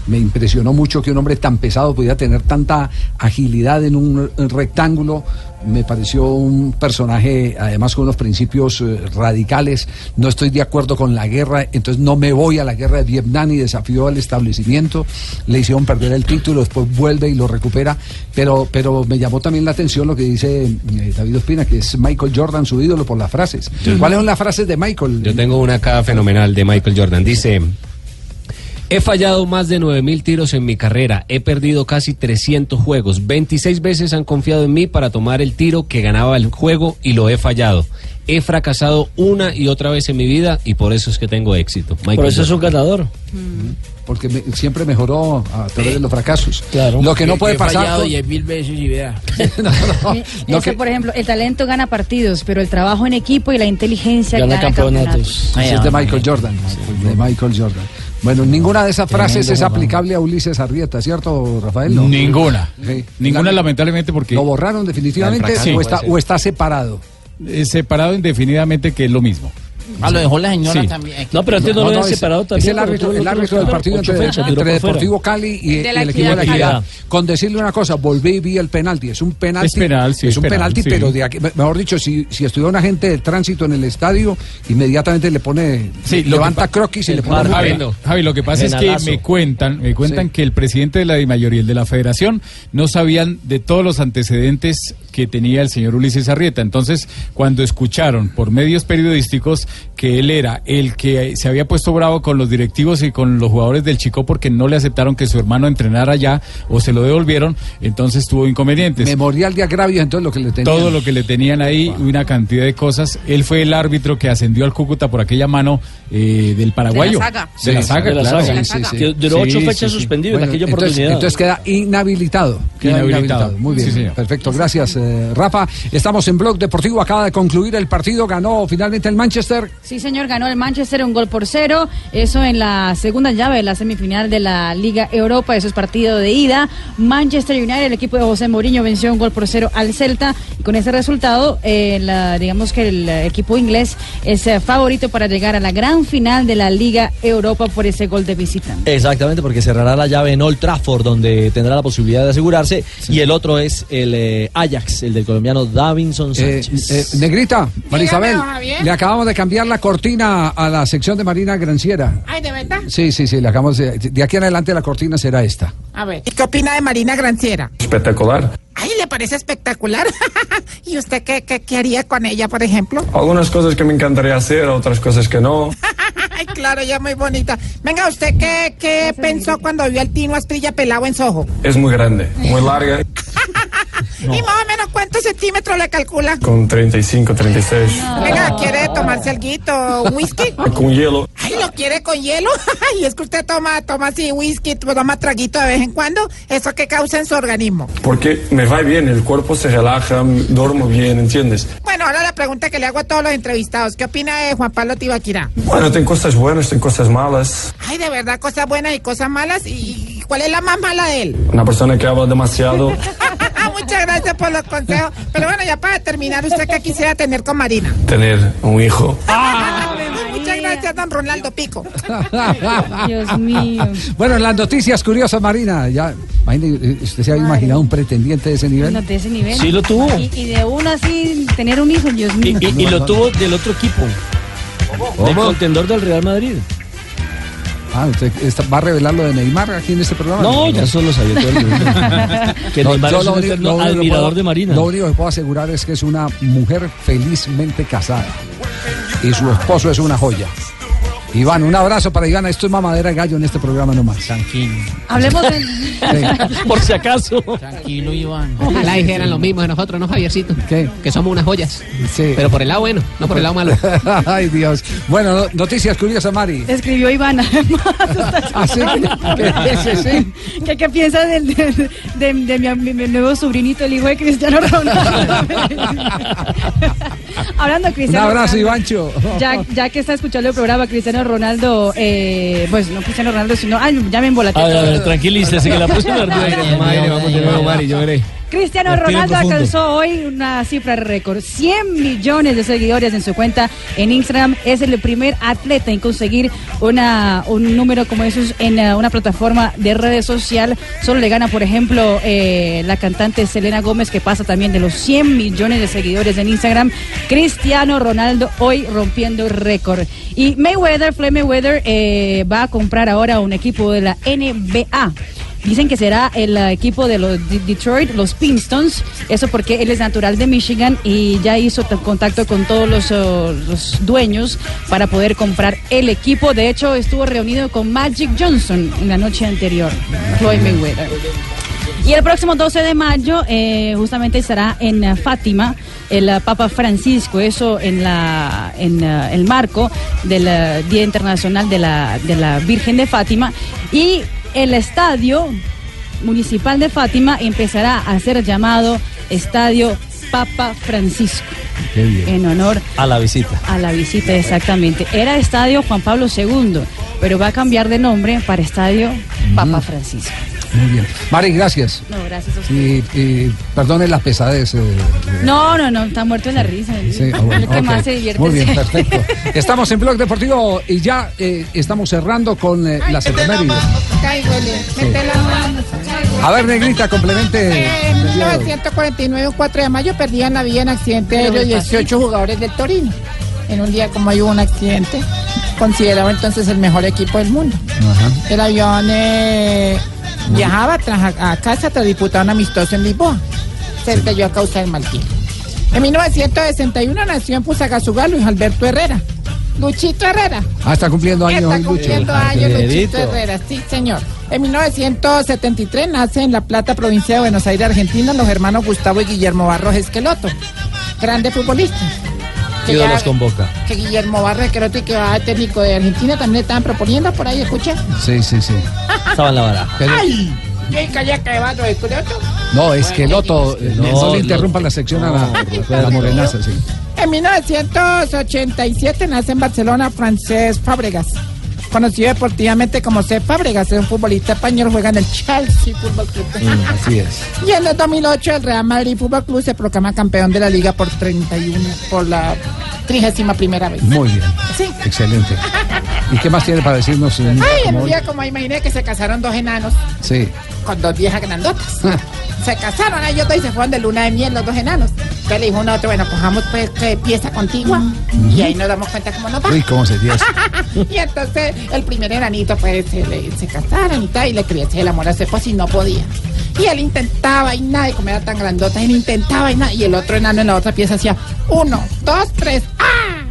[SPEAKER 6] me impresionó mucho que un hombre tan pesado pudiera tener tanta agilidad en un eh, rectángulo. Me pareció un personaje, además, con unos principios eh, radicales. No estoy de acuerdo con la guerra, entonces no me voy a la guerra de Vietnam y desafió al establecimiento. Le hicieron perder el título, después vuelve y lo recupera. Pero, pero me llamó también la atención lo que dice eh, David Ospina, que es Michael Jordan, su ídolo, por las frases.
[SPEAKER 17] Sí.
[SPEAKER 6] ¿Cuáles son las frases de Michael?
[SPEAKER 17] Yo tengo una acá fenomenal de Michael Jordan. Dice, he fallado más de 9.000 tiros en mi carrera, he perdido casi 300 juegos, 26 veces han confiado en mí para tomar el tiro que ganaba el juego y lo he fallado. He fracasado una y otra vez en mi vida y por eso es que tengo éxito. Michael
[SPEAKER 11] Por eso es un ganador.
[SPEAKER 6] Porque me- siempre mejoró a través de los fracasos. Lo que no puede pasar. con-
[SPEAKER 30] mil veces y vea.
[SPEAKER 10] Eh,
[SPEAKER 6] lo
[SPEAKER 10] eso,
[SPEAKER 6] que-
[SPEAKER 10] por ejemplo, el talento gana partidos, pero el trabajo en equipo y la inteligencia gana,
[SPEAKER 6] Gana campeonatos.
[SPEAKER 10] campeonatos.
[SPEAKER 6] Ese es de Michael Jordan. De Michael Jordan. Bueno, ninguna de esas
[SPEAKER 16] Tremendo
[SPEAKER 6] frases es
[SPEAKER 16] jugador.
[SPEAKER 6] aplicable a Ulises Arrieta, ¿cierto, Rafael? No.
[SPEAKER 16] Ninguna.
[SPEAKER 6] Sí.
[SPEAKER 16] Ninguna, lamentablemente, porque.
[SPEAKER 6] ¿Lo borraron definitivamente
[SPEAKER 16] Sí.
[SPEAKER 6] o, está, o está separado?
[SPEAKER 16] Eh, separado indefinidamente, que es lo mismo.
[SPEAKER 30] Ah, lo dejó la señora
[SPEAKER 16] Sí. este
[SPEAKER 30] también.
[SPEAKER 6] es- Es el árbitro, el árbitro del partido entre, entre Deportivo Cali y,
[SPEAKER 30] El de la
[SPEAKER 6] y el equipo de la
[SPEAKER 16] Equidad.
[SPEAKER 6] Equidad. Con decirle una cosa, volví y vi el penalti. Es un penalti.
[SPEAKER 16] Es penal, sí,
[SPEAKER 6] es
[SPEAKER 16] es
[SPEAKER 6] un
[SPEAKER 16] penal,
[SPEAKER 6] penalti,
[SPEAKER 16] sí.
[SPEAKER 6] pero de aquí, me- mejor dicho, si, si estuviera un agente de tránsito en el estadio, inmediatamente le pone.
[SPEAKER 16] Sí, lo
[SPEAKER 6] levanta
[SPEAKER 16] que pa-
[SPEAKER 6] croquis y
[SPEAKER 16] el
[SPEAKER 6] le pone.
[SPEAKER 16] Javi,
[SPEAKER 6] multa.
[SPEAKER 16] Javi, lo que pasa es que
[SPEAKER 6] Penalazo.
[SPEAKER 16] me cuentan, me cuentan
[SPEAKER 6] Sí.
[SPEAKER 16] que el presidente de la DIMAYOR y el de la Federación no sabían de todos los antecedentes que tenía el señor Ulises Arrieta. Entonces, cuando escucharon por medios periodísticos que él era el que se había puesto bravo con los directivos y con los jugadores del Chico porque no le aceptaron que su hermano entrenara allá o se lo devolvieron, entonces tuvo inconvenientes.
[SPEAKER 6] Memorial de agravios, entonces lo que le tenían.
[SPEAKER 16] Todo lo que le tenían ahí, una cantidad de cosas. Él fue el árbitro que ascendió al Cúcuta por aquella mano eh, del paraguayo.
[SPEAKER 11] saga.
[SPEAKER 16] De la saga,
[SPEAKER 11] De la
[SPEAKER 16] claro.
[SPEAKER 11] saga. Sí, sí, sí. Que duró ocho fechas suspendido en aquella
[SPEAKER 6] entonces,
[SPEAKER 11] oportunidad.
[SPEAKER 6] Entonces queda inhabilitado. Queda
[SPEAKER 16] Inhabilitado.
[SPEAKER 6] inhabilitado. Muy bien.
[SPEAKER 16] Sí, señor.
[SPEAKER 6] Perfecto. Gracias, eh, Rafa. Estamos en Blog Deportivo. Acaba de concluir el partido. Ganó finalmente el Manchester.
[SPEAKER 10] Sí, señor, ganó el Manchester un gol por cero. Eso en la segunda llave de la semifinal de la Liga Europa. Eso es partido de ida. Manchester United, el equipo de José Mourinho, venció un gol por cero al Celta. Y con ese resultado, eh, la- digamos que el equipo inglés es eh, favorito para llegar a la gran final de la Liga Europa por ese gol de visitante.
[SPEAKER 8] Exactamente, porque cerrará la llave en Old Trafford, donde tendrá la posibilidad de asegurarse. Y el otro es el eh, Ajax, el del colombiano Davinson
[SPEAKER 6] Eh,
[SPEAKER 8] Sánchez.
[SPEAKER 6] Negrita,
[SPEAKER 8] Dígame,
[SPEAKER 6] María Isabel,
[SPEAKER 8] don Javier.
[SPEAKER 6] le acabamos de cambiar la cortina a la sección de Marina Granciera.
[SPEAKER 7] Ay, ¿de verdad?
[SPEAKER 6] Sí, sí, sí, le acabamos de, de aquí en adelante la cortina será esta.
[SPEAKER 7] A ver. ¿Y qué opina de Marina Granciera?
[SPEAKER 23] Espectacular.
[SPEAKER 6] (laughs)
[SPEAKER 7] Ay, ¿le parece espectacular? (laughs) ¿Y usted qué, qué, qué haría con ella, por ejemplo?
[SPEAKER 23] Algunas cosas que me encantaría hacer, otras cosas que no.
[SPEAKER 7] Ay, claro, ella es muy bonita. Venga, ¿usted qué, qué pensó cuando vio al Tino Astrilla pelado en Soho?
[SPEAKER 23] Es muy grande, muy larga,
[SPEAKER 7] ¿Y más o menos cuántos centímetros le calcula?
[SPEAKER 23] con 35, 36,
[SPEAKER 7] Venga, ¿quiere tomarse alguito, whisky?
[SPEAKER 23] (laughs) con hielo.
[SPEAKER 7] Ay, ¿lo quiere con hielo? (laughs) Ay, es que usted toma, toma así whisky, toma traguito de vez en cuando. ¿Eso qué causa en su organismo?
[SPEAKER 23] Porque me va bien, el cuerpo se relaja, duermo bien, ¿entiendes?
[SPEAKER 7] Bueno, ahora la pregunta que le hago a todos los entrevistados. ¿Qué opina de Juan Pablo Tibaquirá?
[SPEAKER 23] Bueno, tengo cosas buenas, tengo cosas malas.
[SPEAKER 7] Ay, de verdad, cosas buenas y cosas malas. ¿Y cuál es la más mala de él? (laughs) Ah,
[SPEAKER 23] Una persona que habla demasiado.
[SPEAKER 7] Muchas gracias por los consejos. Pero bueno, ya para terminar, ¿usted qué quisiera tener con Marina?
[SPEAKER 23] Tener un hijo.
[SPEAKER 7] (laughs) Muchas gracias, don Ronaldo Pico.
[SPEAKER 10] Dios mío.
[SPEAKER 6] Bueno, en las noticias curiosas, Marina, ya, imagine, ¿usted se había imaginado un pretendiente de ese nivel?
[SPEAKER 10] De ese nivel.
[SPEAKER 6] Sí, lo tuvo.
[SPEAKER 10] Y, y de uno así, tener un hijo, Dios mío.
[SPEAKER 11] Y, y lo tuvo del otro equipo. Del contendor del Real Madrid.
[SPEAKER 6] Ah, ¿usted está- va a revelar lo de Neymar aquí en este programa?
[SPEAKER 11] No, ya solo sabía todo el mundo.
[SPEAKER 6] (laughs)
[SPEAKER 11] Que Neymar
[SPEAKER 6] yo
[SPEAKER 11] es
[SPEAKER 6] lo
[SPEAKER 11] un
[SPEAKER 6] único-
[SPEAKER 11] eterno
[SPEAKER 6] lo único que
[SPEAKER 11] admirador
[SPEAKER 6] puedo-
[SPEAKER 11] de Marina.
[SPEAKER 6] Lo único que puedo asegurar es que es una mujer felizmente casada. Y su esposo es una joya. Iván, un abrazo para Iván. Esto es mamadera de gallo en este programa nomás.
[SPEAKER 17] Tranquilo.
[SPEAKER 10] Hablemos de...
[SPEAKER 11] (laughs)
[SPEAKER 12] Por si acaso.
[SPEAKER 17] (laughs) Tranquilo, Iván. Ojalá dijeran lo mismo de nosotros, ¿no, Javiercito? Que somos unas joyas.
[SPEAKER 6] Sí.
[SPEAKER 17] Pero por el lado bueno, no por el lado malo.
[SPEAKER 6] (laughs) Ay, Dios. Bueno, no- noticias curiosas, Mari.
[SPEAKER 10] Escribió Iván además. (laughs)
[SPEAKER 17] (laughs)
[SPEAKER 6] Así que- que- sí.
[SPEAKER 10] ¿Qué, qué piensa del, de, de- de mi, mi- mi nuevo sobrinito, el hijo de Cristiano
[SPEAKER 6] (laughs)
[SPEAKER 10] Ronaldo? Hablando de
[SPEAKER 6] Un
[SPEAKER 10] Cristiano
[SPEAKER 6] abrazo,
[SPEAKER 10] Ronaldo,
[SPEAKER 6] Ivancho.
[SPEAKER 10] Ya, ya que está escuchando el programa Cristiano Ronaldo, eh, pues no Cristiano Ronaldo, sino. Ay, ya me embolaté.
[SPEAKER 12] A ver, a ver, tranquilícese,
[SPEAKER 17] (laughs)
[SPEAKER 12] que la próxima
[SPEAKER 13] Madre, vamos de nuevo, Mari, yo veré.
[SPEAKER 10] Cristiano
[SPEAKER 13] Respire
[SPEAKER 10] Ronaldo
[SPEAKER 13] profundo.
[SPEAKER 10] alcanzó hoy una cifra récord. 100 millones de seguidores en su cuenta en Instagram. Es el primer atleta en conseguir una, un número como esos en eh, una plataforma de redes social. Solo le gana, por ejemplo, eh, la cantante Selena Gómez, que pasa también de los 100 millones de seguidores en Instagram. Cristiano Ronaldo hoy rompiendo récord. Y Mayweather, Floyd Mayweather, eh, va a comprar ahora un equipo de la NBA. Dicen que será el eh, equipo de los De- Detroit, los Pistons. Eso porque él es natural de Michigan y ya hizo t- contacto con todos los, oh, los dueños para poder comprar el equipo. De hecho, estuvo reunido con Magic Johnson en la noche anterior, Floyd Mayweather. Y el próximo 12 de mayo eh, justamente estará en eh, Fátima el eh, Papa Francisco, eso en, la, en eh, el marco del eh, Día Internacional de la, de la Virgen de Fátima. Y el estadio municipal de Fátima empezará a ser llamado Estadio Papa Francisco,
[SPEAKER 8] Qué bien.
[SPEAKER 10] en honor
[SPEAKER 8] A la visita.
[SPEAKER 10] a la visita exactamente. Era Estadio Juan Pablo II, pero va a cambiar de nombre para Estadio Papa Francisco.
[SPEAKER 6] Muy bien. Mari, gracias.
[SPEAKER 10] No, gracias a usted.
[SPEAKER 6] Y, y perdone las pesadez. eh, eh,
[SPEAKER 10] No, no, no, está muerto en la risa.
[SPEAKER 6] sí, ah,
[SPEAKER 10] el
[SPEAKER 6] bueno,
[SPEAKER 10] que más
[SPEAKER 6] ok.
[SPEAKER 10] se divierte.
[SPEAKER 6] Muy bien,
[SPEAKER 10] es él.
[SPEAKER 6] perfecto. Estamos en Blog Deportivo y ya eh, estamos cerrando con eh, las efemérides.
[SPEAKER 7] Cáigole, mete la mano. Eh,
[SPEAKER 6] A ver, Negrita, complemente.
[SPEAKER 7] En 1949, un 4 de mayo, perdían la vida en accidente
[SPEAKER 6] Pero
[SPEAKER 7] aéreo
[SPEAKER 6] me pasé.
[SPEAKER 7] 18 jugadores del Torino. En un día como hay un accidente, considerado entonces el mejor equipo del mundo. El avión eh, viajaba tras- a, a casa tras disputar un amistoso en Lisboa. Se cayó a causa del mal tiempo. En 1961 nació en Pusacazugá Luis Alberto Herrera. Luchito Herrera.
[SPEAKER 6] Ah, está cumpliendo años
[SPEAKER 7] Está
[SPEAKER 6] hoy, Lucho.
[SPEAKER 7] cumpliendo años Luchito Herrera, sí, señor. En 1973 nace en La Plata, provincia de Buenos Aires, Argentina, los hermanos Gustavo y Guillermo Barros Esqueloto. Grandes futbolistas. Que, ya-
[SPEAKER 8] Ídolos con boca.
[SPEAKER 7] que Guillermo Barros Esqueloto y que va a técnico de Argentina también le estaban proponiendo por ahí, escuché.
[SPEAKER 6] Sí, sí, sí.
[SPEAKER 8] Estaba en la baraja.
[SPEAKER 7] ¡Ay! ¿Quién calla que va los Esqueloto?
[SPEAKER 6] No, es que Loto, eh,
[SPEAKER 8] No,
[SPEAKER 6] no
[SPEAKER 8] no.
[SPEAKER 6] le interrumpan la sección a la, a la morenaza, sí.
[SPEAKER 7] En 1987 nace en Barcelona Francés Fábregas. Conocido deportivamente como C. Fábregas, es un futbolista español, juega en el Chelsea Fútbol Club.
[SPEAKER 6] Así es.
[SPEAKER 7] Y en el 2008 el Real Madrid Fútbol Club se proclama campeón de la liga por 31, por la trigésima primera vez.
[SPEAKER 6] Muy bien.
[SPEAKER 7] Sí.
[SPEAKER 6] Excelente. ¿Y qué más tiene para decirnos? eh,
[SPEAKER 7] Ay, en
[SPEAKER 6] como
[SPEAKER 7] un
[SPEAKER 6] hoy?
[SPEAKER 7] día como imaginé que se casaron dos enanos
[SPEAKER 6] Sí.
[SPEAKER 7] con dos viejas grandotas.
[SPEAKER 6] Ah.
[SPEAKER 7] se casaron ellos dos y se fueron de luna de miel los dos enanos. Entonces le dijo uno a otro, bueno, cojamos pues eh, pieza contigua y ahí nos damos cuenta cómo nos va.
[SPEAKER 6] Mm. Uy, ¿cómo se dice?
[SPEAKER 7] (laughs) y entonces el primer enanito pues se, le- se casaron y tal y le quería hacer el amor a su esposa y no podía. Y él intentaba y nada, y como era tan grandota, él intentaba y nada. Y el otro enano en la otra pieza hacía uno, dos, tres, ¡ah!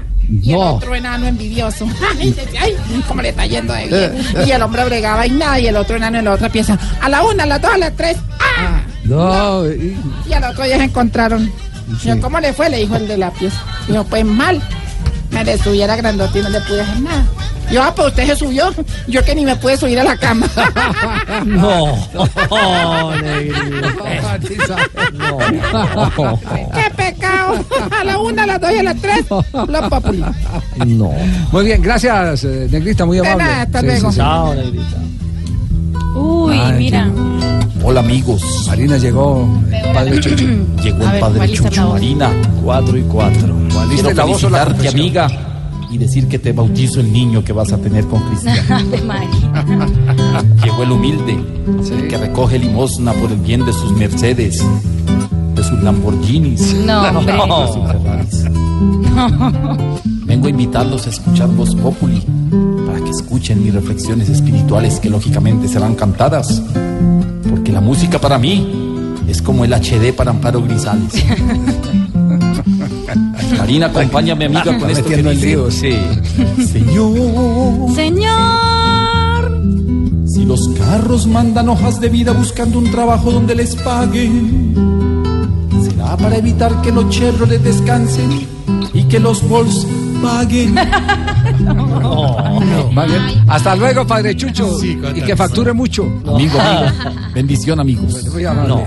[SPEAKER 7] Y el
[SPEAKER 6] No.
[SPEAKER 7] otro enano envidioso. (laughs) Ay, decía, ay, cómo le está yendo de bien. Y el hombre bregaba y nada, y el otro enano en la otra pieza. A la una, a las dos, a las tres, ¡ah!
[SPEAKER 6] No, y-
[SPEAKER 7] Y al otro día se encontraron. Dijo, ¿Cómo le fue? Le dijo el de la pieza. Dijo, pues mal. Me le subiera grandote y no le pude hacer nada. Yo, ah, pues usted se subió. Yo que ni me pude subir a la cama. (laughs)
[SPEAKER 17] No.
[SPEAKER 7] (laughs) ¡Qué pecado! A la una, a las dos y a las tres. Los populi.
[SPEAKER 6] No. Muy bien, gracias, eh, Negrita, muy
[SPEAKER 7] De
[SPEAKER 6] amable.
[SPEAKER 7] nada, hasta
[SPEAKER 6] Sí,
[SPEAKER 7] luego.
[SPEAKER 6] sí, sí.
[SPEAKER 10] Uy,
[SPEAKER 6] Ay,
[SPEAKER 10] mira.
[SPEAKER 6] Hola, amigos. Marina llegó, el padre Chucho.
[SPEAKER 10] Llegó el A ver, padre ¿cuál es la Chucho. voz?
[SPEAKER 11] Marina, 4 y 4.
[SPEAKER 6] es
[SPEAKER 11] Quiero
[SPEAKER 6] la voz o la
[SPEAKER 11] felicitarte,
[SPEAKER 6] confesión?
[SPEAKER 11] amiga, y decir que te bautizo el niño que vas a tener con
[SPEAKER 6] (laughs)
[SPEAKER 11] Cristian.
[SPEAKER 10] (laughs)
[SPEAKER 11] Llegó el humilde, el que recoge limosna por el bien de sus Mercedes, de sus Lamborghinis.
[SPEAKER 10] No, hombre.
[SPEAKER 11] (laughs) de sus Ferraris. Vengo a invitarlos a escuchar Voz Populi para que escuchen mis reflexiones espirituales que lógicamente serán cantadas. Porque la música para mí es como el HD para Amparo Grisales. Karina, acompáñame, amiga,
[SPEAKER 6] Está
[SPEAKER 11] con esto que
[SPEAKER 6] metiendo en
[SPEAKER 11] dice.
[SPEAKER 6] líos.
[SPEAKER 11] Sí, sí. Señor.
[SPEAKER 10] Señor.
[SPEAKER 11] Si los carros mandan hojas de vida buscando un trabajo donde les paguen, será para evitar que los Chevrolet descansen y que los Wolves paguen.
[SPEAKER 6] Va bien. Hasta luego, padre Chucho. y que facture mucho.
[SPEAKER 11] Amigo, amigo. Bendición, amigos.
[SPEAKER 6] Muy amable.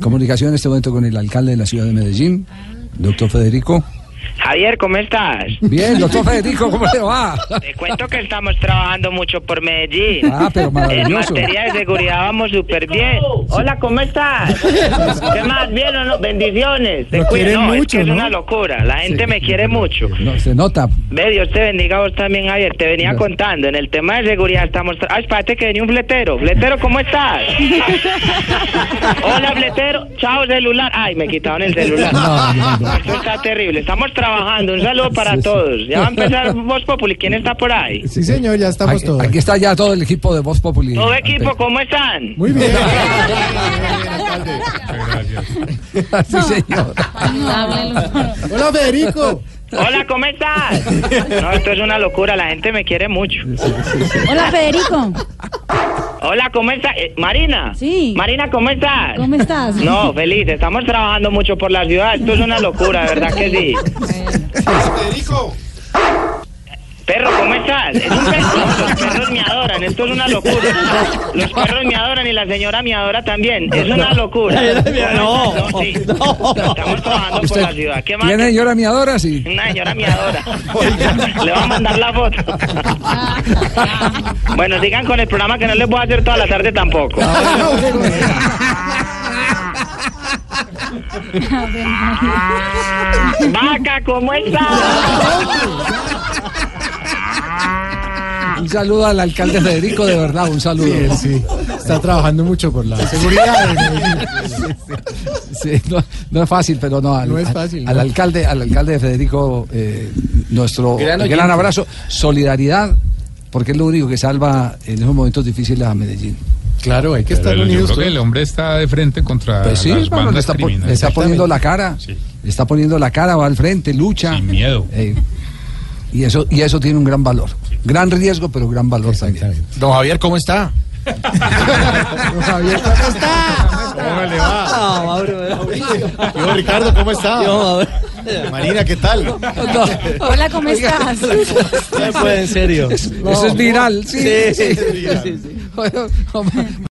[SPEAKER 6] Comunicación en este momento con el alcalde de la ciudad de Medellín, doctor Federico.
[SPEAKER 31] (laughs) Javier, ¿cómo estás?
[SPEAKER 6] Bien, doctor Federico, ¿cómo le va?
[SPEAKER 31] Te cuento que estamos trabajando mucho por Medellín.
[SPEAKER 6] Ah, pero maravilloso.
[SPEAKER 31] En materia de seguridad vamos súper bien. Hola, ¿cómo estás? ¿Qué más? ¿Bien o no? Bendiciones. Te
[SPEAKER 6] Lo
[SPEAKER 31] cuido.
[SPEAKER 6] quieren
[SPEAKER 31] No, es
[SPEAKER 6] mucho,
[SPEAKER 31] que es
[SPEAKER 6] ¿no?
[SPEAKER 31] una locura. La gente me quiere mucho.
[SPEAKER 6] No, se nota.
[SPEAKER 31] Ve, Dios te bendiga a vos también, Javier. Te venía contando, en el tema de seguridad estamos... tra- Ah, espérate que venía un fletero. Fletero, ¿cómo
[SPEAKER 7] (laughs)
[SPEAKER 31] estás? Hola, fletero. Chao, celular. Ay, me quitaron el celular.
[SPEAKER 7] No, no, no.
[SPEAKER 31] Esto está terrible. Estamos trabajando. Un saludo para todos. Ya va a
[SPEAKER 7] (laughs)
[SPEAKER 31] empezar Voz Populi. ¿Quién está por ahí?
[SPEAKER 6] Sí, señor, ya estamos aquí, todos. Aquí está ya todo el equipo de Voz Populi.
[SPEAKER 31] Todo equipo, ¿cómo están?
[SPEAKER 6] Muy bien. (laughs) sí, señor.
[SPEAKER 31] Hola, Federico. Hola, ¿cómo estás? No, esto es una locura. La gente me quiere mucho.
[SPEAKER 10] Hola, Federico.
[SPEAKER 31] Hola, ¿cómo estás? Eh, Marina. Sí. Marina, ¿cómo estás?
[SPEAKER 10] ¿Cómo estás?
[SPEAKER 31] No, feliz. Estamos trabajando mucho por la ciudad. Esto es una locura, ¿verdad que sí?
[SPEAKER 7] Federico.
[SPEAKER 31] Perro, ¿cómo estás? Es un perro. Los perros me adoran. Esto es una locura. Los perros me adoran y la señora me adora también. Es una locura.
[SPEAKER 6] No,
[SPEAKER 31] No, sí. Estamos trabajando por la ciudad. ¿Qué más?
[SPEAKER 6] ¿Tiene señora miadora? Sí.
[SPEAKER 31] Una señora miadora. Le va a mandar la foto. bueno, sigan con el programa que no les voy a hacer toda la tarde tampoco. Vaca, ¿cómo estás?
[SPEAKER 6] Un saludo al alcalde Federico, de verdad, un saludo. Sí,
[SPEAKER 8] Está trabajando mucho por la seguridad.
[SPEAKER 6] (laughs) Sí, no, no es fácil, pero no. Al,
[SPEAKER 8] No es fácil,
[SPEAKER 6] Al,
[SPEAKER 8] ¿no?
[SPEAKER 6] alcalde, al alcalde de Federico, eh, nuestro
[SPEAKER 8] Gran
[SPEAKER 6] gran,
[SPEAKER 8] oyente.
[SPEAKER 6] abrazo, solidaridad, porque es lo único que salva en esos momentos difíciles a Medellín.
[SPEAKER 8] Claro, hay que
[SPEAKER 6] estar unidos
[SPEAKER 16] Yo creo que el hombre está de frente contra
[SPEAKER 6] Pues sí,
[SPEAKER 16] las
[SPEAKER 6] hermano, le
[SPEAKER 16] bandas
[SPEAKER 6] está, po-
[SPEAKER 16] criminales.
[SPEAKER 6] le está poniendo la cara, le está poniendo la cara, va al frente, lucha. Sin
[SPEAKER 16] miedo.
[SPEAKER 6] y, eso, y eso tiene un gran valor. Gran riesgo, pero gran valor también.
[SPEAKER 9] Don Javier, (laughs) ¿cómo está?
[SPEAKER 7] (laughs)
[SPEAKER 8] Javier, ¿cómo está? ¿Cómo le va? Ah, Yo, Ricardo,
[SPEAKER 11] (laughs)
[SPEAKER 8] ¿cómo está? Marina, ¿qué tal?
[SPEAKER 10] Hola, ¿cómo estás?
[SPEAKER 32] en serio.
[SPEAKER 6] Eso es viral, sí.
[SPEAKER 32] Sí,
[SPEAKER 6] sí.
[SPEAKER 32] sí,
[SPEAKER 6] Bueno,